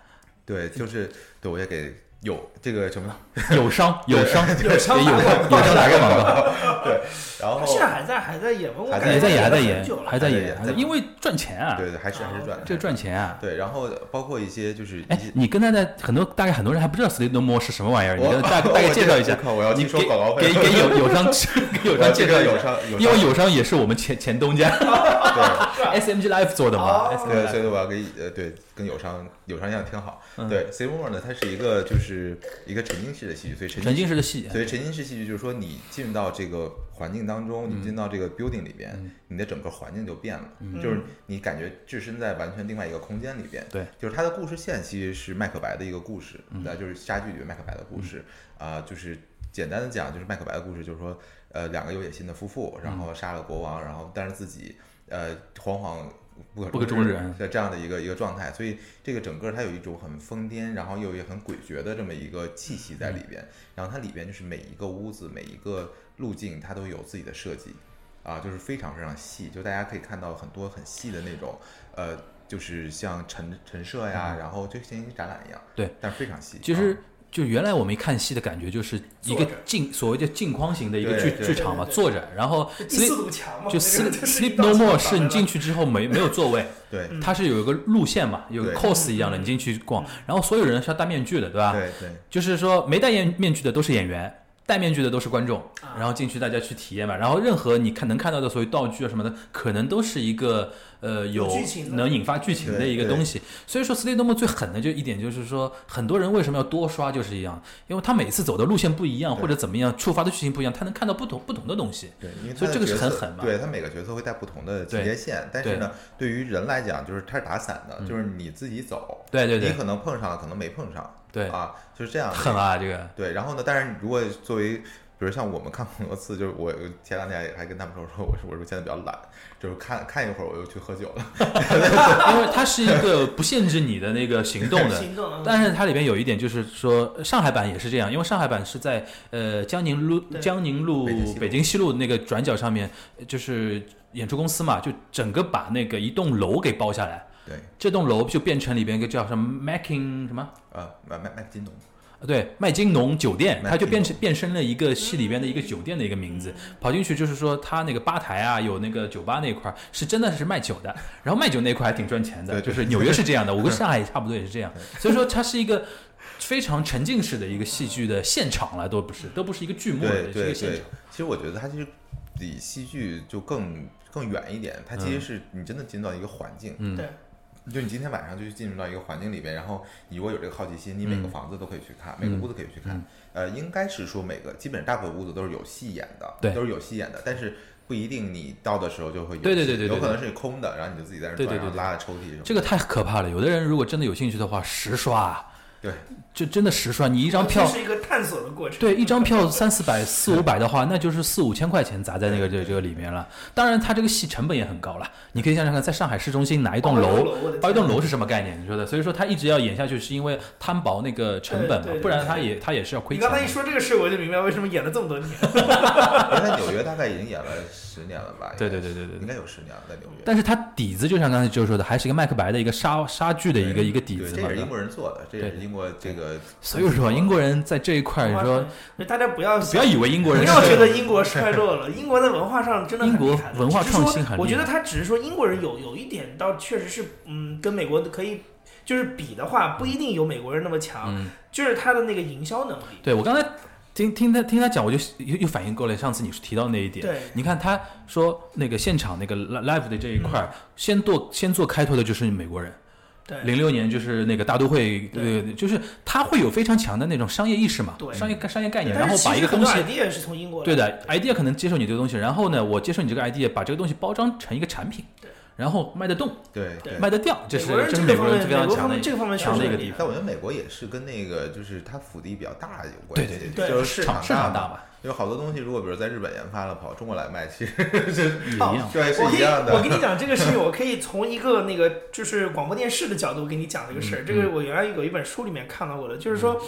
Speaker 3: 对，就是对，我也给有这个什么，
Speaker 2: 有商有商
Speaker 4: 有商
Speaker 2: 对有
Speaker 4: 打
Speaker 2: 商有商打个广告，
Speaker 3: 然后
Speaker 4: 他现在还在还在演吗？我
Speaker 3: 还
Speaker 4: 感觉
Speaker 2: 也在演还在
Speaker 4: 很
Speaker 2: 演
Speaker 4: 久了
Speaker 2: 还在
Speaker 3: 还在
Speaker 2: 演，
Speaker 3: 演
Speaker 2: 还在因为赚钱啊，
Speaker 3: 对对，还是还是赚的，
Speaker 2: 这赚钱啊。
Speaker 3: 对，然后包括一些就是一
Speaker 2: 哎
Speaker 3: 些，
Speaker 2: 你跟他在很多大概很多人还不知道 Sleep No More 是什么玩意儿，你
Speaker 3: 我
Speaker 2: 跟大
Speaker 3: 我
Speaker 2: 大概介绍一下
Speaker 3: 我。靠，我要
Speaker 2: 你
Speaker 3: 去收
Speaker 2: 给
Speaker 3: 广告费
Speaker 2: 给，给友友商给友
Speaker 3: 我要
Speaker 2: 商
Speaker 3: 去
Speaker 2: 介
Speaker 3: 给
Speaker 2: 绍一
Speaker 3: 友
Speaker 2: 下，
Speaker 3: 商，友
Speaker 2: 因为
Speaker 3: 商
Speaker 2: 友商也是我们前前东 家 ，SMG Life 做的嘛
Speaker 4: 哦。
Speaker 3: 对，
Speaker 2: SMG Live
Speaker 3: 所以我要给呃对跟友商友商一样挺好。
Speaker 2: 嗯
Speaker 3: 对 c i m o r 呢，它是一个就是一个沉浸式的戏剧，所以沉
Speaker 2: 沉
Speaker 3: 浸
Speaker 2: 浸式的戏，
Speaker 3: 所以沉浸式戏剧就是说你进到这个环境当中，
Speaker 2: 嗯
Speaker 3: 你进到这个 building 里边，你的整个环境就变了，就是你感觉置身在完全另外一个空间里边。
Speaker 2: 对，嗯
Speaker 3: 就是它的故事线其实是麦克白的一个故事，那、就是莎剧里面麦克白的故事啊、就是简单的讲，就是麦克白的故事，就是说，呃，两个有野心的夫妇，然后杀了国王，然后但是自己呃惶惶不可
Speaker 2: 不可
Speaker 3: 终
Speaker 2: 终日
Speaker 3: 的这样的一个一个状态，所以这个整个它有一种很疯癫，然后又有很诡谲的这么一个气息在里边，
Speaker 2: 嗯
Speaker 3: 然后它里边就是每一个屋子、每一个路径，它都有自己的设计。啊，就是非常非常细，就大家可以看到很多很细的那种，呃，就是像陈陈设呀，然后就像一展览一样，
Speaker 2: 嗯对，
Speaker 3: 但是非常细。
Speaker 2: 其实就原来我们看戏的感觉，就是一
Speaker 4: 坐
Speaker 2: 个
Speaker 4: 着
Speaker 2: 镜所谓的镜框型的一个
Speaker 3: 对
Speaker 2: 剧
Speaker 3: 对
Speaker 2: 剧场嘛，
Speaker 4: 对对对
Speaker 2: 坐着，然后
Speaker 4: 就第
Speaker 2: sleep
Speaker 4: 四堵墙嘛，
Speaker 2: 就
Speaker 4: 那个
Speaker 2: sleep
Speaker 4: 就是
Speaker 2: sleep
Speaker 4: 一道
Speaker 2: no
Speaker 4: 墙
Speaker 2: more
Speaker 4: 挡
Speaker 2: 是
Speaker 4: 着
Speaker 2: 你
Speaker 4: 的
Speaker 2: 进去之后没没有座位，
Speaker 3: 对
Speaker 2: 它是有一个路线嘛，有个
Speaker 3: 嗯对嗯
Speaker 2: cos 一样的，你进去逛，然后所有人是要戴面具的，对吧？
Speaker 3: 啊对对，
Speaker 2: 就是说没戴面面具的都是演员，戴面具的都是观众，
Speaker 4: 啊
Speaker 2: 然后进去大家去体验嘛。然后任何你看能看到的所有道具啊什么的，可能都是一个呃有
Speaker 4: 有剧情的
Speaker 2: 能引发剧情的一个
Speaker 3: 对对
Speaker 2: 东西。所以说《Stay Dome》最狠的就一点就是说，很多人为什么要多刷就是一样，因为他每次走的路线不一样
Speaker 3: 对
Speaker 2: 或者怎么样，触发的剧情不一样，他能看到不同不同的东西。
Speaker 3: 对，因为
Speaker 2: 所以
Speaker 3: 他的
Speaker 2: 这个是
Speaker 3: 角
Speaker 2: 很
Speaker 3: 色
Speaker 2: 狠嘛
Speaker 3: 对他每个角色会带不同的
Speaker 2: 对
Speaker 3: 情节线，但
Speaker 2: 对
Speaker 3: 是呢，对于人来讲，就是他是打散的，就是你自己走，
Speaker 2: 对对对
Speaker 3: 你可能碰上了，可能没碰上，
Speaker 2: 对
Speaker 3: 啊，就是这样的
Speaker 2: 狠啊，这个
Speaker 3: 对，然后呢，但是如果作为比如像我们看过很多次，就是我前两天也还跟他们说说，我说我说现在比较懒，就是看看一会儿我又去喝酒了。
Speaker 2: 因为它是一个不限制你的那个行动 的。
Speaker 4: 行动啊，
Speaker 2: 但是它里边有一点就是说，上海版也是这样，因为上海版是在呃江宁路
Speaker 4: 对
Speaker 2: 江宁路
Speaker 3: 北京西路
Speaker 2: 北京西路那个转角上面，呃就是演出公司嘛，就整个把那个一栋楼给包下来，
Speaker 3: 对，
Speaker 2: 这栋楼就变成里边一个叫什么 Macking 什么。
Speaker 3: 呃，麦麦麦金农，
Speaker 2: 呃对，麦金农酒店，
Speaker 3: 麦金农
Speaker 2: 它就变成变身了一个戏里边的一个酒店的一个名字。跑进去就是说，它那个吧台啊，有那个酒吧那块儿是真的是卖酒的，然后卖酒那块还挺赚钱的，
Speaker 3: 对对
Speaker 2: 就是纽约是这样的，我跟上海也差不多也是这样。所以说，它是一个非常沉浸式的一个戏剧的现场了，都不是，都不是一个 剧目了，
Speaker 3: 对
Speaker 2: 是一
Speaker 3: 对
Speaker 2: 个现
Speaker 3: 对
Speaker 2: 场。，
Speaker 3: 其实我觉得它其实比戏剧就更更远一点，它其实是你真的进入到一个环境，
Speaker 2: 嗯
Speaker 4: 对，
Speaker 3: 就你今天晚上就进入到一个环境里边，然后你如果有这个好奇心，你每
Speaker 2: 嗯
Speaker 3: 个房子都可以去看，每个屋子可以去看。呃，应该是说每个基本上大部分屋子都是有戏演的，
Speaker 2: 对
Speaker 3: 都是有戏演的，但是不一定你到的时候就会有戏，
Speaker 2: 对对对对对
Speaker 3: 有可能是空的，然后你就自己在那
Speaker 2: 对
Speaker 3: 转，
Speaker 2: 对对
Speaker 3: 然后
Speaker 2: 对
Speaker 3: 拉拉抽屉什么的。
Speaker 2: 这个太可怕了，有的人如果真的有兴趣的话，实刷啊，
Speaker 3: 对
Speaker 2: 就真的实刷，你一张票
Speaker 4: 这是一个探索的过程。
Speaker 2: 对，一张票三四百、四五百的话，那就是四五千块钱砸在那个这这个里面了。当然，它这个戏成本也很高了。你可以想想看，在上海市中心哪一栋
Speaker 4: 包一栋
Speaker 2: 楼
Speaker 4: 哦楼我的，
Speaker 2: 包一栋
Speaker 4: 天
Speaker 2: 楼是什么概念？你说的？所以说，他一直要演下去，是因为摊薄那个成本嘛
Speaker 4: 对对，对
Speaker 2: 不然他也他也是要亏
Speaker 4: 你
Speaker 2: 钱
Speaker 4: 刚
Speaker 2: 的
Speaker 4: 才一。说这个事，我就明白为什么演了这么多年。
Speaker 3: 而在纽约大概已经演了十年了吧？
Speaker 2: 对对
Speaker 3: 应该
Speaker 2: 对对对对
Speaker 3: 应该有十年了，在纽约。
Speaker 2: 但是它底子就像刚才就是说的，还是一个麦克白的一个杀杀剧的一个一个底
Speaker 3: 对
Speaker 2: 子
Speaker 3: 这
Speaker 2: 嘛
Speaker 3: 也。是
Speaker 2: 对
Speaker 3: 英
Speaker 2: 吧
Speaker 3: 国人做的，这也是英国这个。
Speaker 2: 所以说，英国人在这一块儿，你说
Speaker 4: 说大家不要
Speaker 2: 不要以为英国人
Speaker 4: 不
Speaker 2: 是
Speaker 4: 要觉得英国衰落了，英国在文化上真的很厉害的
Speaker 2: 英国文化创新很厉害
Speaker 4: 只是说我觉得他只是说英国人有有一点倒确实是，嗯，跟美国可以就是比的话，不一定有美国人那么强，
Speaker 2: 嗯
Speaker 4: 就是他的那个营销能力。
Speaker 2: 对我刚才听听他听他讲，我就又又反应过来，上次你提到那一点。
Speaker 4: 对
Speaker 2: 你看他说那个现场那个 li- live 的这一块儿，先做先做开头的就是美国人。
Speaker 4: 嗯对
Speaker 2: 零六年就是那个大都会，
Speaker 4: 对
Speaker 2: 呃，就是他会有非常强的那种商业意识嘛，
Speaker 4: 对
Speaker 2: 商业商业概念，然
Speaker 4: 但
Speaker 2: 后
Speaker 4: 是其
Speaker 2: 把一
Speaker 4: 实
Speaker 2: 个
Speaker 4: 很
Speaker 2: 东
Speaker 4: 多
Speaker 2: 西
Speaker 4: idea 是从英国来
Speaker 2: 对的，idea 可能接受你这个东西，然后呢，我接受你这个 idea，把这个东西包装成一个产品
Speaker 4: 对，
Speaker 2: 然后卖得动，
Speaker 3: 对
Speaker 4: 对
Speaker 2: 卖得掉，这是
Speaker 4: 美国人
Speaker 2: 这是
Speaker 4: 这
Speaker 2: 美
Speaker 4: 个
Speaker 2: 国人
Speaker 4: 方面
Speaker 2: 非常强的
Speaker 4: 美国方面
Speaker 2: 一
Speaker 4: 这个方面确
Speaker 2: 强
Speaker 4: 实
Speaker 2: 的一个
Speaker 4: 很厉
Speaker 2: 地方，
Speaker 4: 害
Speaker 3: 但我觉得美国也是跟那个就是它腹地比较大有关
Speaker 2: 对
Speaker 3: 系，
Speaker 2: 对
Speaker 4: 对
Speaker 3: 就是
Speaker 2: 市
Speaker 3: 市
Speaker 2: 场市场
Speaker 3: 大
Speaker 2: 大嘛。
Speaker 3: 有好多东西，如果比如在日本研发了，跑中国来卖，其实
Speaker 2: 也一样。
Speaker 3: 对
Speaker 4: 我
Speaker 3: 是
Speaker 4: 可
Speaker 3: 一
Speaker 4: 以
Speaker 3: 样，的。
Speaker 4: 我跟你讲这个事情，我可以从一个那个就是广播电视的角度给你讲这个事
Speaker 3: 嗯
Speaker 4: 儿。这个我原来有一本书里面看到过的，就是说，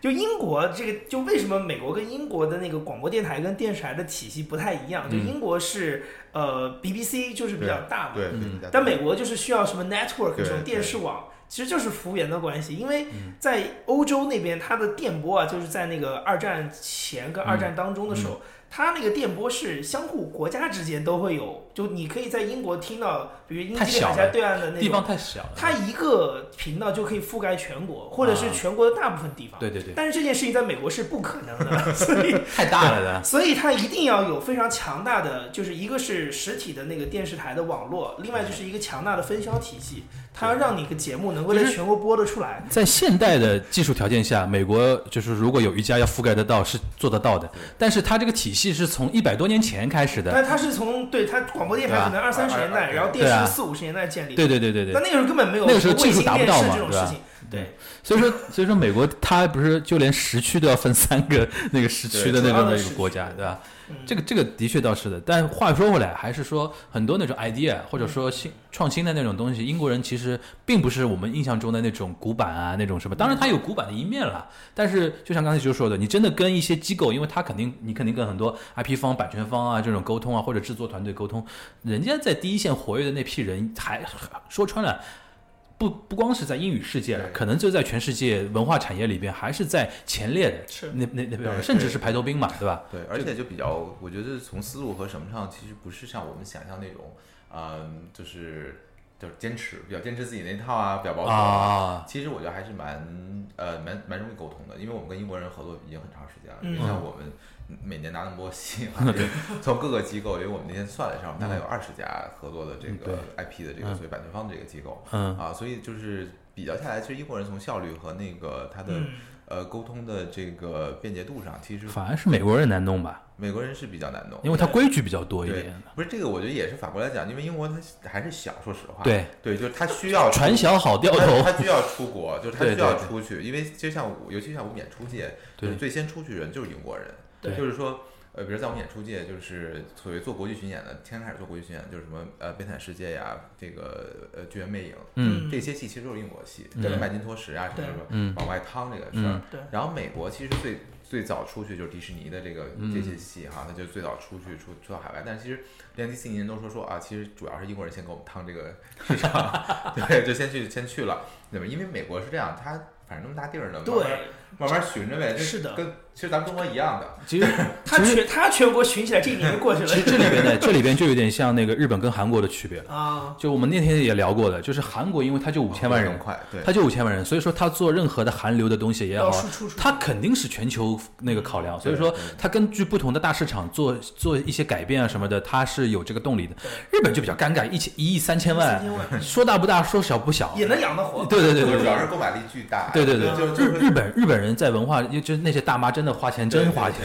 Speaker 4: 就英国这个，就为什么美国跟英国的那个广播电台跟电视台的体系不太一样？就
Speaker 2: 嗯
Speaker 4: 英国是呃 BBC 就是比较大嘛，
Speaker 3: 对，
Speaker 2: 嗯
Speaker 3: 对比较
Speaker 4: 但美国就是需要什么 network
Speaker 3: 对嗯
Speaker 4: 这种电视网，其实就是幅员的关系，因为在欧洲那边，它的电波啊，就是在那个二战前跟二战
Speaker 3: 嗯
Speaker 4: 当中的时候，它那个电波是相互国家之间都会有，就你可以在英国听到，比如英
Speaker 2: 太
Speaker 4: 吉利
Speaker 2: 小
Speaker 4: 海峡
Speaker 2: 了
Speaker 4: 对岸的那
Speaker 2: 地
Speaker 4: 种
Speaker 2: 方，太小了，
Speaker 4: 它一个频道就可以覆盖全国，或者
Speaker 3: 啊
Speaker 4: 是全国的大部分地方。
Speaker 2: 对对对，
Speaker 4: 但是这件事情在美国是不可能 的，所以
Speaker 2: 太大了的。
Speaker 4: 所以它一定要有非常强大的，就是一个是实体的那个电视台的网络，另外就是一个强大的分销体系，它要让你个节目能够在
Speaker 2: 就是
Speaker 4: 全国播得出来。
Speaker 2: 在现代的技术条件下，美国就是如果有一家要覆盖得到，是做得到的。但是它这个体系是从一百多年前开始的。
Speaker 4: 但它是从对它广播电台可能二三十年代，
Speaker 3: 对啊
Speaker 4: 然后电
Speaker 2: 对啊
Speaker 4: 视四五十年代建立的。
Speaker 2: 对对对对
Speaker 4: 但
Speaker 2: 对，
Speaker 4: 那个时候根本没有
Speaker 2: 那个时候
Speaker 4: 卫
Speaker 2: 技
Speaker 4: 星
Speaker 2: 术达不
Speaker 4: 电
Speaker 2: 到
Speaker 4: 视
Speaker 2: 嘛
Speaker 4: 这种
Speaker 2: 对吧
Speaker 4: 事情，对，
Speaker 2: 所以 说所以说美国它不是就连时区都要分三个 那个时区的那
Speaker 4: 主要
Speaker 2: 种
Speaker 4: 的
Speaker 2: 那
Speaker 4: 时
Speaker 2: 个
Speaker 4: 区
Speaker 2: 国家，对吧？
Speaker 4: 嗯
Speaker 2: 这个这个的确倒是的，但话说回来，还是说很多那种 idea 或
Speaker 4: 嗯
Speaker 2: 者说新创新的那种东西，英国人其实并不是我们印象中的那种古板啊那种
Speaker 4: 嗯
Speaker 2: 什么，当然它有古板的一面了，但是就像刚才就说的，你真的跟一些机构，因为他肯定你肯定跟很多 IP 方、版权方啊这种沟通啊，或者制作团队沟通，人家在第一线活跃的那批人还说穿了。不不光是在英语世界了，
Speaker 3: 对
Speaker 2: 可能就在全世界文化产业里边，还是在前列的。
Speaker 4: 是
Speaker 2: 那那那边儿，
Speaker 3: 对
Speaker 2: 甚至
Speaker 3: 对
Speaker 2: 是排头兵嘛，对吧？
Speaker 3: 对，而且就比较，我觉得从思路和什么上，其实不是像我们想象那种，嗯，就是就是坚持，比较坚持自己那套啊，比较保守。
Speaker 2: 啊，
Speaker 3: 其实我觉得还是蛮呃蛮蛮容易沟通的，因为我们跟英国人合作已经很长时间了，
Speaker 4: 嗯
Speaker 3: 因为像我们每年拿那么多 戏嘛，从各个机构，因为我们那天算了一下，我们大概有二十家合作的这
Speaker 2: 嗯嗯对
Speaker 3: 个 IP 的这个所谓版权方的这个机构
Speaker 2: 嗯
Speaker 3: 啊，所以就是比较下来，其实英国人从效率和那个他的
Speaker 4: 嗯，
Speaker 3: 呃沟通的这个便捷度上，其实
Speaker 2: 反而是美国人难弄吧，
Speaker 3: 美国人是比较难弄，
Speaker 2: 因为他规矩比较多一
Speaker 3: 对
Speaker 2: 点。，
Speaker 3: 不是这个，我觉得也是反过来讲，因为英国它还是小，说实话，
Speaker 2: 对
Speaker 3: 对，就是它需要
Speaker 2: 船小好掉
Speaker 3: 他
Speaker 2: 头，
Speaker 3: 他需要出国，就是他
Speaker 2: 对
Speaker 3: 需要
Speaker 2: 对对
Speaker 3: 出去，因为就像我，尤其像我们演出界，就
Speaker 2: 对
Speaker 3: 是最先出去的人就是英国人，
Speaker 2: 对
Speaker 3: 就是说。呃，比如在我们演出界，就是所谓做国际巡演的，先开始做国际巡演，就是什么呃《悲惨世界》呀，这个呃《剧院魅影》
Speaker 2: 嗯
Speaker 3: 这些戏其实都是英国戏，
Speaker 2: 嗯
Speaker 3: 什么《麦金托什》啊，什
Speaker 4: 对
Speaker 3: 么什么
Speaker 2: 嗯
Speaker 3: 往外趟这个事儿
Speaker 2: 嗯。，
Speaker 4: 对，
Speaker 3: 然后美国其实最最早出去就是迪士尼的这个这些戏哈，它就最早出去出出到海外。但是其实连迪士尼人都说说啊，其实主要是英国人先给我们趟这个市场，对，就先去先去了。怎么？因为美国是这样，它反正那么大地儿呢，慢慢
Speaker 4: 对，
Speaker 3: 慢慢寻着呗。就是
Speaker 4: 的
Speaker 3: 跟其实咱们中国一样的，
Speaker 2: 其实
Speaker 4: 他全他全国巡起来，这一年就过去
Speaker 2: 其实
Speaker 4: 了
Speaker 2: 这里边呢，这里边就有点像那个日本跟韩国的区别了。
Speaker 4: 啊，
Speaker 2: 就我们那天也聊过的，就是韩国，因为它就五千万人
Speaker 3: 很，快，哦对，
Speaker 2: 它就五千万人，所以说它做任何的韩流的东 西也好
Speaker 4: 要，输出出
Speaker 2: 它肯定是全球那个考量，所以说
Speaker 3: 对
Speaker 2: 它根据不同的大市场做做一些改变啊什么的，它是有这个动力的。日本就比较尴尬，一千一亿三千
Speaker 4: 三
Speaker 2: 万，
Speaker 4: 千万
Speaker 2: 说大不大，说小不小。
Speaker 4: 也能养得活，
Speaker 2: 对对对
Speaker 3: 就
Speaker 2: 对
Speaker 3: 是主
Speaker 2: 对
Speaker 3: 要是购买力巨大，
Speaker 2: 对对
Speaker 4: 对
Speaker 3: 就就
Speaker 2: 日
Speaker 3: 是
Speaker 2: 日本日本人在文化，就就是那些大妈真的花钱，
Speaker 3: 对
Speaker 2: 真花钱，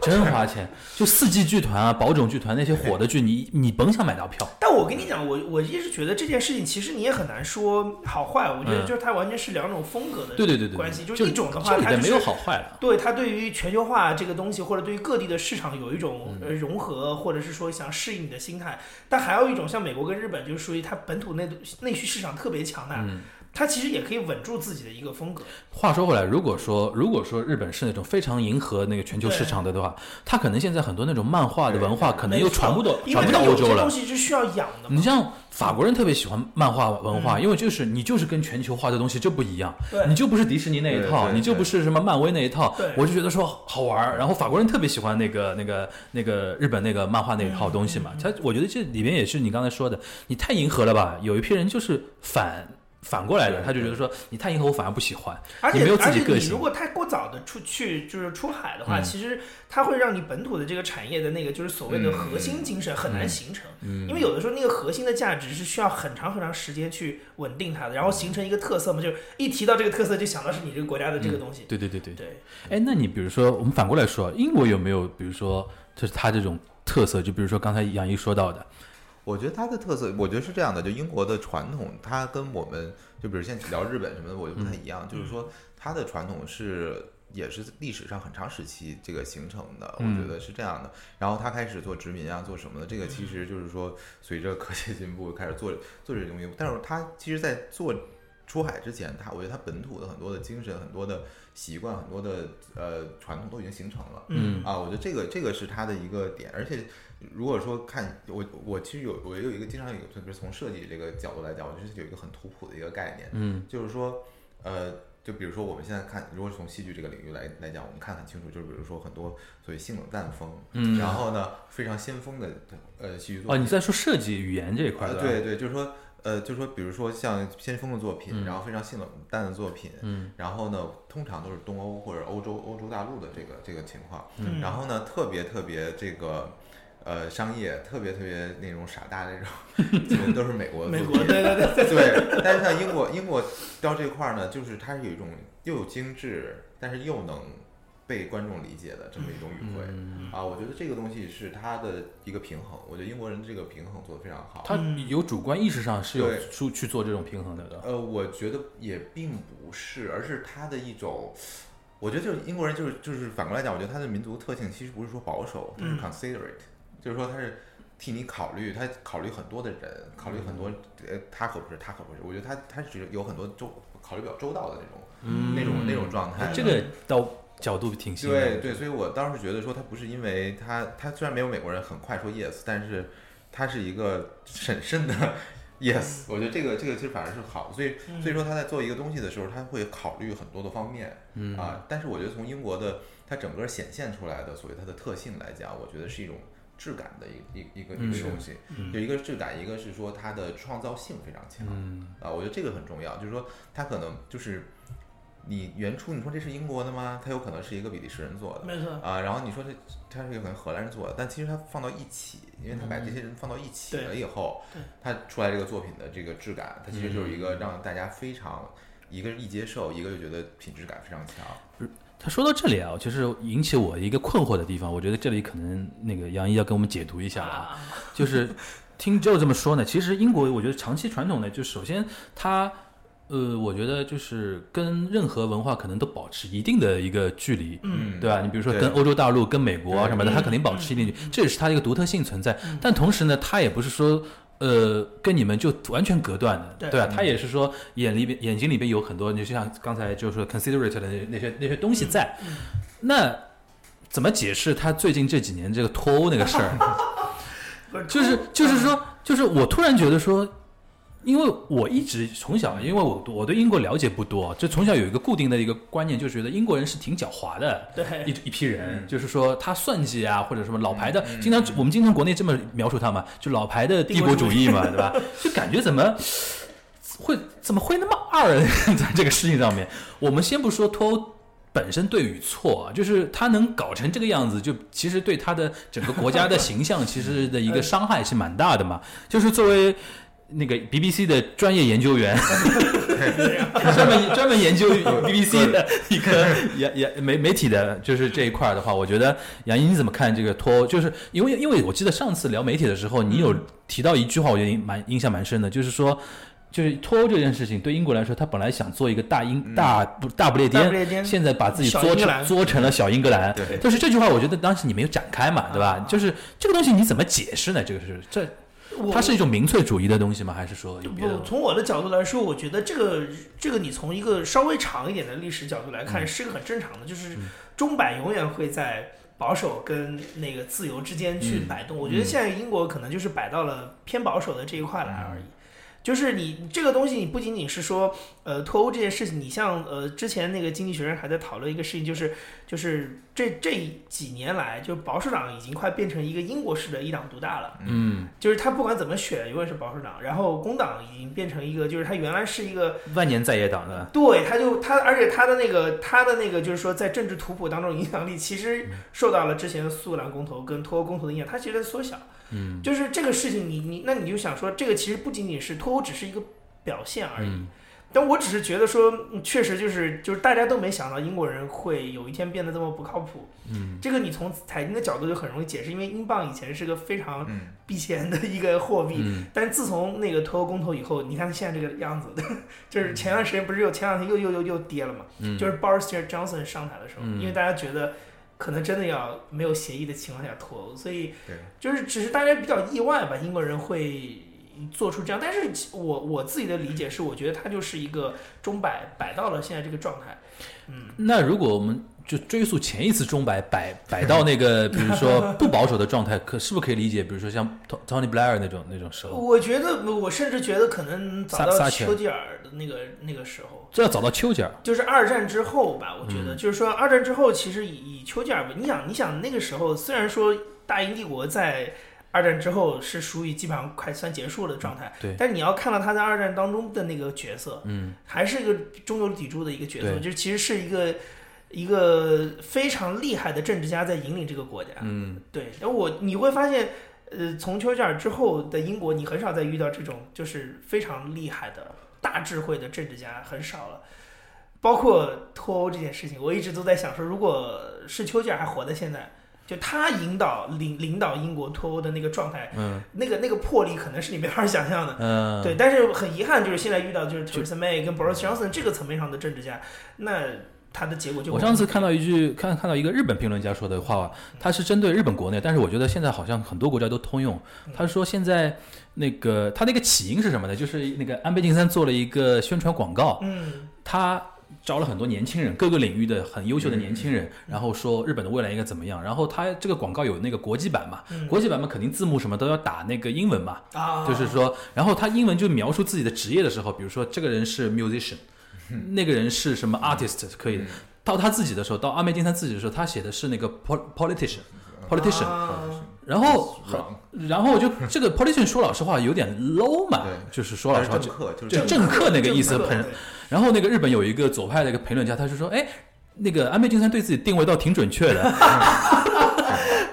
Speaker 2: 真花钱。就四季剧团啊、宝冢剧团那些火的剧，你你甭想买到票。
Speaker 4: 但我跟你讲，我我一直觉得这件事情，其实你也很难说好坏。我觉得就是它完全是两种风格的
Speaker 2: 嗯对对对对，
Speaker 4: 关系，
Speaker 2: 就
Speaker 4: 就是一种的话，
Speaker 2: 这里
Speaker 4: 它
Speaker 2: 边
Speaker 4: 就
Speaker 2: 没有
Speaker 4: 是
Speaker 2: 好坏了。
Speaker 4: 对它对于全球化这个东西，或者对于各地的市场有一种
Speaker 2: 嗯
Speaker 4: 呃融合，或者是说想适应你的心态。但还有一种像美国跟日本，就是属于它本土内内需市场特别强大，
Speaker 2: 嗯
Speaker 4: 它其实也可以稳住自己的一个风格。
Speaker 2: 话说回来，如果说如果说日本是那种非常迎合那个全球市场的的话，它可能现在很多那种漫画的文化可能又传不到
Speaker 4: 因
Speaker 2: 传
Speaker 4: 为
Speaker 2: 不
Speaker 4: 它
Speaker 2: 到
Speaker 4: 有
Speaker 2: 欧
Speaker 4: 些
Speaker 2: 洲
Speaker 4: 东
Speaker 2: 了。
Speaker 4: 西是需要养的
Speaker 2: 你
Speaker 4: 嘛。
Speaker 2: 像法国人特别喜欢漫画文化，因为就是你就是跟全球化的东西就不一样，
Speaker 4: 嗯对
Speaker 2: 你就不是迪士尼那一
Speaker 3: 对
Speaker 2: 套，
Speaker 3: 对
Speaker 2: 你就不是什么漫威那一套
Speaker 4: 对，
Speaker 2: 我就觉得说好玩儿。然后法国人特别喜欢那个那个那个日本那个漫画那一套东
Speaker 4: 嗯
Speaker 2: 西嘛，他我觉得这里边也是你刚才说的，你太迎合了吧？有一批人就是反反过来的，
Speaker 3: 对
Speaker 2: 他就觉得说你太迎合我反而不喜欢，
Speaker 4: 而且
Speaker 2: 也没有自
Speaker 4: 而
Speaker 2: 己
Speaker 4: 且
Speaker 2: 个
Speaker 4: 你如
Speaker 2: 性。嗯
Speaker 4: 果太过早的出去就是出海的话，其实它会让你本土的这个产业的那个就是所
Speaker 2: 嗯
Speaker 4: 谓的核心精神很难形成，因为有的时候那个核心的价值是需要很长很长时间去稳定它的，然后形成一个特色嘛，就是一提到这个特色就想到是你这个国家的这个东西。
Speaker 2: 对对对嗯对，
Speaker 4: 对，
Speaker 2: 哎，那你比如说，我们反过来说，英国有没有比如说就是它这种特色？就比如说刚才杨一说到的，
Speaker 3: 我觉得它的特色，我觉得是这样的，就英国的传统，它跟我们就比如现在聊日本什么的，我就不太一样，就是说它的传统是。也是历史上很长时期这个形成的，我觉得是这样的。然后他开始做殖民啊，做什么的，这个其实就是说，随着科技进步开始做做这些东西。但是他其实，在做出海之前，他我觉得他本土的很多的精神、很多的习惯、很多的呃传统都已经形成了。
Speaker 4: 嗯
Speaker 3: 啊，我觉得这个这个是他的一个点，而且如果说看我，我其实有我有一个经常有，特别是从设计这个角度来讲，我觉得是有一个很土朴的一个概念，
Speaker 2: 嗯，
Speaker 3: 就是说，呃，就比如说我们现在看，如果是从戏剧这个领域来来讲，我们看很清楚，就是比如说很多所谓性冷淡风，
Speaker 2: 嗯
Speaker 3: 然后呢非常先锋的呃戏剧作
Speaker 2: 哦，
Speaker 3: 品，
Speaker 2: 你在说设计语言这一块儿啊
Speaker 3: 呃
Speaker 2: 吧
Speaker 3: 对对，就是说。呃，就是说，比如说像先锋的作品，然后非常性冷淡的作品，
Speaker 2: 嗯，
Speaker 3: 然后呢，通常都是东欧或者欧洲欧洲大陆的这个这个情况，
Speaker 4: 嗯
Speaker 3: 然后呢，特别特别这个，呃，商业特别特别那种傻大那种， 基本都是美国的
Speaker 4: 嗯美
Speaker 3: 作
Speaker 4: 国，
Speaker 3: 品
Speaker 4: 对对对，
Speaker 3: 对，但是像英国，英国到这块儿呢，就是它是有一种又精致，但是又能被观众理解的这么一种语汇、
Speaker 4: 嗯
Speaker 3: 啊，我觉得这个东西是它的一个平衡，我觉得英国人这个平衡做得非常好。
Speaker 2: 它有主观意识上是有
Speaker 3: 对
Speaker 2: 出去做这种平衡的的。
Speaker 3: 呃，我觉得也并不是，而是他的一种，我觉得就是英国人就是就是反过来讲，我觉得他的民族特性其实不是说保守，他是
Speaker 4: 嗯
Speaker 3: considerate，、就是说他是替你考虑，他考虑很多的人，考虑
Speaker 2: 嗯
Speaker 3: 很多呃他合不是他合不是，我觉得他他是有很多周考虑比较周到的那种、嗯那种那种状态的。
Speaker 2: 嗯哎这个到角度挺新的。
Speaker 3: 对对，所以我当时觉得说他不是因为他他虽然没有美国人很快说 yes，但是他是一个审慎的 Yes，我觉得这个这个其实反而是好，所以所以说他在做一个东西的时候，他会考虑很多的方面，嗯啊，但是我觉得从英国的它整个显现出来的所谓它的特性来讲，我觉得是一种质感的一一一个一个东西，就一嗯个是质感，一个是说它的创造性非常强，
Speaker 2: 嗯
Speaker 3: 啊，我觉得这个很重要，就是说它可能就是你原初你说这是英国的吗？它有可能是一个比利时人做的，
Speaker 4: 嗯没错，
Speaker 3: 啊，然后你说这它是有可能荷兰人做的，但其实它放到一起，因为它把这些人放到一起
Speaker 4: 嗯对
Speaker 3: 了以后，
Speaker 4: 对
Speaker 3: 它出来这个作品的这个质感，它其实就是一
Speaker 2: 嗯
Speaker 3: 个让大家非常一个易接受，一个又觉得品质感非常强。
Speaker 2: 他说到这里啊，就是引起我一个困惑的地方，我觉得这里可能那个杨一要跟我们解读一下了啊。
Speaker 4: 啊，
Speaker 2: 就是听 Joe 这么说呢，其实英国我觉得长期传统呢，就首先它，呃，我觉得就是跟任何文化可能都保持一定的一个距离。
Speaker 4: 嗯，
Speaker 2: 对啊吧？你比如说
Speaker 3: 对
Speaker 2: 跟欧洲大陆、跟美国啊
Speaker 3: 对
Speaker 2: 什么的，
Speaker 4: 嗯
Speaker 2: 它肯定保持一定距离，这也是它的一个独特性存在。但同时呢，它也不是说呃跟你们就完全隔断的，
Speaker 4: 对
Speaker 3: 嗯
Speaker 2: 对吧？它也是说眼里边眼睛里边有很多，你就像刚才就是说 considerate 的那那些那些东西在。那怎么解释他最近这几年这个脱欧那个事儿？
Speaker 4: 不
Speaker 2: 就是就是说，就是我突然觉得说，因为我一直从小，因为我我对英国了解不多，就从小有一个固定的一个观念，就觉得英国人是挺狡猾的。一
Speaker 4: 对，
Speaker 2: 一批人，就是说他算计啊，或者什么老牌的，经常我们经常国内这么描述他嘛，就老牌的帝国主义嘛，对吧？ 就感觉怎么会怎么会那么二 在这个事情上面？我们先不说脱欧本身对与错啊，就是他能搞成这个样子，就其实对他的整个国家的形象其实的一个伤害是蛮大的嘛。就是作为那个 BBC 的专业研究 员，专门专门研究 BBC 的一个也也媒媒体的，就是这一块儿的话，我觉得杨英你怎么看这个脱欧？就是因为因为我记得上次聊媒体的时候，你
Speaker 4: 嗯
Speaker 2: 有提到一句话，我觉得蛮印象蛮深的，就是说。就是脱欧这件事情，对英国来说，他本来想做一个大英大不大不列
Speaker 4: 嗯大不列颠
Speaker 2: 颠，现在把自己
Speaker 4: 小
Speaker 2: 作
Speaker 4: 英格
Speaker 2: 成
Speaker 4: 兰
Speaker 2: 作成了小英格兰。
Speaker 3: 对
Speaker 2: 就是这句话，我觉得当时你没有展开嘛，对吧
Speaker 4: 啊？
Speaker 2: 就是这个东西你怎么解释呢？这个是这
Speaker 4: 我
Speaker 2: 它是一种民粹主义的东西吗？还是说有别的
Speaker 4: 不，
Speaker 2: 东西？
Speaker 4: 从我的角度来说，我觉得这个这个你从一个稍微长一点的历史角度来
Speaker 2: 嗯
Speaker 4: 看，是个很正常的，就是中版永远会在保守跟那个自由之间去
Speaker 2: 嗯
Speaker 4: 摆动。我觉得现在英国可能就是摆到了偏保守的这一块
Speaker 2: 嗯
Speaker 4: 来而已。就是你这个东西，你不仅仅是说，呃，脱欧这件事情，你像呃之前那个经济学人还在讨论一个事情，就是就是这这几年来，就是保守党已经快变成一个英国式的一党独大了。
Speaker 2: 嗯，
Speaker 4: 就是他不管怎么选，永远是保守党，然后工党已经变成一个，就是他原来是一个，
Speaker 2: 万年在野党的，
Speaker 4: 对，他就他，而且他的那个他的那个就是说在政治图谱当中影响力，其
Speaker 2: 嗯
Speaker 4: 实受到了之前苏格兰公投跟脱欧公投的影响，它其实在缩小。
Speaker 2: 嗯，
Speaker 4: 就是这个事情你，你那你就想说，这个其实不仅仅是脱欧只是一个表现而已。
Speaker 2: 嗯
Speaker 4: 但我只是觉得说，嗯确实就是就是大家都没想到英国人会有一天变得这么不靠谱。嗯，这个你从财经的角度就很容易解释，因为英镑以前是个非常
Speaker 3: 嗯，
Speaker 4: 避嫌的一个货币，
Speaker 2: 嗯
Speaker 4: 但自从那个脱欧公投以后，你看现在这个样子， 就是前段时间不是又前两天又又又又跌了嘛，就是 Boris Johnson 上台的时候，
Speaker 2: 嗯
Speaker 4: 因为大家觉得可能真的要没有协议的情况下脱欧，所以
Speaker 3: 对
Speaker 4: 就是只是大家比较意外吧，英国人会做出这样，但是我我自己的理解是，我觉得他就是一个钟摆摆到了现在这个状态，嗯，
Speaker 2: 那如果我们就追溯前一次中摆摆摆到那 个，比如说不保守的状态，可是不是可以理解？比如说像 Ton- Tony Blair 那种那种时候，
Speaker 4: 我觉得我甚至觉得可能早
Speaker 2: 撒
Speaker 4: 到
Speaker 2: 撒钱
Speaker 4: 丘吉尔的那个那个时候。
Speaker 2: 这要找到丘 吉尔，
Speaker 4: 就是二战之后吧，我
Speaker 2: 嗯
Speaker 4: 觉得、就是说二战之后，其实以以丘吉尔为，你想你想那个时候，虽然说大英帝国在二战之后是属于基本上快算结束的状态，
Speaker 2: 嗯对
Speaker 4: 但你要看到他在二战当中的那个角色，
Speaker 2: 嗯，
Speaker 4: 还是一个中流砥柱的一个角色，
Speaker 2: 对
Speaker 4: 就是其实是一个一个非常厉害的政治家在引领这个国家，
Speaker 2: 嗯，
Speaker 4: 对，然后我你会发现，呃，从丘吉尔之后的英国，你很少再遇到这种就是非常厉害的大智慧的政治家，很少了。包括脱欧这件事情，我一直都在想说，如果是丘吉尔还活在现在，就他引导领领导英国脱欧的那个状态，
Speaker 2: 嗯
Speaker 4: 那个那个魄力，可能是你没法想象的。
Speaker 2: 嗯，
Speaker 4: 对，但是很遗憾，就是现在遇到就是 Theresa May 跟 Boris Johnson 这个层面上的政治家，那他的结果就
Speaker 2: 我上次看到一句看看到一个日本评论家说的话，他是针对日本国内，但是我觉得现在好像很多国家都通用。
Speaker 4: 嗯
Speaker 2: 他说现在那个他那个起因是什么呢？就是那个安倍晋三做了一个宣传广告，
Speaker 4: 嗯
Speaker 2: 他招了很多年轻人，各个领域的很优秀的年轻
Speaker 4: 嗯
Speaker 2: 人，然后说日本的未来应该怎么样。然后他这个广告有那个国际版嘛，国际版嘛肯定字幕什么都要打那个英文嘛，
Speaker 4: 嗯啊，
Speaker 2: 就是说，然后他英文就描述自己的职业的时候，比如说这个人是 musician，那个人是什么 artist，可
Speaker 4: 嗯
Speaker 2: 以到他自己的时候，到阿梅金山自己的时候，他写的是那个 pol politician politician，、
Speaker 3: 嗯
Speaker 4: 啊
Speaker 2: 然后
Speaker 3: 很
Speaker 2: 然后就这个 politician 说老实话有点 low 嘛
Speaker 3: 对，
Speaker 2: 就是说老实话
Speaker 3: 但是政客
Speaker 2: 就
Speaker 3: 就是
Speaker 2: 就
Speaker 4: 政
Speaker 2: 政
Speaker 4: 客
Speaker 2: 客那个意思
Speaker 4: 政客
Speaker 2: 很
Speaker 4: 对。
Speaker 2: 然后那个日本有一个左派的一个评论家，他就说，哎，那个安倍晋三对自己定位倒挺准确的，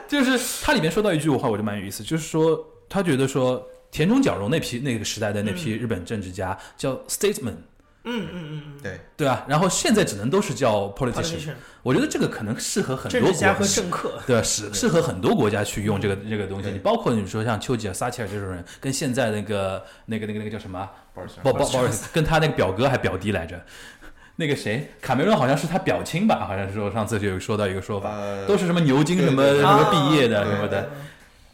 Speaker 2: 就是他里面说到一句话，我就蛮有意思，就是说他觉得说田中角荣那批那个时代的那批日本政治家叫 statesman，
Speaker 4: 嗯嗯嗯嗯，
Speaker 3: 对，
Speaker 2: 对啊，然后现在只能都是叫 politician，
Speaker 4: politician
Speaker 2: 我觉得这个可能适合很多
Speaker 4: 政
Speaker 2: 国
Speaker 4: 治家和
Speaker 2: 家
Speaker 4: 政客，
Speaker 2: 对，适适合很多国家去用这个这个东西。
Speaker 3: 对
Speaker 2: 你包括你说像丘吉尔、撒切尔这种人，跟现在那个那个那个那个叫什么啊
Speaker 3: 鲍尔乔
Speaker 2: 鲍鲍鲍尔斯，跟他那个表哥还表弟来着。那个谁，卡梅伦好像是他表亲吧？好像是说上次就有说到一个说法，
Speaker 3: 呃
Speaker 2: 都是什么牛津什么什
Speaker 3: 对对
Speaker 2: 么毕业的
Speaker 3: 对
Speaker 2: 什么的。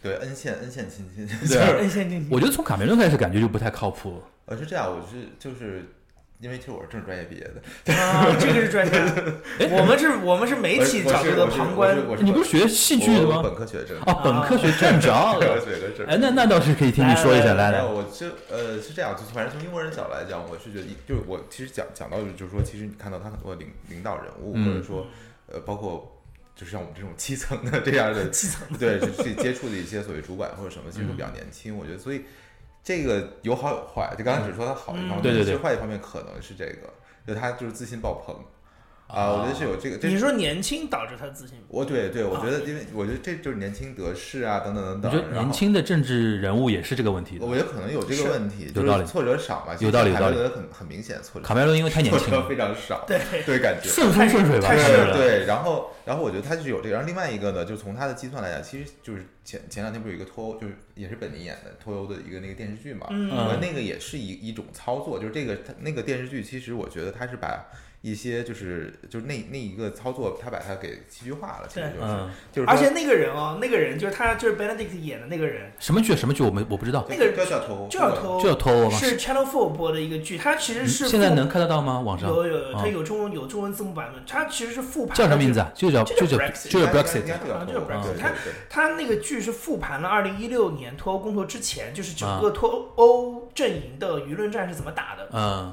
Speaker 3: 对恩线恩线亲亲，
Speaker 2: 对 啊
Speaker 4: 哎先进去
Speaker 2: 我觉得从卡梅伦开始感觉就不太靠谱。
Speaker 3: 我是这样，我是就是因为其实我是政治专业毕业的，
Speaker 4: 啊， 这个是专家，
Speaker 2: 哎
Speaker 4: 我们是我们是媒体角度的旁观
Speaker 3: 我是
Speaker 2: 你不是学戏剧的
Speaker 3: 我
Speaker 2: 吗？
Speaker 3: 本科学政治，
Speaker 2: 哦，本科学政治啊。
Speaker 3: 我学个政治
Speaker 2: 哎，那那倒是可以听你说一下，来
Speaker 3: 没
Speaker 2: 哎来
Speaker 3: 有，，我是呃是这样，就是反正从英国人角度来讲，我是觉得一就是我其实讲讲到就是说，其实你看到他很多领领导人物，
Speaker 2: 嗯
Speaker 3: 或者说呃包括。就是像我们这种基层的这 样的基层，对，去接触的一些所谓主管或者什么，其实都比
Speaker 2: 嗯
Speaker 3: 较年轻。我觉得，所以这个有好有坏。就刚开始说它好一方面，
Speaker 2: 嗯对对对
Speaker 3: 其实坏一方面可能是这个，就他就是自信爆棚啊、我觉得是有这
Speaker 2: 哦
Speaker 3: 个。这
Speaker 4: 你说年轻导致他自信，啊
Speaker 3: 我对对，我觉得，因为我觉得这就是年轻得势啊，等等等
Speaker 2: 我
Speaker 3: 等。
Speaker 2: 觉得
Speaker 3: 然
Speaker 2: 年
Speaker 3: 后
Speaker 2: 轻的政治人物也是这个问题的。
Speaker 3: 我觉得可能有这
Speaker 4: 是
Speaker 3: 个问题，就
Speaker 2: 有道理
Speaker 3: 是挫折少嘛，
Speaker 2: 有道理有道理
Speaker 3: 觉得很很明显挫折，
Speaker 2: 卡梅伦因为太年
Speaker 3: 挫
Speaker 2: 轻了
Speaker 3: 折，非常少，
Speaker 4: 对
Speaker 3: 对感觉。
Speaker 2: 顺风顺水吧，
Speaker 4: 太
Speaker 2: 是
Speaker 4: 是了
Speaker 2: 的
Speaker 3: 对对，然后然后我觉得他是有这个，然后另外一个呢，就从他的计算来讲，其实就是前前两天不是有一个脱欧，就是也是本尼演的脱欧的一个那个电视剧嘛，
Speaker 4: 嗯
Speaker 3: 我觉得那个也是一一种操作，就是这个他那个电视剧，其实我觉得他是把一些就是就是那那一个操作，他把它给戏剧化了，其实
Speaker 4: 对
Speaker 3: 就是、
Speaker 2: 嗯，
Speaker 3: 就是
Speaker 4: 而
Speaker 3: 说
Speaker 4: 且那个人哦，那个人就是他就是 Benedict 演的那个人，
Speaker 2: 什么剧什么剧我们我不知道，
Speaker 4: 那个
Speaker 3: 就叫脱欧，
Speaker 4: 就要
Speaker 3: 脱欧，
Speaker 4: 偷
Speaker 2: 就要偷我吗？嗯
Speaker 4: 是 Channel Four 播的一个剧，它其实是
Speaker 2: 现在
Speaker 4: 复
Speaker 2: 能看得到吗？网上
Speaker 4: 有有有，它
Speaker 2: 哦
Speaker 4: 有中文有中文字幕版本，它其实是复 盘
Speaker 2: 叫什么名字啊？
Speaker 4: 啊？
Speaker 2: 就叫
Speaker 4: 就
Speaker 2: 就
Speaker 4: 叫
Speaker 2: 叫
Speaker 4: Brexit
Speaker 2: 就叫
Speaker 3: 应该应
Speaker 2: Brexit
Speaker 3: 该。就叫
Speaker 4: 啊
Speaker 3: 脱
Speaker 4: 就
Speaker 3: 欧，
Speaker 4: 是 Brexit
Speaker 3: 对对
Speaker 4: 他
Speaker 3: 对
Speaker 4: 它那个剧是复盘了二零一六年脱欧公投之前，就是
Speaker 2: 啊
Speaker 4: 整个脱欧阵营的舆论战是怎么打的。
Speaker 2: 嗯，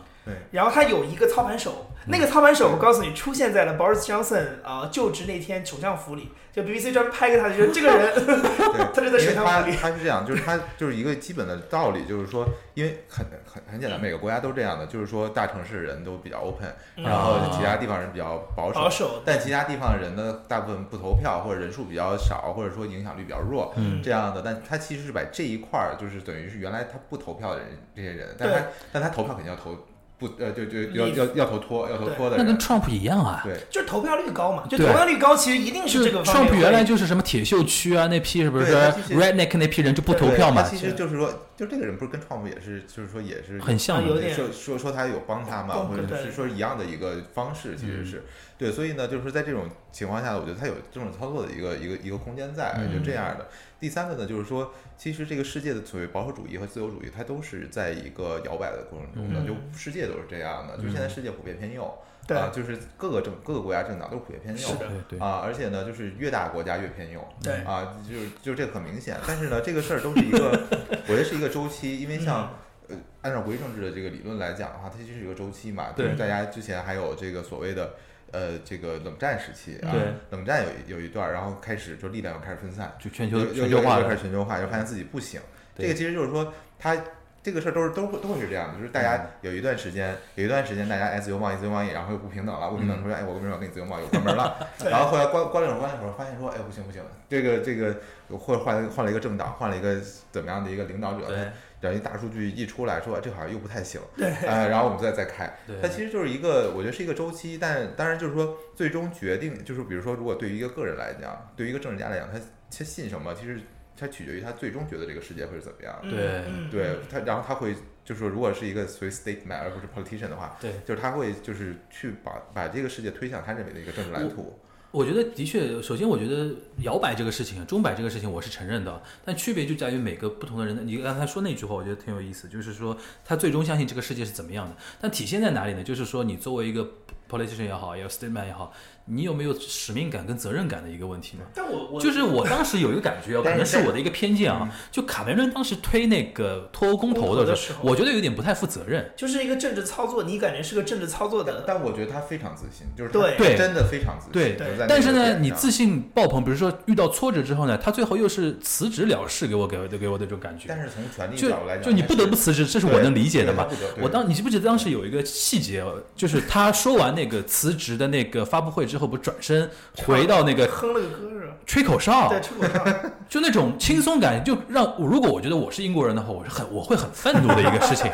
Speaker 4: 然后他有一个操盘手，那个操盘手我告诉你出现在了 Boris Johnson 啊、就职那天首相府里，就 BBC 专门拍给他，就说这个人
Speaker 3: 对，
Speaker 4: 他就在
Speaker 3: 因
Speaker 4: 首
Speaker 3: 为
Speaker 4: 相
Speaker 3: 他
Speaker 4: 府里。
Speaker 3: 他是这样，就是他就是一个基本的道理，就是说，因为很很很
Speaker 4: 嗯
Speaker 3: 简单，每个国家都这样的，就是说大城市人都比较 open，然后
Speaker 2: 啊
Speaker 3: 其他地方人比较保守，
Speaker 4: 嗯保守
Speaker 3: 但其他地方人呢，大部分不投票或者人数比较少，或者说影响力比较弱，
Speaker 2: 嗯
Speaker 3: 这样的。但他其实是把这一块儿，就是等于是原来他不投票的人这些人，但
Speaker 4: 对
Speaker 3: 他但他投票肯定要投不呃，就就要
Speaker 4: 你
Speaker 3: 要要投脱要投
Speaker 4: 对
Speaker 3: 脱的
Speaker 2: 那跟
Speaker 3: 人，
Speaker 2: Trump 一样啊。
Speaker 3: 对。
Speaker 4: 就是投票率高嘛，就投
Speaker 2: 对
Speaker 4: 票率高，其实一定
Speaker 2: 就是
Speaker 4: 这个方面
Speaker 2: Trump
Speaker 4: 会。
Speaker 2: 原来就是什么铁锈区啊，那批是不是
Speaker 3: 对他其实
Speaker 2: redneck 那批人就不投
Speaker 3: 对
Speaker 2: 票嘛
Speaker 3: 他？其实就是说，就这个人不是跟创普也是，就是说也是
Speaker 2: 很像
Speaker 4: 啊
Speaker 2: 的
Speaker 4: 有点
Speaker 3: 说说说他有帮他嘛，
Speaker 4: 帮
Speaker 3: 或者
Speaker 4: 对嗯
Speaker 3: 是说一样的一个方式，其实是对，所以呢，就是说在这种情况下，我觉得他有这种操作的一个一个一个空间在，就
Speaker 4: 嗯
Speaker 3: 这样的。第三个呢，就是说，其实这个世界的所谓保守主义和自由主义，它都是在一个摇摆的过程中的，
Speaker 4: 嗯
Speaker 3: 就世界都是这样的，就现在世界普遍偏右，
Speaker 4: 对
Speaker 3: 啊，就是各个政各个国家政党都是普遍偏右
Speaker 4: 是的
Speaker 2: 对对，
Speaker 3: 啊，而且呢，就是越大国家越偏右，
Speaker 4: 对
Speaker 3: 啊，就是就这个很明显。但是呢，这个事儿都是一个，我觉得是一个周期，因为像。
Speaker 2: 嗯
Speaker 3: 呃，按照国际政治的这个理论来讲的话，它其实是一个周期嘛。就是
Speaker 2: 对
Speaker 3: 大家之前还有这个所谓的，呃，这个冷战时期啊
Speaker 2: 对，
Speaker 3: 冷战有一有一段儿，然后开始就力量又开始分散，
Speaker 2: 就全
Speaker 3: 又
Speaker 2: 球
Speaker 3: 又
Speaker 2: 全球化
Speaker 3: 又开
Speaker 2: 了
Speaker 3: 始。全球化，又发现自己不行。
Speaker 2: 对
Speaker 3: 这个其实就是说，它这个事儿都是都会都会是这样的，就是大
Speaker 2: 嗯
Speaker 3: 家有一段时间，有一段时间大家哎自由贸易自由贸易，然后又不平等了，不平
Speaker 2: 嗯
Speaker 3: 等说哎我为什么要跟你自由贸易，我关门了
Speaker 4: 对，
Speaker 3: 然后后来关关了一会儿关了一会儿，发现说哎不行不行，这个这个或者换了换了一个政党，换了一个怎么样的一个领导者，
Speaker 2: 对，
Speaker 3: 然后一大数据一出来说哎这好像又不太行，
Speaker 4: 对
Speaker 3: 呃，然后我们再再开
Speaker 2: 对，
Speaker 3: 它其实就是一个，我觉得是一个周期，但当然就是说，最终决定就是，比如说，如果对于一个个人来讲，对于一个政治家来讲，他他信什么，其实他取决于他最终觉得这个世界会是怎么样的。
Speaker 4: 嗯
Speaker 2: 对
Speaker 4: 嗯
Speaker 3: 对他，然后他会就是说，如果是一个所谓 stateman 而不是 politician 的话，
Speaker 2: 对
Speaker 3: 就是他会就是去把把这个世界推向他认为的一个政治蓝图。
Speaker 2: 我觉得的确，首先我觉得摇摆这个事情、啊钟摆这个事情我是承认的，但区别就在于每个不同的人的。你刚才说那句话，我觉得挺有意思，就是说他最终相信这个世界是怎么样的，但体现在哪里呢？就是说你作为一个 politician 也好，也有 statement 也好，你有没有使命感跟责任感的一个问题嘛？
Speaker 4: 但我我
Speaker 2: 就是我当时有一个感 觉啊，可能是我的一个偏见啊，就卡梅伦当时推那个脱欧公投
Speaker 4: 公投的
Speaker 2: 的
Speaker 4: 时
Speaker 2: 时
Speaker 4: 候
Speaker 2: 候，我觉得有点不太负责任。
Speaker 4: 就是一个政治操作，你感觉是个政治操作的，
Speaker 3: 但我觉得他非常自信，就是
Speaker 4: 对
Speaker 3: 他
Speaker 2: 对
Speaker 3: 真的非常自信。
Speaker 2: 对
Speaker 3: 就在那
Speaker 2: 但是
Speaker 3: 个点
Speaker 2: 呢，
Speaker 3: 上
Speaker 2: 你自信爆棚，比如说遇到挫折之后呢，他最后又是辞职了事，给我给我给我的这种感觉。
Speaker 3: 但是从权力
Speaker 2: 就
Speaker 3: 角度来讲，
Speaker 2: 就你
Speaker 3: 还
Speaker 2: 不得
Speaker 3: 是
Speaker 2: 不辞职，这是我能理解的嘛
Speaker 3: 对对他不得。对
Speaker 2: 我当你记不记得当时有一个细节，就是他说完那个辞职的那个发布会之后，不是转身回到那个
Speaker 4: 哼了个歌是吧？
Speaker 2: 吹口哨
Speaker 4: 在，吃口哨，
Speaker 2: 就那种轻松感，就让我如果我觉得我是英国人的话，我是很我会很愤怒的一个事 情。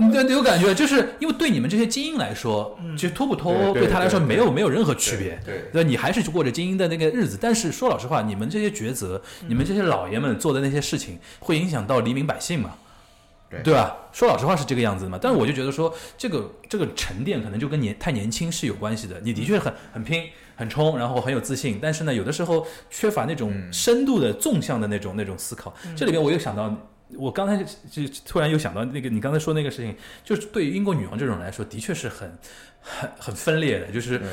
Speaker 2: 你对，有感觉，就是因为对你们这些精英来说，其实脱不脱欧
Speaker 3: 嗯对对
Speaker 2: 对他来说
Speaker 3: 对
Speaker 2: 没有没有任何区别。
Speaker 3: 对对
Speaker 2: 对，你还是过着精英的那个日子。但是说老实话，你们这些抉择，你们这些老爷们做的那些事情，会影响到黎民百姓嘛？
Speaker 3: 对
Speaker 2: 对吧？说老实话是这个样子的嘛，但是我就觉得说，这个这个沉淀可能就跟年太年轻是有关系的。你的确很很拼、很冲，然后很有自信，但是呢，有的时候缺乏那种深度的纵向的那种那种思考。这里边我又想到，我刚才就就突然又想到那个你刚才说那个事情，就是对于英国女王这种人来说，的确是很很很分裂的，就是
Speaker 3: 对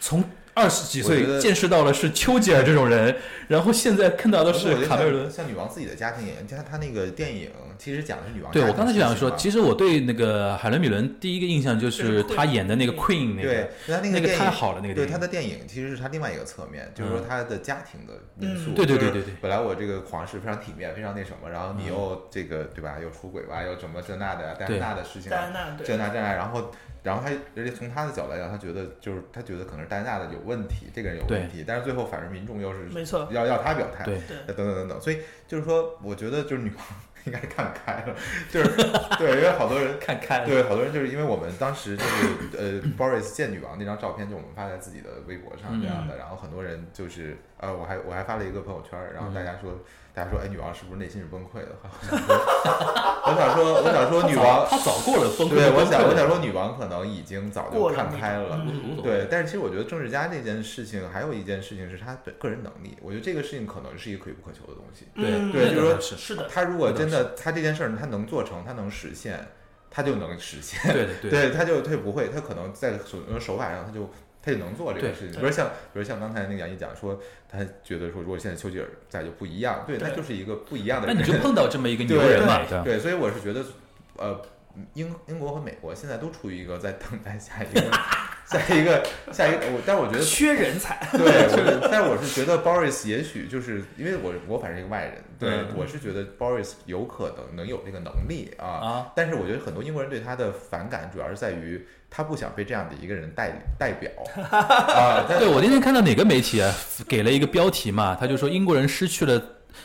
Speaker 2: 从。二十几
Speaker 3: 我觉
Speaker 2: 岁
Speaker 3: 得
Speaker 2: 见识到了是丘吉尔这种人，然后现在看到的
Speaker 3: 我觉
Speaker 2: 是
Speaker 3: 得
Speaker 2: 卡梅
Speaker 3: 像
Speaker 2: 伦。
Speaker 3: 像女王自己的家庭也，你看她那个电影其实讲的是女王家
Speaker 2: 对，我
Speaker 3: 庭的事情
Speaker 2: 刚
Speaker 3: 嘛。
Speaker 2: 才就想说，其实我对那个海伦·米伦第一个印象就
Speaker 4: 就是
Speaker 2: 是
Speaker 4: Queen
Speaker 2: 她演的那个 Queen 那
Speaker 3: 对
Speaker 2: 个，，
Speaker 3: 她那
Speaker 2: 那个
Speaker 3: 电
Speaker 2: 太
Speaker 3: 影
Speaker 2: 好了那个电
Speaker 3: 对
Speaker 2: 影嗯
Speaker 3: 她的电影其实是她另外一个侧面，就是说她的家庭的因素。
Speaker 4: 嗯
Speaker 2: 对对对
Speaker 3: 就
Speaker 2: 对
Speaker 3: 是
Speaker 2: 对嗯
Speaker 3: 本来我这个皇室非常体面，非常那什么，然后你又这个对吧，又出轨吧，又什么这那的呀，戴安
Speaker 2: 对
Speaker 3: 娜的事情
Speaker 4: 戴
Speaker 3: 啊
Speaker 4: 安，娜对
Speaker 3: 这那这那，然后。然后他，而且从他的角度来讲，他觉得就是他觉得可能是戴安娜的有问题，这个人有问
Speaker 2: 对
Speaker 3: 题，但是最后反正民众又是
Speaker 4: 没错，
Speaker 3: 要要他表态，
Speaker 2: 对，
Speaker 4: 对。
Speaker 3: 等等等等，所以就是说，我觉得就是女王应该看开了，就是对，因为好 多人。
Speaker 2: 看开了。
Speaker 3: 对，好多人就是因为我们当时就是呃，Boris 见女王那张照片，就我们发在自己的微博上
Speaker 2: 嗯
Speaker 3: 这样的，然后很多人就是呃，我还我还发了一个朋友圈儿，然后大
Speaker 2: 嗯
Speaker 3: 家说大家说，哎，女王是不是内心是崩溃的？我想说，我想说女王，
Speaker 2: 她早过了崩溃
Speaker 3: 对，
Speaker 2: 的
Speaker 3: 我
Speaker 2: 崩溃
Speaker 3: 想我
Speaker 2: 的
Speaker 3: 想说女王可能已经早就
Speaker 4: 过了
Speaker 3: 看
Speaker 4: 那嗯
Speaker 3: 开了，
Speaker 2: 无所谓
Speaker 3: 对，但是其实我觉得政治家这件事情，还有一件事情是他本个人能力。我觉得这个事情可能是一个可遇不可求的东西。
Speaker 4: 嗯
Speaker 2: 对
Speaker 3: 对就是说
Speaker 2: 是
Speaker 4: 是的，
Speaker 3: 他如果真的他这件事儿他能做成，他能实现，他就能实现。
Speaker 2: 对 的对的
Speaker 3: 对，他就他就不会，他可能在手手法上他就他就能做这个
Speaker 2: 对
Speaker 3: 事情。
Speaker 4: 对
Speaker 3: 比如像比如像刚才那个杨毅讲说，他觉得说如果现在丘吉尔在就不一样，对，
Speaker 4: 对
Speaker 3: 那就是一个不一样的
Speaker 2: 那
Speaker 3: 人。
Speaker 2: 你就碰到这么一个
Speaker 3: 对
Speaker 2: 牛人嘛，吧？
Speaker 3: 对，所以我是觉得，呃，英英国和美国现在都处于一个在等待下一个下一个下一个，我但是我 觉得
Speaker 4: 缺人才，
Speaker 3: 对，我是但我是觉得 Boris 也许就是因为我我反正是一个外人，对，我是觉得 Boris 有可能能有这个能力啊。
Speaker 2: 啊
Speaker 3: 但是我觉得很多英国人对他的反感，主要是在于他不想被这样的一个人代代表啊。但
Speaker 2: 对，我那天看到哪个媒体啊，给了一个标题嘛，他就说英国人失去了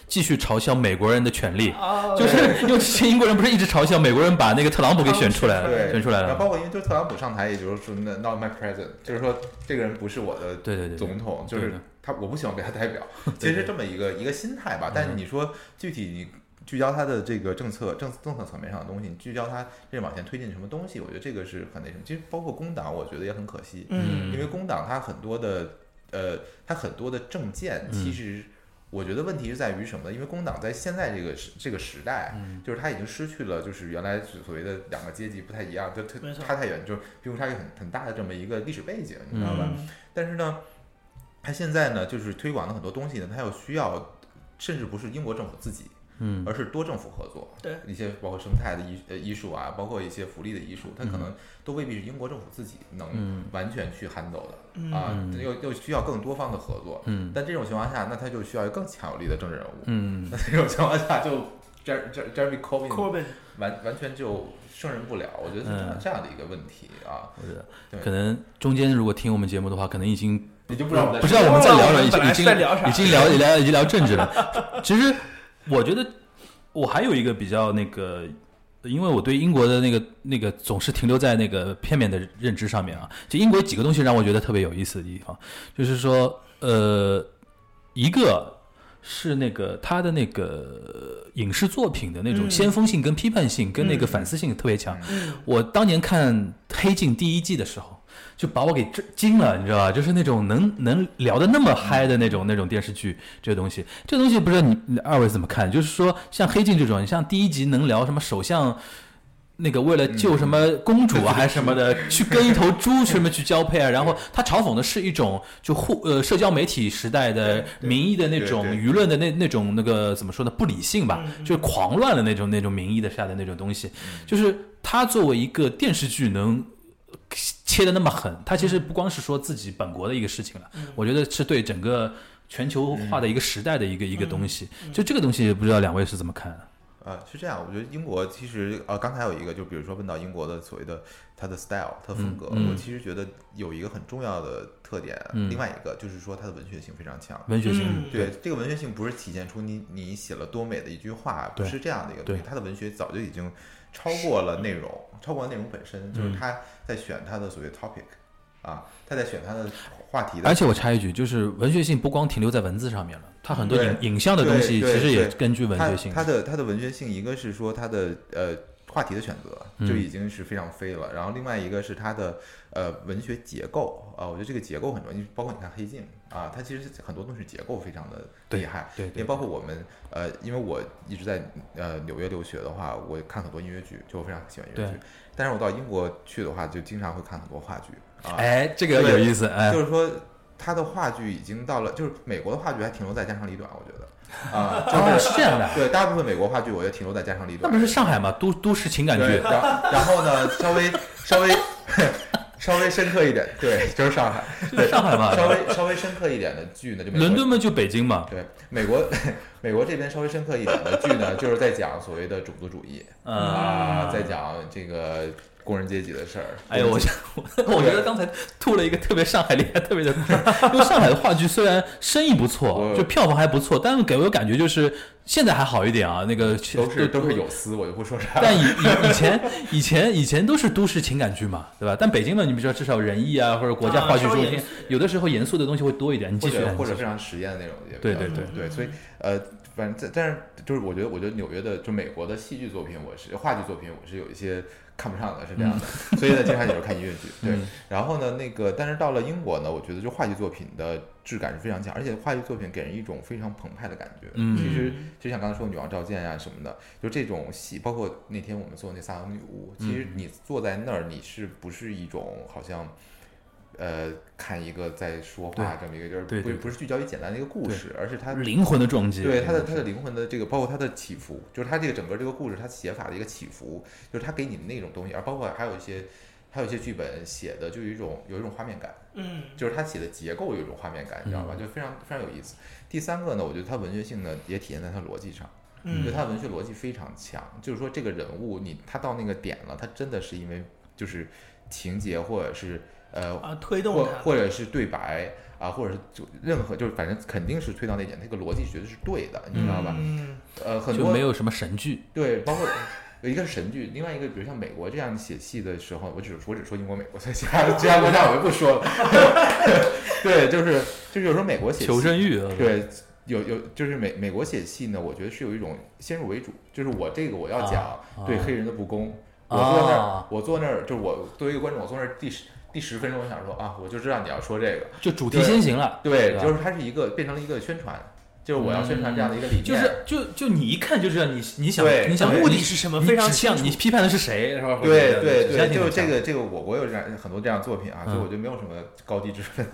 Speaker 2: 继续嘲笑美国人的权利，
Speaker 4: 哦
Speaker 2: 就是因为之前英国人不是一直嘲笑美国人把那个特朗普给选出来
Speaker 3: 对
Speaker 2: 了，选出来
Speaker 3: 然后
Speaker 2: 了，嗯
Speaker 3: 包括因为就是特朗普上台，也就是说那 not my president，就是说这个人不是我的
Speaker 2: 对对对对
Speaker 3: 总统，就
Speaker 2: 对
Speaker 3: 是
Speaker 2: 的
Speaker 3: 他我不喜欢被他代 表，其
Speaker 2: 对嗯
Speaker 3: 实是这么一个一个心态吧。但是你说具体你聚焦他的这个政策政政策层面上的东西，你聚焦他这往前推进什么东西，我觉得这个是很那什么。其实包括工党，我觉得也很可惜，
Speaker 4: 嗯
Speaker 3: 因为工党它很多的呃，它很多的政见
Speaker 2: 嗯
Speaker 3: 其实。我觉得问题是在于什么呢？因为工党在现在这个时这个时代，
Speaker 2: 嗯
Speaker 3: 就是它已经失去了就是原来所谓的两个阶级不太一样，就它
Speaker 4: 没错
Speaker 3: 差太远，就是贫富差距很很大的这么一个历史背景，你
Speaker 4: 嗯
Speaker 3: 知道
Speaker 2: 嗯
Speaker 3: 吧？但是呢，它现在呢就是推广的很多东西呢，它又需要甚至不是英国政府自己，
Speaker 2: 嗯，
Speaker 3: 而是多政府合作，
Speaker 4: 对
Speaker 3: 一些包括生态的医呃医术啊，包括一些福利的医术，它可能都未必是英国政府自己能
Speaker 2: 嗯
Speaker 3: 完全去 handle 的、
Speaker 4: 嗯
Speaker 3: 啊，又又需要更多方的合作。
Speaker 2: 嗯
Speaker 3: 但这种情况下，那它就需要一个更强有力的政治人物。
Speaker 2: 嗯
Speaker 3: 那这种情况下就 Jer- Jer- Jeremy Corbyn
Speaker 4: Corbin
Speaker 3: 完完全就胜任不了，我觉得是这样这样的一个问题啊，
Speaker 2: 我觉得
Speaker 3: 对
Speaker 2: 嗯可能中间如果听我们节目的话，可能已经
Speaker 3: 你就不知道我们
Speaker 2: 不
Speaker 3: 在
Speaker 2: 知道我们在聊什么，已
Speaker 4: 本
Speaker 2: 经已
Speaker 4: 来是
Speaker 2: 经
Speaker 4: 在聊啥
Speaker 2: 已经聊聊已经聊政治 了。其实我觉得我还有一个比较那个，因为我对英国的那个那个总是停留在那个片面的认知上面啊。就英国有几个东西让我觉得特别有意思的地方，就是说呃，一个是那个他的那个影视作品的那种
Speaker 4: 嗯
Speaker 2: 先锋
Speaker 3: 嗯
Speaker 2: 性跟批判性跟那个反思性特别强。我当年看《黑镜》第一季的时候，就把我给震惊了，你知道吧？就是那种能能聊得那么嗨的那种那种电视剧，这个东西，这个东西不知道你你二位怎么看？就是说，像《黑镜》这种，你像第一集能聊什么首相。那个为了救什么公主啊，还是什么的，
Speaker 3: 嗯
Speaker 2: 去跟一头猪去什么去交配啊？然 后他嘲讽的是一种就互呃社交媒体时代的民意的那种
Speaker 3: 对对
Speaker 2: 舆论的那那种那个怎么说呢？不理性
Speaker 3: 嗯
Speaker 2: 吧，就是狂乱的那种那种民意的下的那种东西。就是他作为一个电视剧能切的那么狠，他其实不光是说自己本国的一个事情
Speaker 3: 嗯
Speaker 2: 了，我觉得是对整个全球化的一个时代的
Speaker 3: 嗯
Speaker 2: 一个、一个东西。就这个东西，不知道两位是怎么看的？
Speaker 3: 呃，是这样，我觉得英国其实呃，刚才有一个，就比如说问到英国的所谓的它的 style，它的风格，
Speaker 2: 嗯
Speaker 3: 我其实觉得有一个很重要的特点，另外一个就是说它的文学性非常强。
Speaker 2: 文学性、
Speaker 4: 嗯
Speaker 3: 对，这个文学性不是体现出你你写了多美的一句话，不
Speaker 2: 对
Speaker 3: 是这样的一个东西
Speaker 2: 对。
Speaker 3: 它的文学早就已经超过了内容，超过了内容本身，
Speaker 2: 嗯
Speaker 3: 就是他在选他的所谓 topic，、啊，他在选他的话题的
Speaker 2: 而且我插一句，就是文学性不光停留在文字上面了，它很多
Speaker 3: 对
Speaker 2: 影影像的东西
Speaker 3: 对对
Speaker 2: 其实也
Speaker 3: 对
Speaker 2: 根据文
Speaker 3: 它
Speaker 2: 学性。
Speaker 3: 它的它的文学性，一个是说它的呃话题的选
Speaker 2: 嗯
Speaker 3: 择就已经是非常飞了，然后另外一个是它的呃文学结构啊、我觉得这个结构很重要，因为包括你看《黑镜》啊，它其实很多东西结构非常的
Speaker 2: 对
Speaker 3: 厉害，
Speaker 2: 对对
Speaker 3: 也包括我们呃，因为我一直在呃纽约留学的话，我看很多音乐剧，就我非常喜欢音乐
Speaker 2: 对
Speaker 3: 剧，但是我到英国去的话，就经常会看很多话剧啊，
Speaker 2: 哎，这个有意思，哎，
Speaker 3: 就是说他的话剧已经到了，就是美国的话剧还停留在家长里短，我觉得 啊、
Speaker 2: 哦，是这样的，
Speaker 3: 对，大部分美国话剧我觉得停留在家长里
Speaker 2: 那
Speaker 3: 短。
Speaker 2: 不是上海吗？都都市情感
Speaker 3: 对
Speaker 2: 剧，
Speaker 3: 然后然后呢，稍微稍微 稍微深刻一点，对，就是上海，
Speaker 2: 就是上海嘛，
Speaker 3: 稍微稍微深刻一点的剧呢，就美国
Speaker 2: 伦敦嘛就北京嘛，
Speaker 3: 对美国 美国这边稍微深刻一点的剧呢，就是在讲所谓的种族主义
Speaker 2: 嗯。
Speaker 3: 啊，在讲这个工人阶级的事儿。
Speaker 2: 哎呦，我想，我 我觉得刚才吐了一个特别上海厉害，特别的， 因为上海的话剧虽然生意不错，
Speaker 3: 我
Speaker 2: 就票房还不错，但是给我感觉就是现在还好一点啊，那个其实
Speaker 3: 都是都是有私，我就不说啥。
Speaker 2: 但以以以前以前以前都是都市情感剧嘛，对吧？但北京嘛，你比如说至少仁义啊，或者国家话剧
Speaker 4: 啊稍
Speaker 2: 中
Speaker 4: 微
Speaker 2: 心
Speaker 4: 严肃，
Speaker 2: 有的时候严肃的东西会多一点。你继
Speaker 3: 或
Speaker 2: 续，嗯
Speaker 3: 者
Speaker 2: 你
Speaker 3: 或者
Speaker 2: 继续
Speaker 3: 非常实验的那种也
Speaker 2: 对
Speaker 3: 比较
Speaker 2: 对
Speaker 3: 多对，所以呃，反正但但是就是我觉得，我觉得纽约的就美国的戏剧作品，我是话剧作品，我是有一些看不上的，是这样的。
Speaker 2: 嗯
Speaker 3: 所以呢，经常有时候看音乐剧， 对。然后呢，那个但是到了英国呢，我觉得就话剧作品的质感是非常强，而且话剧作品给人一种非常澎湃的感觉。
Speaker 2: 嗯
Speaker 3: 其实就像刚才说的《女王召见》啊什么的，就这种戏，包括那天我们做那《撒网女巫》，其
Speaker 2: 嗯
Speaker 3: 实你坐在那儿，你是不是一种好像？呃，看一个在说话这么一个，就是
Speaker 2: 对
Speaker 3: 不
Speaker 2: 对
Speaker 3: 是不是聚焦于简单的一个故事，而是它
Speaker 2: 灵魂的撞击，
Speaker 3: 对它的它的灵魂的这个，包括它的起伏，就是它这个整个这个故事它写法的一个起伏，就是它给你的那种东西，而包括还有一些还有一些剧本写的就有一种有一种画面感，
Speaker 4: 嗯，
Speaker 3: 就是它写的结构有一种画面感，你知道吧？就非常非常有意思。第三个呢，我觉得它文学性呢也体现在它逻辑上，
Speaker 4: 嗯
Speaker 3: 就它文学逻辑非常强，就是说这个人物你他到那个点了，他真的是因为就是情节或者是呃
Speaker 4: 啊，推动
Speaker 3: 或
Speaker 4: 它，
Speaker 3: 或者是对白啊，或者是就任何就是反正肯定是推到那点，那个逻辑绝对是对的，你知道吧？
Speaker 4: 嗯
Speaker 3: 呃，很
Speaker 2: 就
Speaker 3: 多
Speaker 2: 没有什么神剧。
Speaker 3: 对，包括有一个是神剧，另外一个比如像美国这样写戏的时候，我只我只说英国、美国，所以其他其他国家我就不说了。 对，就是就是有时候美国写戏
Speaker 2: 求生欲，啊
Speaker 3: 对，有有就是美美国写戏呢，我觉得是有一种先入为主，就是我这个我要讲
Speaker 2: 啊
Speaker 3: 对
Speaker 2: 啊
Speaker 3: 黑人的不公，我坐那儿
Speaker 2: 啊，
Speaker 3: 我坐那儿，就是我作为一个观众，我坐那儿第十第十分钟，我想说啊，我就知道你要说这个，
Speaker 2: 就主题先行了，
Speaker 3: 对，
Speaker 2: 吧
Speaker 3: 就是它是一个变成了一个宣传，就是我要宣传这样的一个理念，
Speaker 2: 嗯就是就就你一看就知道你你想
Speaker 3: 对
Speaker 2: 你
Speaker 4: 它
Speaker 2: 想
Speaker 4: 目的是什么？
Speaker 2: 你
Speaker 4: 非常
Speaker 2: 指
Speaker 4: 清
Speaker 2: 向
Speaker 4: 楚
Speaker 2: 你批判的是谁，是吧？
Speaker 3: 对对
Speaker 2: 指向
Speaker 3: 对，
Speaker 2: 性
Speaker 3: 就
Speaker 2: 很
Speaker 3: 这
Speaker 2: 强
Speaker 3: 个这个我国有这样很多这样的作品啊，所以我觉得没有什么高低之分，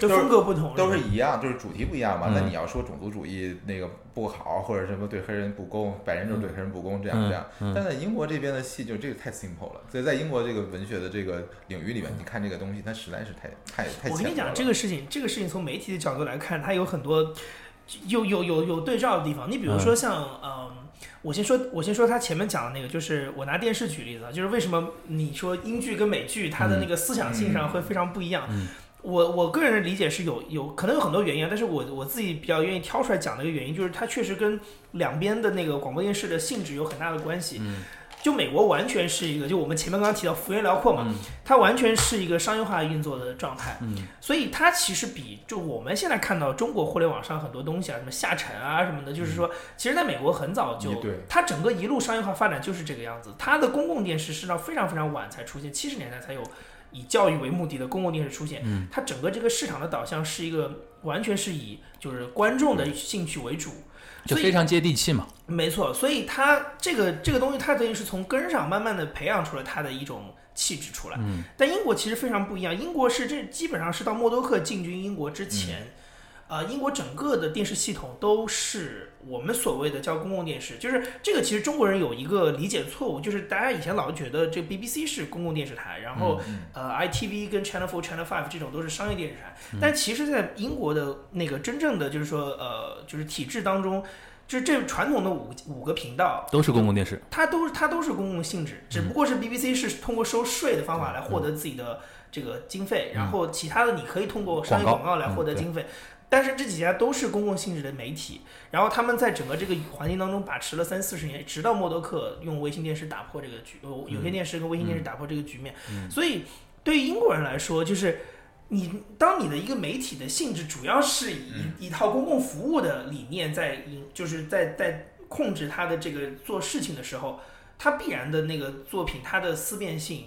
Speaker 4: 就风格不同，
Speaker 3: 都是
Speaker 4: 吧
Speaker 3: 一样，就是主题不一样嘛。那
Speaker 2: 嗯
Speaker 3: 你要说种族主义那个不好，或者什么对黑人不公，白人就是对黑人不公，这样
Speaker 2: 嗯
Speaker 3: 这样。但在英国这边的戏，就这个太 simple 了。所以在英国这个文学的这个领域里面，你看这个东西，它实在是太太太
Speaker 4: 我跟
Speaker 3: 浅
Speaker 4: 你
Speaker 3: 薄
Speaker 4: 讲
Speaker 3: 了。
Speaker 4: 这个事情，这个事情从媒体的角度来看，它有很多有有有有对照的地方。你比如说像嗯。我先说，我先说他前面讲的那个，就是我拿电视举例子啊，就是为什么你说英剧跟美剧它的
Speaker 3: 嗯
Speaker 4: 那个思想性上会非常不一样。我我个人的理解是有有可能有很多原因啊，但是我我自己比较愿意挑出来讲的一个原因，就是它确实跟两边的那个广播电视的性质有很大的关系。
Speaker 3: 嗯
Speaker 4: 就美国完全是一个，就我们前面刚刚提到幅员辽阔嘛，它完全是一个商业化运作的状态。
Speaker 2: 嗯
Speaker 4: 所以它其实比就我们现在看到中国互联网上很多东西啊，什么下沉啊什么的，就是
Speaker 2: 嗯
Speaker 4: 说，其实在美国很早就
Speaker 3: 嗯对，
Speaker 4: 它整个一路商业化发展就是这个样子。它的公共电视是到非常非常晚才出现，七十年代才有以教育为目的的公共电视出现，
Speaker 2: 嗯
Speaker 4: 它整个这个市场的导向是一个完全是以就是观众的兴趣为主，
Speaker 2: 就
Speaker 4: 所以
Speaker 2: 非常接地气嘛。
Speaker 4: 没错，所以它这个这个东西，它等于是从根上慢慢的培养出了它的一种气质出来。
Speaker 2: 嗯
Speaker 4: 但英国其实非常不一样，英国是这基本上是到默多克进军英国之前，呃，英国整个的电视系统都是我们所谓的叫公共电视，就是这个其实中国人有一个理解错误，就是大家以前老觉得这个 BBC 是公共电视台，然后、呃 ITV 跟 Channel Four、Channel Five 这种都是商业电视台，但其实，在英国的那个真正的就是说呃就是体制当中。就是这传统的五五个频道，
Speaker 2: 都是公共电视，
Speaker 4: 它都是它都是公共性质，
Speaker 2: 嗯
Speaker 4: 只不过是 BBC 是通过收税的方法来获得自己的这个经费，然后其他的你可以通过商业
Speaker 2: 嗯广
Speaker 4: 广
Speaker 2: 告
Speaker 4: 告来获得
Speaker 2: 嗯对
Speaker 4: 经费。但是这几家都是公共性质的媒体，然后他们在整个这个环境当中把持了三四十年，直到默多克用卫星电视打破这个局，呃有
Speaker 2: 嗯
Speaker 4: 线电视跟卫星电视打破这个局面。所以对于英国人来说，就是你当你的一个媒体的性质主要是以一套公共服务的理念在引，就是在在控制它的这个做事情的时候，它必然的那个作品，它的思辨性，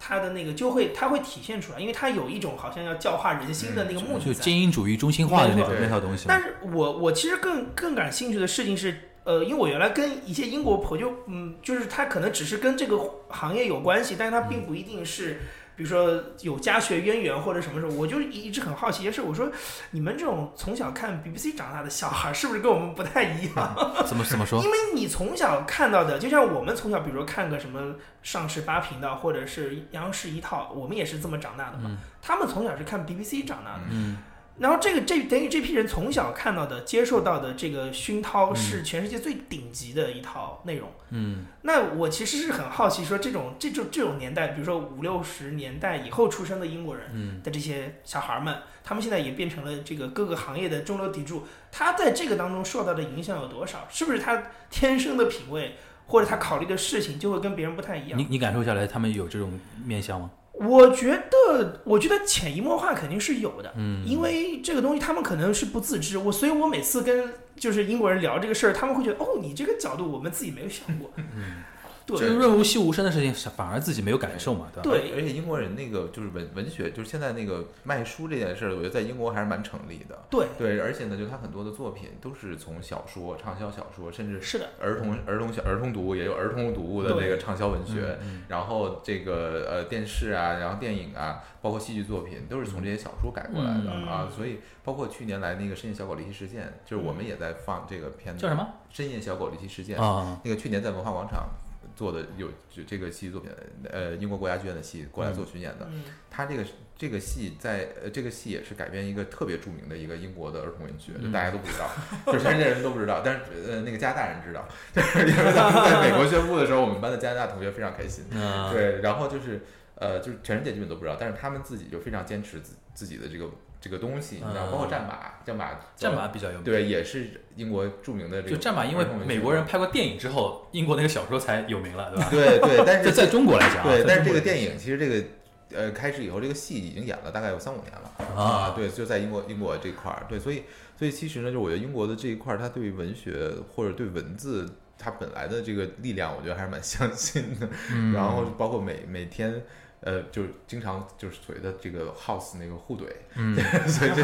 Speaker 4: 它的那个就会它会体现出来，因为它有一种好像要教化人心的那个目
Speaker 2: 就
Speaker 4: 的在。
Speaker 2: 精英主义中心化的那种
Speaker 3: 对
Speaker 2: 那套东西嘛。
Speaker 4: 但是我我其实更更感兴趣的事情是，呃，因为我原来跟一些英国朋友，嗯，就是他可能只是跟这个行业有关系，但是他并不一定是。比如说有家学渊源或者什么时候，我就一直很好奇一件事。我说，你们这种从小看 BBC 长大的小孩，是不是跟我们不太一样？
Speaker 2: 怎么怎么说？
Speaker 4: 因为你从小看到的，就像我们从小，比如说看个什么上十八频道或者是央视一套，我们也是这么长大的嘛。他们从小是看 BBC 长大的，
Speaker 2: 嗯
Speaker 4: 然后这个这等于这批人从小看到的、接受到的这个熏陶，是全世界最顶级的一套内容。
Speaker 2: 嗯，
Speaker 4: 那我其实是很好奇，说这种这种这种年代，比如说五六十年代以后出生的英国
Speaker 2: 嗯
Speaker 4: 人的这些小孩们，他们现在也变成了这个各个行业的中流砥柱，他在这个当中受到的影响有多少？是不是他天生的品味，或者他考虑的事情就会跟别人不太一样？
Speaker 2: 你你感受下来，他们有这种面相吗？
Speaker 4: 我觉得，我觉得潜移默化肯定是有的，嗯，因为这个东西他们可能是不自知，我，所以我每次跟就是英国人聊这个事儿，他们会觉得，哦，你这个角度我们自己没有想过，嗯，
Speaker 2: 就
Speaker 4: 对
Speaker 2: 是润物细无声的事情，反而自己没有感受嘛，对吧？
Speaker 4: 对
Speaker 3: 而且英国人那个就是文文学，就是现在那个卖书这件事儿，我觉得在英国还是蛮成立的。
Speaker 4: 对，
Speaker 3: 对，而且呢，就他很多的作品都是从小说、畅销小说，甚至
Speaker 4: 是的，
Speaker 3: 儿童儿童小儿童读物也有儿童读物的这个畅销文学，然后这个呃电视啊，然后电影啊，包括戏剧作品都是从这些小说改过来的、
Speaker 4: 嗯
Speaker 3: 啊，所以包括去年来那个深夜小狗离奇事件，就是我们也在放这个片子，
Speaker 2: 叫什么？
Speaker 3: 深夜小狗离奇事件
Speaker 2: 啊，
Speaker 3: 那个去年在文化广场做的有就这个戏剧作品，呃，英国国家剧院的戏过来做巡演的，
Speaker 4: 嗯，
Speaker 3: 他这个这个戏在呃这个戏也是改编一个特别著名的一个英国的儿童文学，就大家都不知道，
Speaker 2: 嗯
Speaker 3: 就全世界人都不知道，但是呃那个加拿大人知道，就是 因为他们在美国宣布的时候，我们班的加拿大同学非常开心，
Speaker 2: 嗯
Speaker 3: 对，然后就是呃就是全世界基本都不知道，但是他们自己就非常坚持自自己的这个这个东西，你知道，包括战马，战马
Speaker 2: 嗯
Speaker 3: 呃
Speaker 2: 战马比较有名。
Speaker 3: 对也是英国著名的这
Speaker 2: 就
Speaker 3: 个
Speaker 2: 战马，因为
Speaker 3: 儿童文学
Speaker 2: 美国人拍过电影之后，英国那个小说才有名了， 对吧？
Speaker 3: 对对，但
Speaker 2: 在
Speaker 3: 是
Speaker 2: 在中国来讲啊，
Speaker 3: 对，但是这个
Speaker 2: 影
Speaker 3: 电影其实这个呃开始以后，这个戏已经演了大概有三五年了
Speaker 2: 啊
Speaker 3: 对，就在英国英国这块儿，对，所以所以其实呢，就我觉得英国的这一块儿，它对于文学或者对文字。它本来的这个力量，我觉得还是蛮相信的。
Speaker 2: 嗯
Speaker 3: 然后包括每每天，呃，就是经常就是所谓的这个 house 那个互怼，嗯， 所以这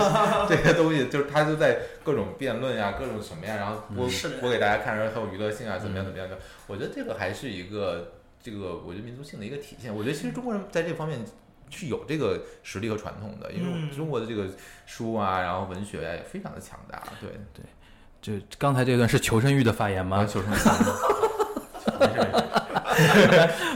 Speaker 3: 这些东西就是它就在各种辩论呀、各种什么呀，然后
Speaker 2: 嗯
Speaker 3: 播
Speaker 4: 是的
Speaker 3: 播给大家看，然后很有娱乐性啊，怎么样怎么样的。我觉得这个还是一个这个，我觉得民族性的一个体现。我觉得其实中国人在这方面是有这个实力和传统的，因为
Speaker 4: 嗯
Speaker 3: 中国的这个书啊，然后文学啊也非常的强大。 对，
Speaker 2: 就刚才这段是求生欲的发言吗？
Speaker 3: 啊，求生欲强大没事没事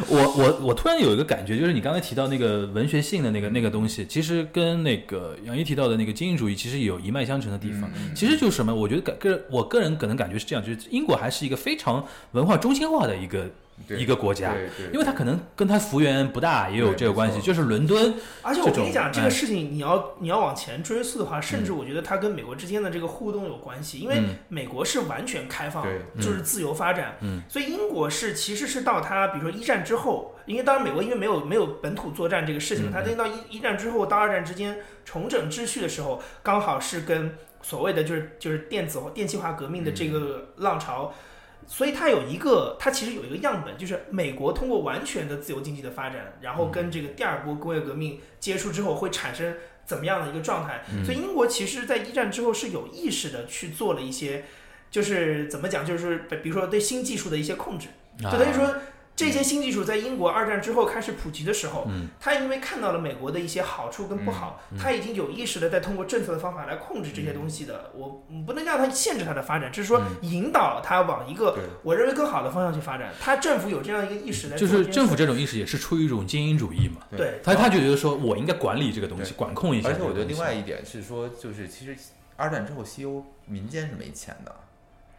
Speaker 2: 我我我突然有一个感觉，就是你刚才提到那个文学性的那个那个东西，其实跟那个杨一提到的那个精英主义其实有一脉相承的地
Speaker 3: 嗯
Speaker 2: 方。其实就是什么？我觉得感个我个人可能感觉是这样，就是英国还是一个非常文化中心化的一个
Speaker 3: 对
Speaker 2: 一个国家
Speaker 3: 对对，
Speaker 2: 因为它可能跟它幅员不大也有
Speaker 3: 对
Speaker 2: 这个关系。
Speaker 3: 没错
Speaker 2: 就是伦敦，
Speaker 4: 而且我
Speaker 2: 这
Speaker 4: 跟
Speaker 2: 种
Speaker 4: 你讲，这个
Speaker 2: 哎嗯
Speaker 4: 事情你要你要往前追溯的话，甚至我觉得它跟美国之间的这个互动有关系，因为美国是完全开放
Speaker 3: 对，
Speaker 2: 嗯
Speaker 4: 就是自由发展，所以英国是其实是到它比如说一战之后，因为当然美国因为没有没有本土作战这个事
Speaker 2: 嗯
Speaker 4: 情，它等到一一战之后到二战之间重整秩序的时候，
Speaker 2: 嗯
Speaker 4: 刚好是跟所谓的就是就是电子化电气化革命的这个浪潮。所以它有一个，它其实有一个样本，就是美国通过完全的自由经济的发展，然后
Speaker 2: 嗯
Speaker 4: 跟这个第二波工业革命接触之后，会产生怎么样的一个状态？
Speaker 2: 嗯
Speaker 4: 所以英国其实，在一战之后是有意识的去做了一些，就是怎么讲，就是比如说对新技术的一些控制，就等于
Speaker 2: 啊，
Speaker 4: 说。这些新技术在英国二战之后开始普及的时候，
Speaker 2: 嗯
Speaker 4: 他因为看到了美国的一些好处跟不好，他已经有意识的在通过政策的方法来控制这些东西的。我我不能让它限制它的发展，只是说
Speaker 2: 嗯
Speaker 4: 引导它往一个
Speaker 3: 对
Speaker 4: 我认为更好的方向去发展。他政府有这样一个意识在
Speaker 2: 啊就
Speaker 4: 做这
Speaker 2: 是
Speaker 4: 件事，
Speaker 2: 政府这种意识也是出于一种精英主义嘛，
Speaker 4: 对
Speaker 2: 他他就觉得说我应该管理这个东西，
Speaker 3: 对
Speaker 2: 管控一下
Speaker 3: 而
Speaker 2: 这
Speaker 3: 且
Speaker 2: 个
Speaker 3: 我
Speaker 2: 东西。
Speaker 3: 觉得另外一点是说，就是其实二战之后西欧民间是没钱的。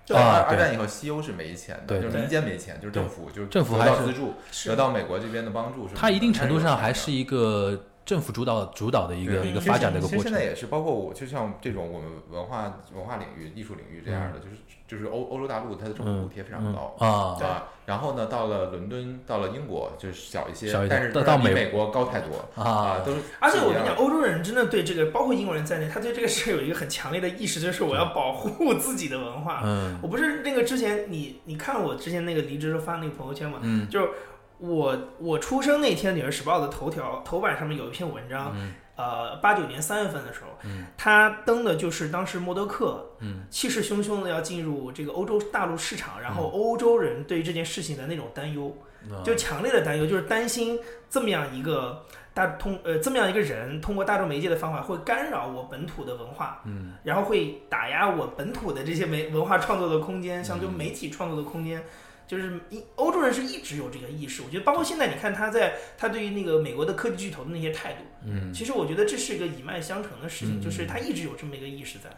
Speaker 4: 对
Speaker 2: 啊
Speaker 3: 二
Speaker 2: 对
Speaker 3: 二战以后，西欧是没钱的，
Speaker 2: 对
Speaker 3: 就是
Speaker 4: 对
Speaker 3: 民间没钱，就是
Speaker 2: 对
Speaker 3: 政府就是
Speaker 2: 政府
Speaker 3: 得
Speaker 2: 还
Speaker 3: 到
Speaker 2: 是
Speaker 3: 资助，
Speaker 4: 是
Speaker 3: 得到美国这边的帮助什么的。
Speaker 2: 它一定程度上还是
Speaker 3: 是有钱的
Speaker 2: 一个政府主导主导的一个
Speaker 3: 嗯对
Speaker 2: 一个发展的一个
Speaker 3: 其实
Speaker 2: 过
Speaker 3: 现
Speaker 2: 程。
Speaker 3: 在也是，包括我，就像这种我们文化文化领域、艺术领域这样的，就是就是欧欧洲大陆它的政府补贴非常
Speaker 2: 嗯
Speaker 3: 高。
Speaker 2: 啊，
Speaker 3: 啊，然后呢，到了伦敦，到了英国就是小一些，
Speaker 2: 小一点
Speaker 3: 但是
Speaker 2: 到
Speaker 3: 都要
Speaker 2: 到
Speaker 3: 比
Speaker 2: 美
Speaker 3: 美国高太多
Speaker 2: 啊
Speaker 3: 都是
Speaker 4: 而且我
Speaker 3: 一
Speaker 4: 跟你
Speaker 3: 样
Speaker 4: 讲，欧洲人真的对这个，包括英国人在内，他对这个事有一个很强烈的意识，就是我要保护自己的文化。
Speaker 2: 嗯
Speaker 4: 我不是那个之前你你看我之前那个离职时候发那个朋友圈嘛，
Speaker 2: 嗯
Speaker 4: 就是我我出生那天《纽约时报》的头条头版上面有一篇文章，呃，八九年三月份的时候，他登的就是当时默多克，
Speaker 2: 嗯，
Speaker 4: 气势汹汹的要进入这个欧洲大陆市场，然后欧洲人对于这件事情的那种担忧，
Speaker 2: 啊
Speaker 4: 就强烈的担忧，就是担心这么样一个大通呃这么样一个人通过大众媒介的方法会干扰我本土的文化，嗯，然后会打压我本土的这些媒文化创作的空间，像就
Speaker 3: 嗯
Speaker 4: 媒体创作的空间。就是一欧洲人是一直有这个意识，我觉得包括现在，你看他在他对于那个美国的科技巨头的那些态度，嗯，其实我觉得这是一个一脉相承的事
Speaker 3: 嗯
Speaker 4: 情，就是他一直有这么一个意识在。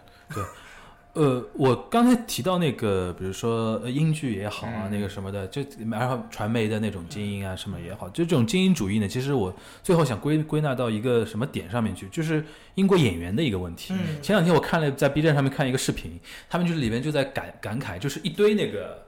Speaker 2: 呃，我刚才提到那个，比如说呃英剧也好啊，那
Speaker 3: 嗯
Speaker 2: 个什么的，就然后传媒的那种精英啊什么也好，就这种精英主义呢，其实我最后想归归纳到一个什么点上面去，就是英国演员的一个问题。
Speaker 4: 嗯
Speaker 2: 前两天我看了在 B 站上面看一个视频，他们就是里面就在感感慨，就是一堆那个。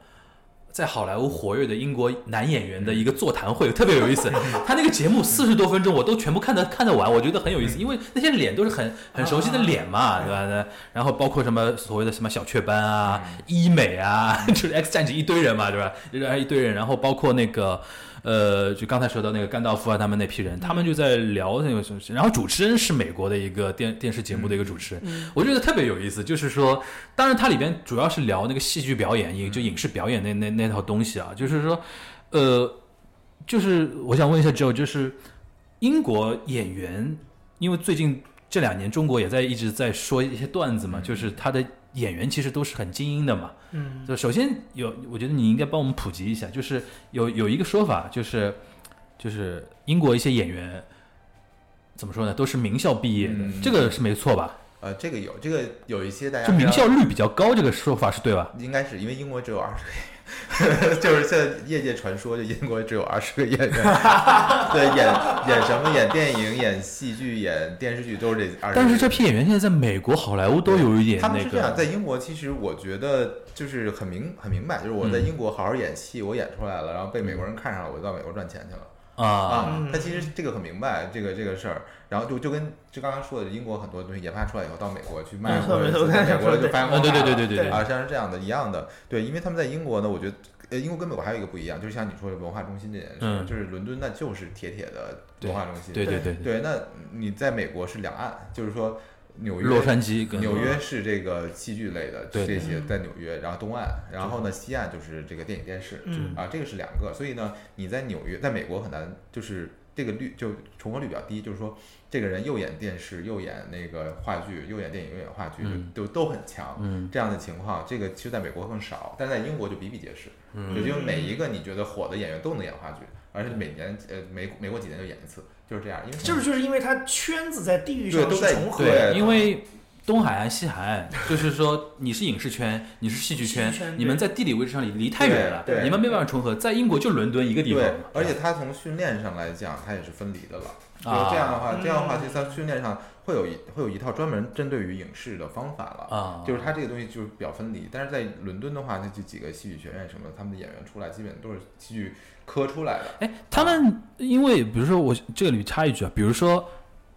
Speaker 2: 在好莱坞活跃的英国男演员的一个座谈会，特别有意思。他那个节目四十多分钟，我都全部看得看得完，我觉得很有意思，因为那些脸都是很很熟悉的脸嘛，对吧？那然后包括什么所谓的什么小雀斑啊、医美啊， 就是 X 战警一堆人嘛，对吧？然后一堆人，然后包括那个。呃，就刚才说到那个甘道夫啊，他们那批人，他们就在聊那个什么事，然后主持人是美国的一个电电视节目的一个主持人，我觉得特别有意思，就是说，当然它里边主要是聊那个戏剧表演，也就影视表演那那那套东西啊，就是说，呃，就是我想问一下 Joe，就是英国演员，因为最近这两年中国也在一直在说一些段子嘛，就是他的演员其实都是很精英的嘛。
Speaker 4: 嗯，
Speaker 2: 就首先有，我觉得你应该帮我们普及一下，就是有有一个说法，就是就是英国一些演员怎么说呢，都是名校毕业的，
Speaker 3: 嗯
Speaker 2: 这个是没错吧？
Speaker 3: 呃，这个有这个有一些大家
Speaker 2: 就名
Speaker 3: 知道
Speaker 2: 校率比较高，这个说法是对吧？
Speaker 3: 应该是因为英国只有二十个演员， 就是现在业界传说，就英国只有二十个演员， 对，演演什么，演电影、演戏剧、演电视剧都是这二十。
Speaker 2: 但是这批演员现在在美国好莱坞都有一点
Speaker 3: 他们
Speaker 2: 那
Speaker 3: 是这样，
Speaker 2: 个，
Speaker 3: 在英国其实我觉得就是很明很明白，就是我在
Speaker 2: 嗯
Speaker 3: 英国好好演戏，我演出来了，然后被美国人看上了，我就到美国赚钱去了。
Speaker 2: 啊，
Speaker 3: 啊
Speaker 4: 嗯，
Speaker 3: 他其实这个很明白这个这个事儿，然后就就跟就刚刚说的，英国很多东西研发出来以后到美国去卖，
Speaker 4: 没错
Speaker 3: 或者
Speaker 4: 没
Speaker 3: 在
Speaker 4: 错我刚才
Speaker 3: 美国
Speaker 4: 想说
Speaker 3: 就
Speaker 4: 对
Speaker 3: 发扬
Speaker 2: 啊
Speaker 3: 光
Speaker 2: 对
Speaker 3: 大
Speaker 2: 对
Speaker 3: 了，
Speaker 2: 对对对对
Speaker 3: 啊，像是这样的一样的，对，因为他们在英国呢，我觉得呃，英国跟美国还有一个不一样，就是像你说的文化中心这件事儿，
Speaker 2: 嗯
Speaker 3: 就是伦敦那就是铁铁的
Speaker 2: 对
Speaker 3: 文化中心，
Speaker 2: 对对对，
Speaker 3: 对，那你在美国是两岸，就是说纽约
Speaker 2: 洛杉矶跟
Speaker 3: 纽约是这个戏剧类的，
Speaker 2: 对嗯
Speaker 3: 这
Speaker 2: 对
Speaker 3: 些在纽约，然后东岸，然后呢西岸就是这个电影电视，
Speaker 4: 嗯
Speaker 3: 啊，这个是两个，所以呢你在纽约，在美国很难，就是这个率就重合率比较低，就是说这个人又演电视，又演那个话剧，又演电影，又演话剧，
Speaker 2: 嗯
Speaker 3: 就都都很强，
Speaker 2: 嗯
Speaker 3: 这样的情况，这个其实在美国更少，但在英国就比比皆是，
Speaker 2: 嗯
Speaker 3: 也就是每一个你觉得火的演员都能演话剧，而且每年呃每每过几年就演一次，就是这样，因为
Speaker 4: 是不是就是因为他圈子在地域
Speaker 3: 对
Speaker 4: 上
Speaker 3: 都
Speaker 4: 是
Speaker 3: 在
Speaker 4: 重合
Speaker 3: 对
Speaker 4: 的？
Speaker 2: 对，因为东海岸、西海岸， 就是说你是影视圈，你是戏剧圈
Speaker 4: 戏剧圈，
Speaker 2: 你们在地理位置上离离太远了
Speaker 3: 对，对
Speaker 2: 你们没办法重合。在英国就伦敦一个地方
Speaker 3: 对
Speaker 2: 嘛，，
Speaker 3: 而且他从训练上来讲，他也是分离的了。就
Speaker 2: 啊
Speaker 3: 这样的话，这样的话，
Speaker 4: 嗯
Speaker 3: 其实他训练上会有一会有一套专门针对于影视的方法了。
Speaker 2: 啊，
Speaker 3: 就是他这个东西就是比较分离，但是在伦敦的话，那就几个戏剧学院什么的，他们的演员出来基本都是戏剧科出来的。
Speaker 2: 哎，他们因为比如说我这里插一句啊，比如说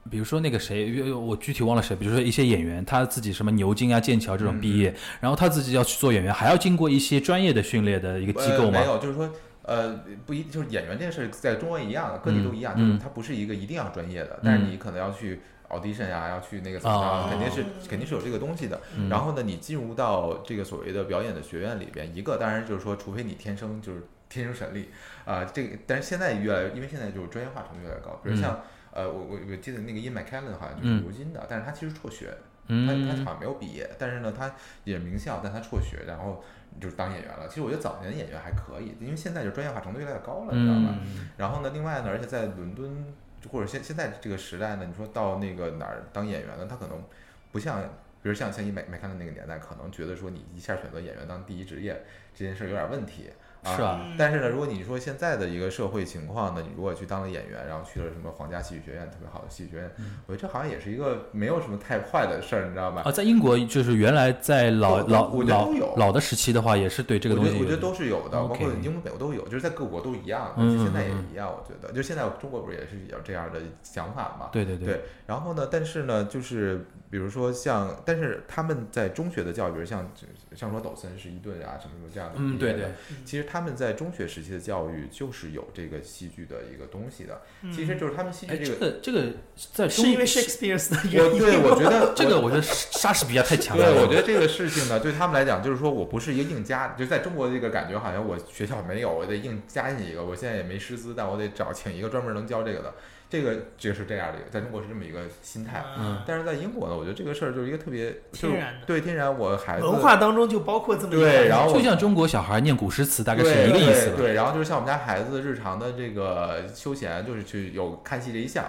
Speaker 2: 比如说那个谁，呃我具体忘了谁，比如说一些演员，他自己什么牛津啊、剑桥这种毕
Speaker 3: 嗯
Speaker 2: 业，然后他自己要去做演员，还要经过一些专业的训练的一个机构
Speaker 3: 呃
Speaker 2: 吗
Speaker 3: 没？有，就是说，呃，不一就是演员这件事，在中国也一样，各地都一样，
Speaker 2: 嗯
Speaker 3: 就
Speaker 2: 嗯
Speaker 3: 是它不是一个一定要专业的，但是你可能要去 audition 呀、要去那个怎么
Speaker 2: 哦
Speaker 3: 着，肯定是肯定是有这个东西的。
Speaker 2: 嗯
Speaker 3: 然后呢，你进入到这个所谓的表演的学院里边，一个当然就是说，除非你天生就是天生神力啊、这个但是现在越来，因为现在就是专业化程度越来越高，比如像。呃，我我我记得那个 In McKellen 好像就是
Speaker 2: 嗯
Speaker 3: 牛津的，但是他其实辍学，他他
Speaker 2: 嗯
Speaker 3: 好像没有毕业，但是呢，他也名校，但他辍学，然后就是当演员了。其实我觉得早年演员还可以，因为现在就专业化程度越来越高了，你知道吧？
Speaker 2: 嗯
Speaker 3: 然后呢，另外呢，而且在伦敦或者现现在这个时代呢，你说到那个哪儿当演员呢，他可能不像，比如像像你买买看的那个年代，可能觉得说你一下选择演员当第一职业这件事儿有点问题。啊
Speaker 2: 是啊，
Speaker 4: 嗯
Speaker 3: 但是呢，如果你说现在的一个社会情况呢，你如果去当了演员，然后去了什么皇家戏剧学院特别好的戏剧学院，我觉得这好像也是一个没有什么太坏的事儿，你知道吧？
Speaker 2: 嗯啊，在英国就是原来在老
Speaker 3: 都
Speaker 2: 老
Speaker 3: 我觉得
Speaker 2: 老
Speaker 3: 都有
Speaker 2: 老的时期的话，也是对这个东西有，
Speaker 3: 我觉得我觉得都是有的，包
Speaker 2: OK
Speaker 3: 括英国、美国都有，就是在各国都一样，
Speaker 2: 嗯
Speaker 3: 现在也
Speaker 2: 嗯嗯
Speaker 3: 一样。我觉得，就现在中国不是也是有这样的想法嘛？
Speaker 2: 对对对
Speaker 3: 对，然后呢，但是呢，就是比如说像，但是他们在中学的教育，比如像像说抖森、是一顿啊什么什么这样的，
Speaker 2: 嗯对对。，
Speaker 3: 其实他们在中学时期的教育就是有这个戏剧的一个东西的，其实就是他们戏
Speaker 2: 哎，
Speaker 3: 剧
Speaker 2: 这
Speaker 3: 这个。
Speaker 2: 个这个在中
Speaker 4: 嗯是因为 Shakespeare 的
Speaker 3: 我
Speaker 4: 原因
Speaker 3: 对，我
Speaker 4: 吗
Speaker 3: 觉得
Speaker 2: 这个我觉得莎士比亚太强了，
Speaker 3: 对，我觉得这个事情呢，对他们来讲，就是说我不是一个硬加，就在中国这个感觉，好像我学校没有，我得硬加进一个。我现在也没师资，但我得找请一个专门能教这个的。这个这个是这样的一个，在中国是这么一个心态。
Speaker 2: 嗯
Speaker 3: 但是在英国呢，我觉得这个事儿就是一个特别
Speaker 4: 天然的
Speaker 3: 就是对天然，我孩子
Speaker 4: 文化当中就包括这么一个
Speaker 3: 对，然后我
Speaker 2: 就像中国小孩念古诗词，大概
Speaker 3: 对
Speaker 2: 是一个意思
Speaker 3: 对
Speaker 2: 吧。
Speaker 3: 对，然后就是像我们家孩子日常的这个休闲，就是去有看戏这一项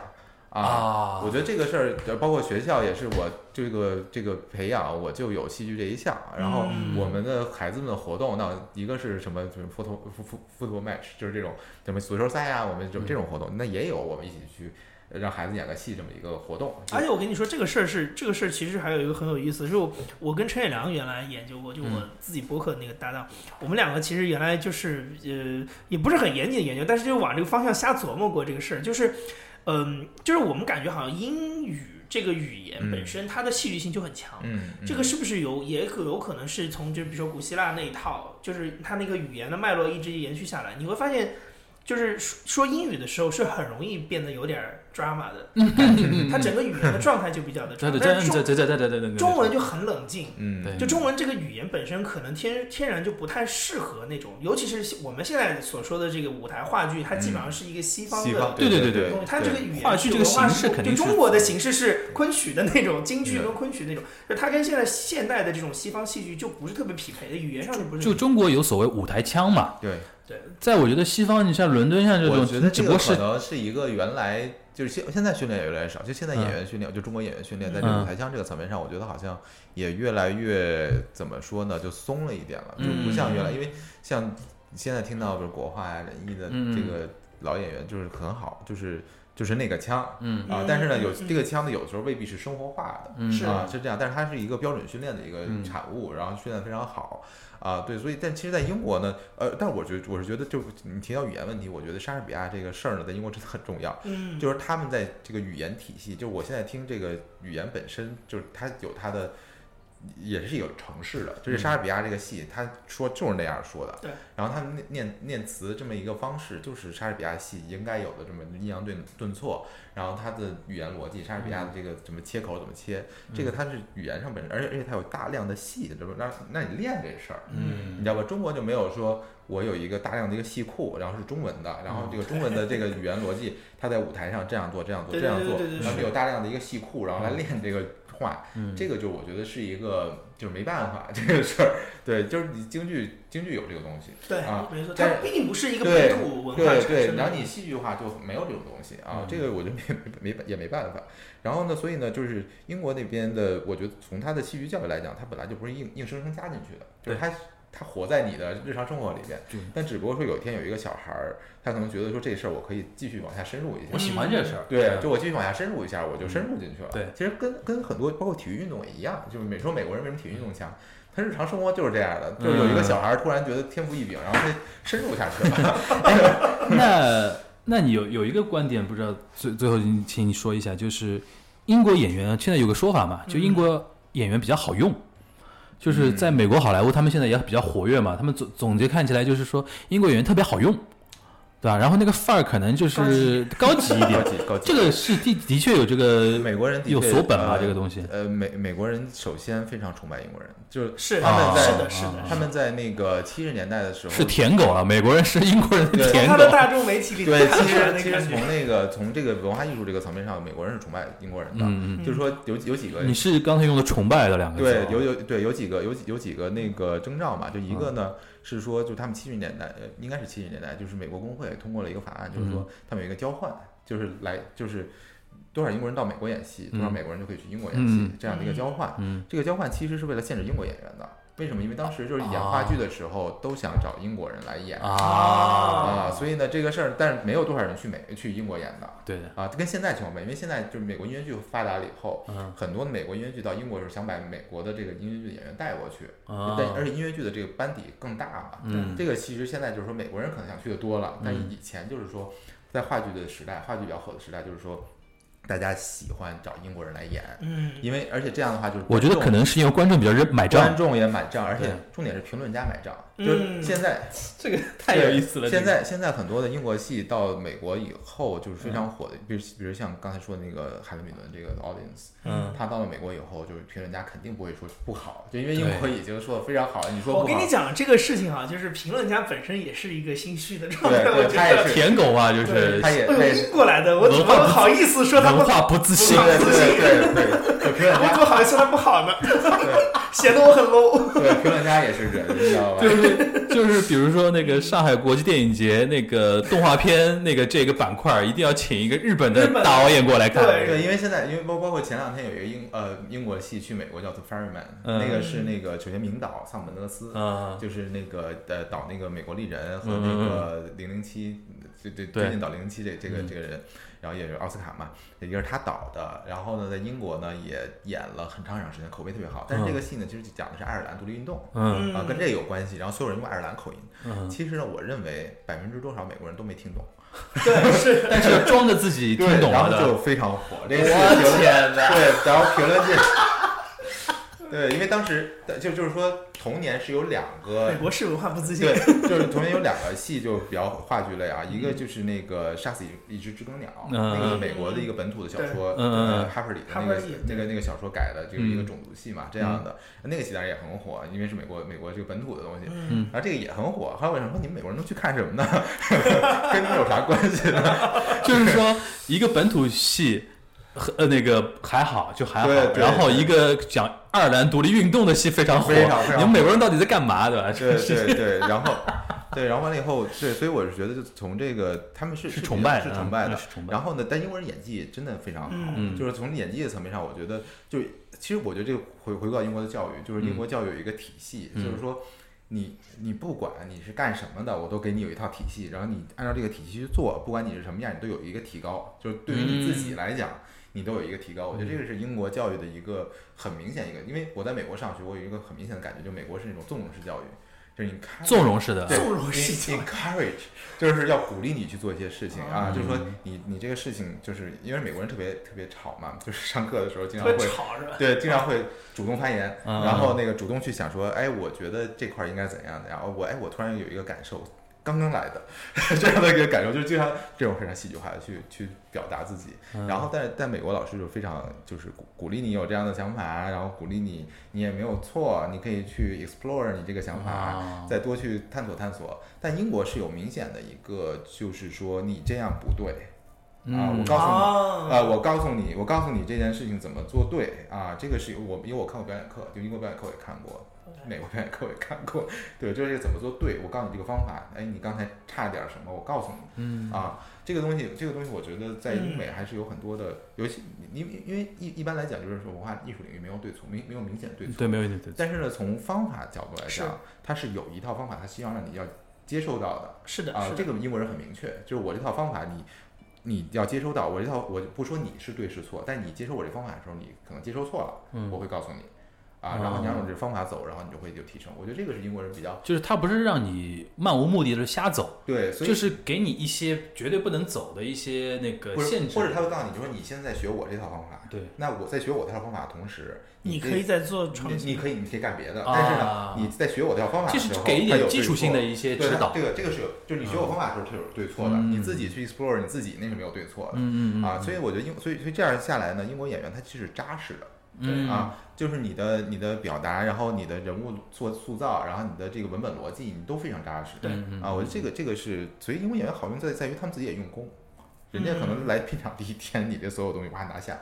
Speaker 3: 啊。
Speaker 2: 啊
Speaker 3: 我觉得这个事儿，呃包括学校也是我这个这个培养，我就有戏剧这一项。
Speaker 2: 嗯
Speaker 3: 然后我们的孩子们的活动，那一个是什么？就是 photo photo photo match，就是这种什么足球赛啊，我们这这种活动，那也有我们一起去呃让孩子演个戏这么一个活动。
Speaker 4: 而
Speaker 2: 哎
Speaker 4: 且我跟你说，这个事儿是这个事儿，其实还有一个很有意思，是我我跟陈伟良原来研究过，就
Speaker 3: 嗯
Speaker 4: 我自己播客那个搭档，我们两个其实原来就是呃，也不是很严谨的研究，但是就往这个方向瞎琢磨过这个事儿，就是嗯、就是我们感觉好像英语这个语言本身它的戏剧性就很强，
Speaker 3: 嗯，嗯
Speaker 4: 这个是不是有也可有可能是从就比如说古希腊那一套，就是它那个语言的脉络一直延续下来，你会发现。就是说说英语的时候是很容易变得有点儿 drama 的感觉，它整个语言的状态就比较的 drama，
Speaker 2: 嗯对对
Speaker 4: 但是
Speaker 2: 对
Speaker 4: 中
Speaker 2: 对对对对对对，
Speaker 4: 中文就很冷静，
Speaker 3: 嗯，
Speaker 2: 对
Speaker 4: 就中文这个语言本身可能天天然就不太适合那种，尤其是我们现在所说的这个舞台话剧，它基本上是一个西方
Speaker 3: 西
Speaker 4: 的
Speaker 3: 方
Speaker 2: 对对
Speaker 3: 对
Speaker 2: 对
Speaker 4: 东西，它这个语言
Speaker 2: 话剧这个
Speaker 4: 文化
Speaker 2: 形式肯定
Speaker 4: 对
Speaker 2: 是
Speaker 4: 中国的形式是昆曲的那种京剧
Speaker 3: 嗯
Speaker 4: 跟昆曲那种，就它跟现在现代的这种西方戏剧就不是特别匹配的，语言上就不是
Speaker 2: 就中国有所谓舞台腔嘛，
Speaker 3: 对。
Speaker 2: 在我觉得西方，你像伦敦像这
Speaker 3: 我
Speaker 2: 种，
Speaker 3: 觉得
Speaker 2: 只
Speaker 3: 这
Speaker 2: 不
Speaker 3: 个
Speaker 2: 过
Speaker 3: 可
Speaker 2: 是
Speaker 3: 能是一个原来就是现现在训练也越来越少，就现在演员训练，就中国演员训练在这个
Speaker 2: 嗯
Speaker 3: 舞台腔这个层面上，我觉得好像也越来越怎么说呢，就松了一点了，就
Speaker 2: 嗯
Speaker 3: 不像原来，因为像现在听到比如国话呀、人艺的
Speaker 2: 嗯
Speaker 3: 这个老演员就是很好，就是就是那个腔。
Speaker 2: 嗯
Speaker 3: 啊
Speaker 4: 嗯，
Speaker 3: 但是呢，有
Speaker 4: 嗯
Speaker 3: 这个腔呢，有时候未必是生活化的，
Speaker 2: 嗯
Speaker 4: 是
Speaker 3: 啊，是这样，但是它是一个标准训练的一个
Speaker 2: 嗯
Speaker 3: 产物，然后训练得非常好啊，对，所以但其实，在英国呢，呃，但我觉得我是觉得，就是你提到语言问题，我觉得莎士比亚这个事儿呢，在英国真的很重要，
Speaker 4: 嗯，
Speaker 3: 就是他们在这个语言体系，就是我现在听这个语言本身，就是它有它的。也是有程式的，就是莎士比亚这个戏，他说就是那样说的，
Speaker 4: 对。
Speaker 3: 然后他们念念念词这么一个方式，就是莎士比亚戏应该有的这么抑扬顿顿挫，然后他的语言逻辑，莎士比亚的这个怎么切口怎么切，这个它是语言上本身，而且而且它有大量的戏，这不那那你练这事儿，
Speaker 2: 嗯
Speaker 3: 你知道吧？中国就没有说我有一个大量的一个戏库，然后是中文的，
Speaker 4: 嗯
Speaker 3: 然后这个中文的这个语言逻辑，它在舞台上这样做，这样做，
Speaker 4: 对
Speaker 3: 这样
Speaker 4: 对
Speaker 3: 做
Speaker 4: 对对对，嗯
Speaker 3: 然后
Speaker 4: 是
Speaker 3: 有大量的一个戏库，然后来练这个话，这个就我觉得是一个就是没办法这个事儿，对，就是你京剧京剧有这个东西，
Speaker 4: 对
Speaker 3: 啊，
Speaker 4: 没错，它
Speaker 3: 但是
Speaker 4: 并不是一个
Speaker 3: 对
Speaker 4: 本土文化产
Speaker 3: 对
Speaker 4: 生
Speaker 3: 对，
Speaker 4: 的，
Speaker 3: 然后你戏剧化就没有这种东西啊，这个我觉得没 没没也没办法。然后呢，所以呢，就是英国那边的，我觉得从他的戏剧教育来讲，他本来就不是硬硬生生加进去的，就是他他活在你的日常生活里边
Speaker 2: 对。
Speaker 3: 但只不过说有一天有一个小孩儿，他可能觉得说这事儿我可以继续往下深入一下，
Speaker 2: 我喜欢这个事儿，
Speaker 3: 对，就我继续往下深入一下，我就深入进去了。
Speaker 2: 对，
Speaker 3: 其实跟跟很多包括体育运动也一样，就是美说美国人为什么体育运动强，他日常生活就是这样的， 就是有一个小孩儿突然觉得天赋异禀，然后他深入下去了。
Speaker 2: 那那你有有一个观点，不知道最最后你请你说一下，就是英国演员啊现在有个说法嘛，就
Speaker 3: 嗯
Speaker 2: 英国演员比较好用，就是在美国好莱坞他们现在也比较活跃嘛，他们总总结看起来就是说英国演员特别好用，对吧？然后那个范儿可能就是高级一
Speaker 3: 高
Speaker 2: 点，
Speaker 3: 级 高级。
Speaker 2: 这个是的的确有这个
Speaker 3: 呃美国人的确
Speaker 2: 有所本吧
Speaker 3: 呃
Speaker 2: 这个东西
Speaker 3: 呃，美美国人首先非常崇拜英国人，就是
Speaker 4: 是
Speaker 3: 他们
Speaker 2: 啊
Speaker 3: 在
Speaker 4: 是的，是的，
Speaker 3: 他们在那个七十年代的时候
Speaker 2: 是舔狗啊了，美国人是英国人的
Speaker 3: 对
Speaker 2: 舔
Speaker 4: 他
Speaker 2: 狗
Speaker 4: 的，大众媒体里
Speaker 3: 对，
Speaker 4: 看
Speaker 3: 其
Speaker 4: 出来
Speaker 3: 实
Speaker 4: 的
Speaker 3: 其实
Speaker 4: 感觉
Speaker 3: 从那个从这个文化艺术这个层面上，美国人是崇拜英国人的，
Speaker 2: 嗯
Speaker 3: 就是说有有几个
Speaker 2: 嗯，你是刚才用的崇拜的两个字
Speaker 3: 对
Speaker 2: 啊，
Speaker 3: 有有对有几个有几有几个那个征兆嘛，就一
Speaker 2: 嗯
Speaker 3: 个呢、是说，就他们七十年代，呃，应该是七十年代，就是美国工会通过了一个法案，就是
Speaker 2: 嗯
Speaker 3: 说他们有一个交换，就是来就是多少英国人到美国演戏，多少
Speaker 2: 嗯
Speaker 3: 美国人就可以去英国演戏、
Speaker 2: 嗯
Speaker 3: 这样的一个交换。
Speaker 2: 嗯
Speaker 3: 这个交换其实是为了限制英国演员的，为什么？因为当时就是演话剧的时候、都想找英国人来演
Speaker 2: 啊，
Speaker 3: 啊所以呢这个事儿，但是没有多少人去美去英国演的。
Speaker 2: 对的，
Speaker 3: 啊，跟现在情况不一样，因为现在就是美国音乐剧发达了以后，
Speaker 2: 嗯
Speaker 3: 很多美国音乐剧到英国的时候想把美国的这个音乐剧演员带过去，
Speaker 2: 啊
Speaker 3: 但而且音乐剧的这个班底更大嘛，
Speaker 2: 嗯
Speaker 3: 这个其实现在就是说美国人可能想去的多了，但是以前就是说在话剧的时代，话剧比较火的时代，就是说大家喜欢找英国人来演，
Speaker 4: 嗯，
Speaker 3: 因为而且这样的话就是
Speaker 2: 我觉得可
Speaker 3: 观众
Speaker 2: 能是因为观众比较认买账
Speaker 3: 观，众也买账，而且
Speaker 2: 对
Speaker 3: 重点是评论家买账，就
Speaker 4: 嗯
Speaker 3: 是现在
Speaker 2: 这个
Speaker 3: 对现在现在很多的英国戏到美国以后就是非常火的，比如比如像刚才说的那个海伦米伦这个 audience，
Speaker 2: 嗯
Speaker 3: 他到了美国以后，就是评论家肯定不会说不好，就因为英国已经说的非常好，你说
Speaker 4: 我
Speaker 3: 不
Speaker 4: 跟
Speaker 3: 好
Speaker 4: 你，讲这个事情哈，就是评论家本身也是一个心虚的状态，我
Speaker 3: 对对，
Speaker 4: 觉
Speaker 3: 他
Speaker 4: 得
Speaker 3: 也是，
Speaker 2: 舔狗啊，就
Speaker 4: 对
Speaker 2: 是
Speaker 3: 他也他
Speaker 4: 哎
Speaker 3: 也
Speaker 4: 呦，
Speaker 3: 是，
Speaker 4: 英国来的，我怎
Speaker 2: 文化
Speaker 4: 么
Speaker 2: 不
Speaker 4: 好意思说他不
Speaker 2: 文
Speaker 4: 好？
Speaker 2: 化不自信
Speaker 3: 对，对对对对，对评论
Speaker 4: 我
Speaker 3: 家
Speaker 4: 怎么好意思说他不好呢？
Speaker 3: 对
Speaker 4: 显得我很 low。
Speaker 3: 对评论家也是人，你知道 吧？
Speaker 2: 就是就是，比如说那个上海国际电影节那个动画片那个这个板块，一定要请一个日本的
Speaker 4: 日本的
Speaker 2: 导演过来看。
Speaker 4: 对
Speaker 3: 对，因为现在，因为包包括前两天有一个英呃英国戏去美国叫《The Ferryman》，
Speaker 2: 嗯
Speaker 3: 那个是那个首先名导萨姆门德斯，
Speaker 2: 嗯
Speaker 3: 就是那个呃导那个美国丽人和
Speaker 2: 嗯
Speaker 3: 那
Speaker 2: 嗯
Speaker 3: 个零零七，对对，
Speaker 2: 对
Speaker 3: 最近导零零七这这个
Speaker 2: 嗯
Speaker 3: 这个人，然后也是奥斯卡嘛，一个是他导的，然后呢在英国呢也演了很长很长时间，口碑特别好。但是这个戏呢，其实讲的是爱尔兰独立运动。
Speaker 2: 嗯
Speaker 3: 啊，跟这个有关系，然后所有人用爱尔兰口音。
Speaker 2: 嗯，
Speaker 3: 其实呢，我认为百分之多少美国人都没听懂，
Speaker 4: 对， 是
Speaker 2: 但是装着自己听懂
Speaker 3: 然
Speaker 2: 了
Speaker 3: 后
Speaker 2: 的。
Speaker 3: 就非常火。这个
Speaker 2: 我天哪！
Speaker 3: 对，然后评论 界，对，因为当时就就是说，童年是有两 个
Speaker 4: 哎美国是文化不自信
Speaker 3: 对。，就是童年有两个戏就比较话剧类啊，一个就是那个杀死一只知更鸟，
Speaker 2: 嗯
Speaker 3: 那个是美国的一个本土的小说，
Speaker 2: 对嗯嗯
Speaker 3: 呃，哈弗里的那
Speaker 4: 哈
Speaker 3: 个
Speaker 4: 弗里
Speaker 3: 那个那个小说改的，就是一个
Speaker 2: 嗯
Speaker 3: 种族戏嘛，这样的，那个戏当然也很火，因为是美国美国这个本土的东西。
Speaker 4: 嗯
Speaker 2: 嗯
Speaker 3: 然后这个也很火，还有人说你们美国人都去看什么呢？ 跟你们有啥关系呢？
Speaker 2: 就是说一个本土戏。和呃，那个还好，就还好。
Speaker 3: 对对
Speaker 2: 然后一个讲爱尔兰独立运动的戏非常火，
Speaker 3: 非常非常火
Speaker 2: 你们美国人到底在干嘛，对吧？
Speaker 3: 对对对，然后对，然后完了以后，对，所以我是觉得，就从这个他们是
Speaker 2: 是
Speaker 3: 比
Speaker 2: 崇
Speaker 3: 较
Speaker 2: 拜
Speaker 3: 是
Speaker 2: 的
Speaker 3: 崇拜
Speaker 2: 嗯
Speaker 3: 的
Speaker 2: 是，崇拜
Speaker 3: 然后呢，但英国人演技真的非常好，
Speaker 2: 嗯
Speaker 3: 就是从演技的层面上，我觉得就是其实我觉得这个回回归到英国的教育，就是英
Speaker 2: 嗯
Speaker 3: 国教育有一个体系，就是说。你你不管你是干什么的，我都给你有一套体系，然后你按照这个体系去做，不管你是什么样，你都有一个提高。就是对于你自
Speaker 2: 嗯
Speaker 3: 己来讲，你都有一个提高。我觉得这个是英国教育的一个很明显一个，因为我在美国上学，我有一个很明显的感觉，就美国是那种纵容式教育，就是你看
Speaker 2: 纵容式的，
Speaker 3: 对
Speaker 4: 纵容式
Speaker 3: en- encourage 就是要鼓励你去做一些事情啊，
Speaker 4: 嗯
Speaker 3: 就是说你你这个事情，就是因为美国人特别特别吵嘛，就是上课的时候经常
Speaker 4: 特
Speaker 3: 会
Speaker 4: 别吵是吧？
Speaker 3: 对经常会主动发言，
Speaker 2: 嗯
Speaker 3: 然后那个主动去想说，哎，我觉得这块儿应该怎样怎样，我哎我突然有一个感受，刚刚来的 这样的一个感受，就是经常这种非常戏剧化的去去表达自己，
Speaker 4: 嗯
Speaker 3: 然后但是在美国老师就非常就是鼓鼓励你有这样的想法，啊然后鼓励你你也没有错，你可以去 explore 你这个想法。
Speaker 2: 啊，
Speaker 3: 再多去探索探索。但英国是有明显的一个，就是说你这样不对啊，我
Speaker 2: 嗯
Speaker 3: 告诉你。
Speaker 4: 啊，
Speaker 3: 呃，我告诉你，我告诉你这件事情怎么做对啊！这个是我，因为我看过表演课，就英国表演课我也看过，美国表演课我也看过，对，就是怎么做对。我告诉你这个方法，哎，你刚才差点什么，我告诉你，嗯啊，这个东西，这个东西，我觉得在英
Speaker 2: 嗯
Speaker 3: 美还是有很多的，尤其因为因为一一般来讲就是说文化艺术领域没有对错，没没有明显对错，
Speaker 2: 对，没有对对，
Speaker 3: 但是呢，从方法角度来
Speaker 4: 是
Speaker 3: 讲，它是有一套方法，它希望让你要接收到的
Speaker 4: 是的，
Speaker 3: 啊
Speaker 4: 是。
Speaker 3: 这
Speaker 4: 的，
Speaker 3: 个英国人很明确，就是我这套方法你，你要接收到，我这套我不说你是对是错，但你接收我这方法的时候，你可能接收错了，我会告诉你。啊，然后你按照这方法走，然后你就会有提成。我觉得这个是英国人比较
Speaker 2: 就是他不是让你漫无目的的瞎走，
Speaker 3: 对，所以
Speaker 2: 就是给你一些绝对不能走的一些那个
Speaker 3: 或者
Speaker 2: 限制，
Speaker 3: 或者他会告诉你，就说你现在学我这套方法，
Speaker 2: 对，
Speaker 3: 那我在学我这套方法的同时，
Speaker 4: 你
Speaker 3: 可
Speaker 4: 可以在做创
Speaker 3: 你
Speaker 4: 新
Speaker 3: 你。可以你可以干别的，
Speaker 2: 啊
Speaker 3: 但是呢，你在学我这套方法
Speaker 2: 就
Speaker 3: 的时
Speaker 2: 是
Speaker 3: 候，
Speaker 2: 给一
Speaker 3: 它有
Speaker 2: 点
Speaker 3: 对
Speaker 2: 基础性的
Speaker 3: 错
Speaker 2: 一些
Speaker 3: 对
Speaker 2: 指
Speaker 3: 它
Speaker 2: 导
Speaker 3: 这。个这个是有，就是你学我方法的时候是有对错的，
Speaker 2: 嗯
Speaker 3: 你自己去 explore，你自己那是没有对错的。
Speaker 2: 嗯嗯嗯
Speaker 3: 啊，所以我觉得英，所以所以这样下来呢，英国演员他其实是扎实的，
Speaker 2: 嗯
Speaker 3: 啊，就是你的你的表达，然后你的人物做塑造，然后你的这个文本逻辑，你都非常扎实。
Speaker 4: 对
Speaker 2: 嗯
Speaker 3: 啊，我觉得这个这个是，所以英国演员好用在在于他们自己也用功，人家可
Speaker 2: 嗯
Speaker 3: 能来片场第一天，你这所有东西哇拿下，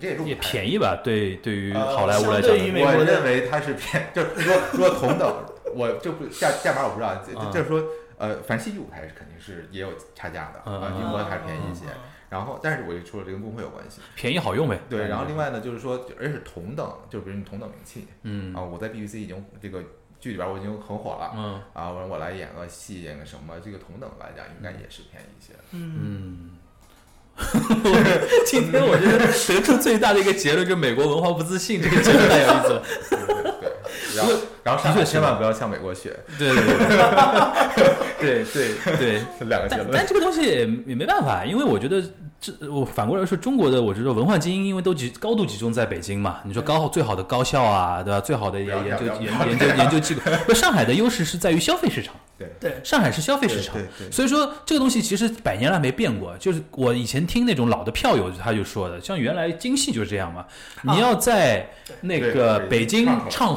Speaker 3: 这也是
Speaker 2: 也
Speaker 3: 我
Speaker 2: 便宜吧？对，对于
Speaker 3: 呃
Speaker 2: 好莱坞来
Speaker 4: 相对于
Speaker 2: 讲，
Speaker 4: 美国
Speaker 3: 我
Speaker 4: 人
Speaker 3: 认为他是偏，就是如果如果同等，我这不价价码我不知道，
Speaker 2: 嗯
Speaker 3: 就就是说，呃，反正戏剧舞台是肯定是也有差价的，
Speaker 2: 嗯
Speaker 3: 啊，英国还是便宜一些。
Speaker 2: 啊
Speaker 4: 嗯
Speaker 3: 然后，但是我就说了，这跟工会有关系。
Speaker 2: 便宜好用呗。
Speaker 3: 对，然后另外呢，就是说，而且是同等，就是比如你同等名气
Speaker 2: 嗯
Speaker 3: 啊，我在 BBC 已经这个剧里边我已经很火了
Speaker 2: 嗯
Speaker 3: 啊，我我来演个戏，演个什么，这个同等来讲应该也是便宜一些的。
Speaker 4: 嗯，
Speaker 2: 嗯。 今天我觉得得出最大的一个结论就是美国文化不自信，这个真的太有意思了。
Speaker 3: 对 对，然后然后上
Speaker 2: 嗯的
Speaker 3: 海
Speaker 2: 确是
Speaker 3: 千万不要向美国学，
Speaker 2: 对对对对对对，
Speaker 3: 两个结
Speaker 2: 但
Speaker 3: 论。
Speaker 2: 但这个东西也也没办法，因为我觉得这我反过来说，中国的我觉得文化精英因为都集高度集中在北京嘛，你说高最好的高校啊，对吧？最好的研
Speaker 3: 不要这
Speaker 2: 研
Speaker 3: 样
Speaker 2: 究
Speaker 3: 不
Speaker 2: 研
Speaker 3: 要这
Speaker 2: 研究
Speaker 3: 样
Speaker 2: 研究机构，不上海的优势是在于消费市场，
Speaker 4: 对，
Speaker 2: 上海是消费市场
Speaker 3: 对，对
Speaker 2: 所以说这个东西其实百年来没变过，就是我以前听那种老的票友他就说的，像原来京戏就是这样嘛，
Speaker 4: 啊
Speaker 2: 你要在那个
Speaker 3: 对
Speaker 2: 北京
Speaker 3: 唱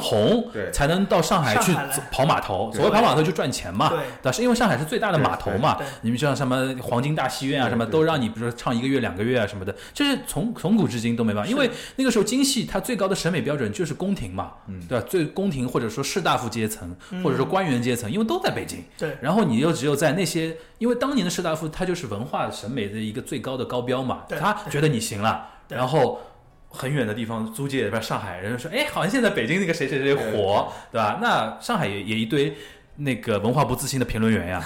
Speaker 2: 唱
Speaker 3: 红
Speaker 2: 红，
Speaker 3: 对
Speaker 2: 才能到上海去
Speaker 4: 上海来
Speaker 2: 走跑码头，
Speaker 3: 对
Speaker 2: 所谓跑码头就赚钱嘛
Speaker 4: 对，
Speaker 2: 但是因为上海是最大的码头嘛
Speaker 4: 对对，
Speaker 2: 你们像什么黄金大戏院啊
Speaker 3: 对
Speaker 2: 什么，
Speaker 3: 对
Speaker 2: 都让你比如说唱一个月两个月啊什么的，就是从从古至今都没
Speaker 3: 嗯
Speaker 2: 办法，因为那个时候京戏它最高的审美标准就是宫廷嘛，
Speaker 3: 嗯
Speaker 2: 对吧？最宫廷或者说士大夫阶层
Speaker 4: 嗯
Speaker 2: 或者说官员阶层，因为都在北京，
Speaker 4: 对
Speaker 2: 然后你又只有在那些，因为当年的士大夫他就是文化审美的一个最高的高标嘛，
Speaker 4: 对
Speaker 2: 他觉得你行了，
Speaker 4: 对
Speaker 2: 然后很远的地方租界，不是上海人说，哎，好像现在北京那个谁谁谁火，对吧？那上海也也一堆那个文化不自信的评论 员呀，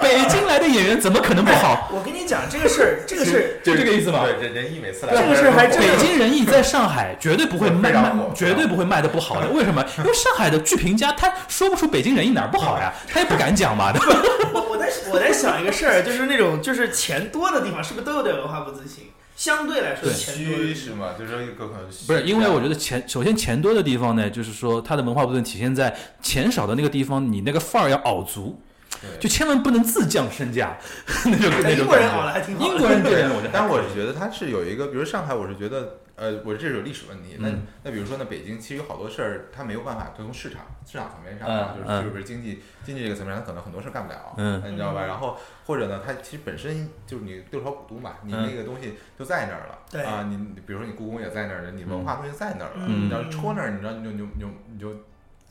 Speaker 2: 北京来的演员怎么可能不好？
Speaker 4: 我跟你讲这个事儿，这个事儿，
Speaker 2: 就这个意思吧
Speaker 3: 对，人人艺每次来
Speaker 4: 这个事儿还真的
Speaker 2: 北京人艺在上海绝对不会卖
Speaker 3: 非常
Speaker 2: 卖
Speaker 3: 火，
Speaker 2: 绝对不会卖的不好的。为什么？因为上海的剧评家他说不出北京人艺哪儿不 好呀，他也不敢讲嘛，对吧？
Speaker 4: 我我在我在想一个事儿，就是那种就是钱多的地方，是不是都有点文化不自信？相对来说，
Speaker 2: 对
Speaker 4: 钱多的地
Speaker 3: 虚
Speaker 4: 方
Speaker 3: 是吗？就是说啊有可能
Speaker 2: 不是，因为我觉
Speaker 3: 得
Speaker 2: 得钱，首先钱多的地方呢，就是说它的文化部分体现在钱少的那个地方，你那个范儿要熬足，就千万不能自降身价 那种
Speaker 4: 但
Speaker 2: 那
Speaker 4: 英
Speaker 2: 种
Speaker 4: 国人熬
Speaker 2: 感
Speaker 4: 了还挺
Speaker 2: 觉。
Speaker 4: 好的。
Speaker 2: 英国人 这人，我觉得还
Speaker 3: 但我是觉得它是有一个，比如上海，我是觉得，呃，我这是有历史问题。那、
Speaker 2: 嗯
Speaker 3: 那比如说呢，北京其实有好多事儿，它没有办法从市场市场层面上，
Speaker 2: 嗯
Speaker 3: 就是
Speaker 2: 嗯
Speaker 3: 就是比如经济经济这个层面上，它可能很多事儿干不了，
Speaker 2: 嗯，
Speaker 3: 你知道吧？
Speaker 4: 嗯
Speaker 3: 然后或者呢，它其实本身就是你六朝古都嘛，你
Speaker 2: 嗯
Speaker 3: 那个东西就在那儿了，
Speaker 4: 对
Speaker 3: 啊，你你比如说你故宫也在那儿，你文化东西在那儿了，
Speaker 4: 嗯
Speaker 3: 你要戳那儿，你知道你就你就你就你就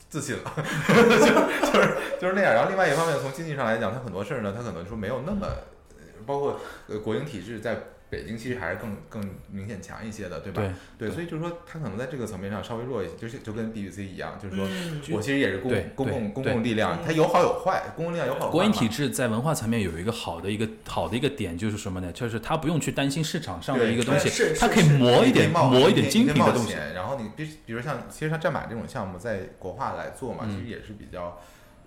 Speaker 3: 自信了， 就就是就是那样。然后另外一方面，从经济上来讲，它很多事儿呢，它可能说没有那么，呃包括呃国营体制在北京其实还是更更明显强一些的，对吧？
Speaker 2: 对
Speaker 3: 对，所以就是说，它可能在这个层面上稍微弱一些，就是就跟 BBC 一样，就是说。
Speaker 4: 嗯，
Speaker 3: 我其实也是公
Speaker 2: 对
Speaker 3: 公共
Speaker 2: 对
Speaker 3: 公
Speaker 2: 对
Speaker 3: 共力量，它有好有坏，公共力量有好有坏嘛。
Speaker 2: 国营体制在文化层面有一个好的一个好的一个点，就是什么呢？就是他不用去担心市场上的一个东
Speaker 4: 对是
Speaker 2: 西，
Speaker 4: 是
Speaker 2: 他可以
Speaker 4: 是
Speaker 2: 磨一
Speaker 3: 你可以
Speaker 2: 点
Speaker 3: 冒
Speaker 2: 磨一
Speaker 3: 你可以
Speaker 2: 点精
Speaker 3: 你可
Speaker 2: 品
Speaker 3: 以冒
Speaker 2: 的东西。
Speaker 3: 险然后你比比如像其实像战马这种项目，在国画来做嘛，
Speaker 2: 嗯
Speaker 3: 其实也是比较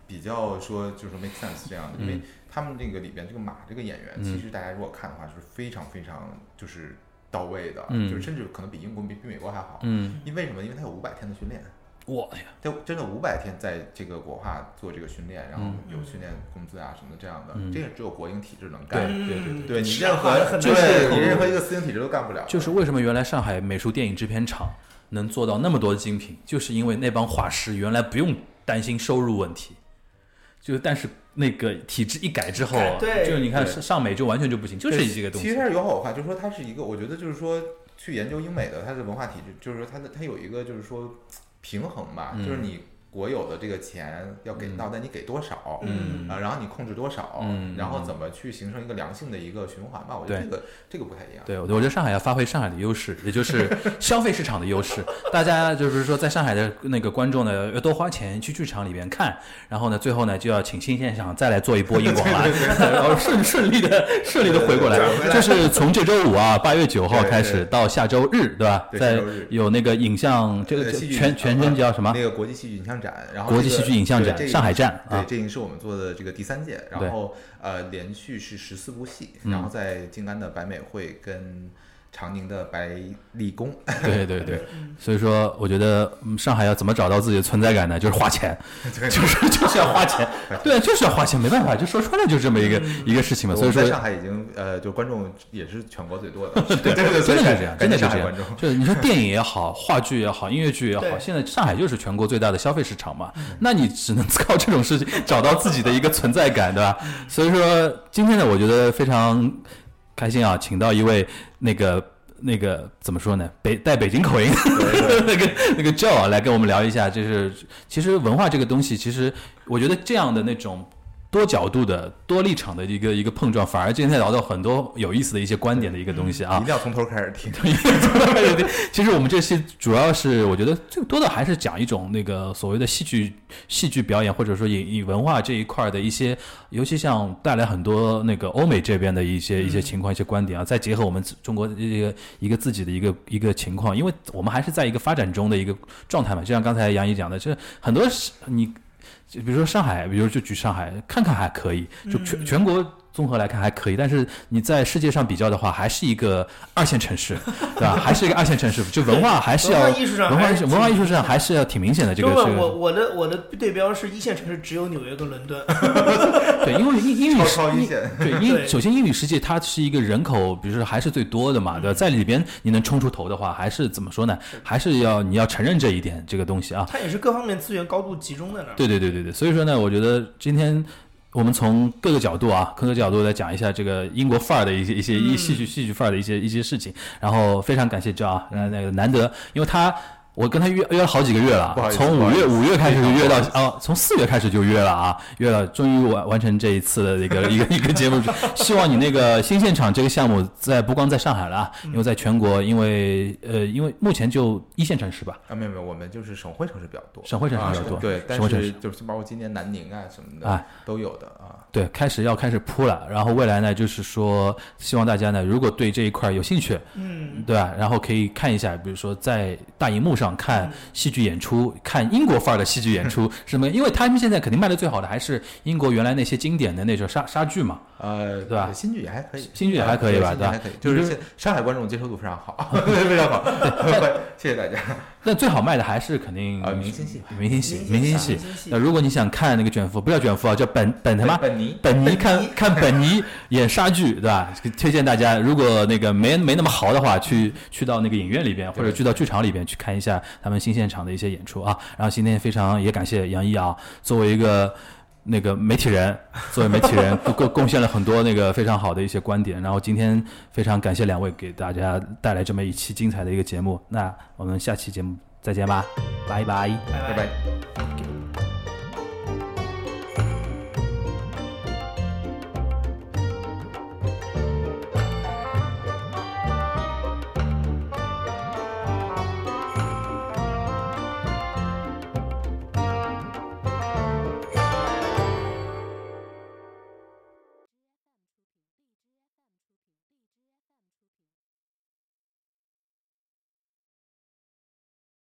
Speaker 3: 比较说就是 make sense 这样的，
Speaker 2: 嗯
Speaker 3: 因为他们这个里边这个马这个演员，其实大家如果看的话是非常非常就是到位的，
Speaker 2: 嗯
Speaker 3: 就是甚至可能比英国比比美国还好。
Speaker 2: 嗯，
Speaker 3: 因为什么？因为他有五百天的训练，
Speaker 2: 我呀，
Speaker 3: 他真的五百天在这个国画做这个训练，然后有训练工资啊什么的这样的，
Speaker 2: 嗯
Speaker 3: 这个只有国营体制能
Speaker 2: 对
Speaker 3: 干。
Speaker 2: 对对对。啊
Speaker 3: 对你
Speaker 4: 是
Speaker 3: 任何
Speaker 4: 很很难
Speaker 3: 对
Speaker 4: 说
Speaker 3: 你任何一个私营体制都干不了的，
Speaker 2: 就是为什么原来上海美术电影制片厂能做到那么多的精品，就是因为那帮画师原来不用担心收入问题，就但是那个体制一改之后啊，
Speaker 4: 对
Speaker 2: 就是你看
Speaker 3: 对
Speaker 2: 上上美就完全就不行，就是
Speaker 3: 对
Speaker 2: 这个东
Speaker 3: 其
Speaker 2: 西
Speaker 3: 实。它是有好有坏，就是说它是一个，我觉得就是说去研究英美的它的文化体制，就是说它的它有一个就是说平衡吧，
Speaker 2: 嗯
Speaker 3: 就是你国有的这个钱要给到，但你给多少？
Speaker 4: 嗯
Speaker 3: 啊，然后你控制多少
Speaker 2: 嗯，
Speaker 3: 然后怎么去形成一个良性的一个循环吧？我觉得
Speaker 2: 对
Speaker 3: 这个这个不太一样。
Speaker 2: 对，我觉得上海要发挥上海的优势，也就是消费市场的优势。大家就是说，在上海的那个观众呢，要多花钱去剧场里边看，然后呢，最后呢就要请新现场再来做一波硬广啦，然后顺顺利的顺利的回过来
Speaker 3: 对对对。对
Speaker 2: 就是从这周五啊，八月九号
Speaker 3: 对对
Speaker 2: 开始
Speaker 3: 对
Speaker 2: 到下周日，对吧？
Speaker 3: 对下
Speaker 2: 在
Speaker 3: 周日
Speaker 2: 有那个影像，这个
Speaker 3: 呃
Speaker 2: 这
Speaker 3: 戏剧
Speaker 2: 全全称叫什么
Speaker 3: 那？个国际戏剧影像展，然后
Speaker 2: 国
Speaker 3: 这
Speaker 2: 际
Speaker 3: 个
Speaker 2: 戏剧影像
Speaker 3: 对
Speaker 2: 展
Speaker 3: 这个
Speaker 2: 上海站啊
Speaker 3: 对，这已经是我们做的这个第三届，
Speaker 2: 对嗯
Speaker 3: 然后呃，连续是十四部戏，然后在静安的百美汇跟长宁的白丽宫，
Speaker 2: 对对对，所以说我觉得嗯上海要怎么找到自己的存在感呢？就是花钱，就是就是要花钱，对，就是要花钱，没办法，就说穿了就是这么一个一个事情嘛。所以
Speaker 3: 我
Speaker 2: 说
Speaker 3: 们在，上海已经呃，就观众也是全国最多的， 对对对，
Speaker 2: 真的是这样，
Speaker 3: 感
Speaker 2: 真的
Speaker 3: 谢
Speaker 2: 是这
Speaker 3: 上海
Speaker 2: 样
Speaker 3: 观众。。
Speaker 2: 就是你说电影也好， 话剧也好，音乐剧也好，
Speaker 4: 对
Speaker 2: 现在上海就是全国最大的消费市场嘛，那你只能靠这种事情找到自己的一个存在感，对吧？所以说今天呢，我觉得非常开心啊，请到一位那个。那个怎么说呢？北带北京口音， 那个那个 Joe 啊，来跟我们聊一下，就是其实文化这个东西，其实我觉得这样的那种多角度的、多立场的一个一个碰撞，反而今天聊到很多有意思的一些观点的一个东西啊
Speaker 3: 一定。要从头开始 听，
Speaker 2: 对对对， 其实我们这期主要是我觉得最多的还是讲一种那个所谓的戏剧戏剧表演，或者说影影文化这一块儿的一些，尤其像带来很多那个欧美这边的一些一些情况、一些观点啊，再结合我们自中国的这个一个自己的一个一个情况，因为我们还是在一个发展中的一个状态嘛，就像刚才杨怡讲的，就是很多是你。就比如说上海，比如就举上海看看还可以，就
Speaker 4: 嗯
Speaker 2: 全全国综合来看还可以，但是你在世界上比较的话，还是一个二线城 市，对吧？还是一个二线城市，就文化还是要
Speaker 4: 文化艺术上
Speaker 2: 文化
Speaker 4: 还
Speaker 2: 艺
Speaker 4: 是
Speaker 2: 术文化艺术上还是要挺明显的这个
Speaker 4: 中
Speaker 2: 这
Speaker 4: 文，我
Speaker 2: 个，
Speaker 4: 我的我的对标是一线城市，只有纽约跟伦敦。
Speaker 2: 对，因为英英语
Speaker 3: 超
Speaker 2: 是
Speaker 3: 超一
Speaker 2: 英
Speaker 3: 线。
Speaker 2: 对，英
Speaker 4: 对
Speaker 2: 首先英语世界它是一个人口，比如说还是最多的
Speaker 4: 嗯
Speaker 2: 嘛，对吧？在里边你能冲出头的话，还是怎么说呢？还是要你要承认这一点这个东西啊。
Speaker 4: 它也是各方面资源高度集中在那儿。
Speaker 2: 对对对对对，所以说呢，我觉得今天我们从各个角度啊，各个角度来讲一下这个英国范儿的一些一些
Speaker 3: 嗯
Speaker 2: 一戏剧戏剧范儿的一些一些事情。然后非常感谢 j 啊，呃那个难得，因为他。我跟他约约了好几个月了
Speaker 3: 不好，意思
Speaker 2: 从
Speaker 3: 不
Speaker 2: 五
Speaker 3: 好意
Speaker 2: 月
Speaker 3: 思
Speaker 2: 五月开始
Speaker 3: 非
Speaker 2: 就
Speaker 3: 常
Speaker 2: 约
Speaker 3: 不
Speaker 2: 到
Speaker 3: 好
Speaker 2: 啊，从四月开始就约了啊，约了，终于完完成这一次的一个一个一个节目。希望你那个新现场这个项目在不光在上海了啊，因为在全国，因为呃，因为目前就一线城市吧，
Speaker 3: 啊，没有没有，我们就是省会城市比较多，
Speaker 2: 省会城市
Speaker 3: 啊
Speaker 2: 比较多
Speaker 3: 对，
Speaker 2: 省会
Speaker 3: 但
Speaker 2: 城
Speaker 3: 是
Speaker 2: 市
Speaker 3: 就是包括今年南宁啊什么的
Speaker 2: 哎
Speaker 3: 都有的啊。
Speaker 2: 对，开始要开始铺了，然后未来呢，就是说，希望大家呢，如果对这一块儿有兴趣，
Speaker 4: 嗯，
Speaker 2: 对吧？然后可以看一下，比如说在大荧幕上
Speaker 4: 嗯
Speaker 2: 看戏剧演出，看英国范儿的戏剧演 出什么，因为他们现在肯定卖的最好的还是英国原来那些经典的那种莎莎剧嘛，
Speaker 3: 呃，
Speaker 2: 对吧
Speaker 3: 新剧也还可以，
Speaker 2: 新剧也还可以吧
Speaker 3: 啊对
Speaker 2: 对吧
Speaker 3: 新剧还可以，就是现上海观众接受度非常好， 非常好， 谢谢大家。
Speaker 2: 那最好卖的还是肯定
Speaker 3: 啊明星戏，
Speaker 2: 明星戏，明星
Speaker 4: 明星
Speaker 2: 戏
Speaker 4: 戏啊明星戏。
Speaker 2: 那如果你想看那个卷福，不叫卷福啊，叫本本他妈
Speaker 3: 本尼，
Speaker 2: 本尼看看本尼演莎剧，对吧？推荐大家，如果那个没没那么豪的话，去去到那个影院里边，或者去到剧场里边去看一下他们新现场的一些演出啊。然后今天非常也感谢杨毅啊，作为一个。那个媒体人，作为媒体人 贡贡贡献了很多那个非常好的一些观点，然后今天非常感谢两位给大家带来这么一期精彩的一
Speaker 4: 哎
Speaker 2: 个节目，那我们下期节目再见吧，拜拜。
Speaker 4: 拜
Speaker 3: 拜拜。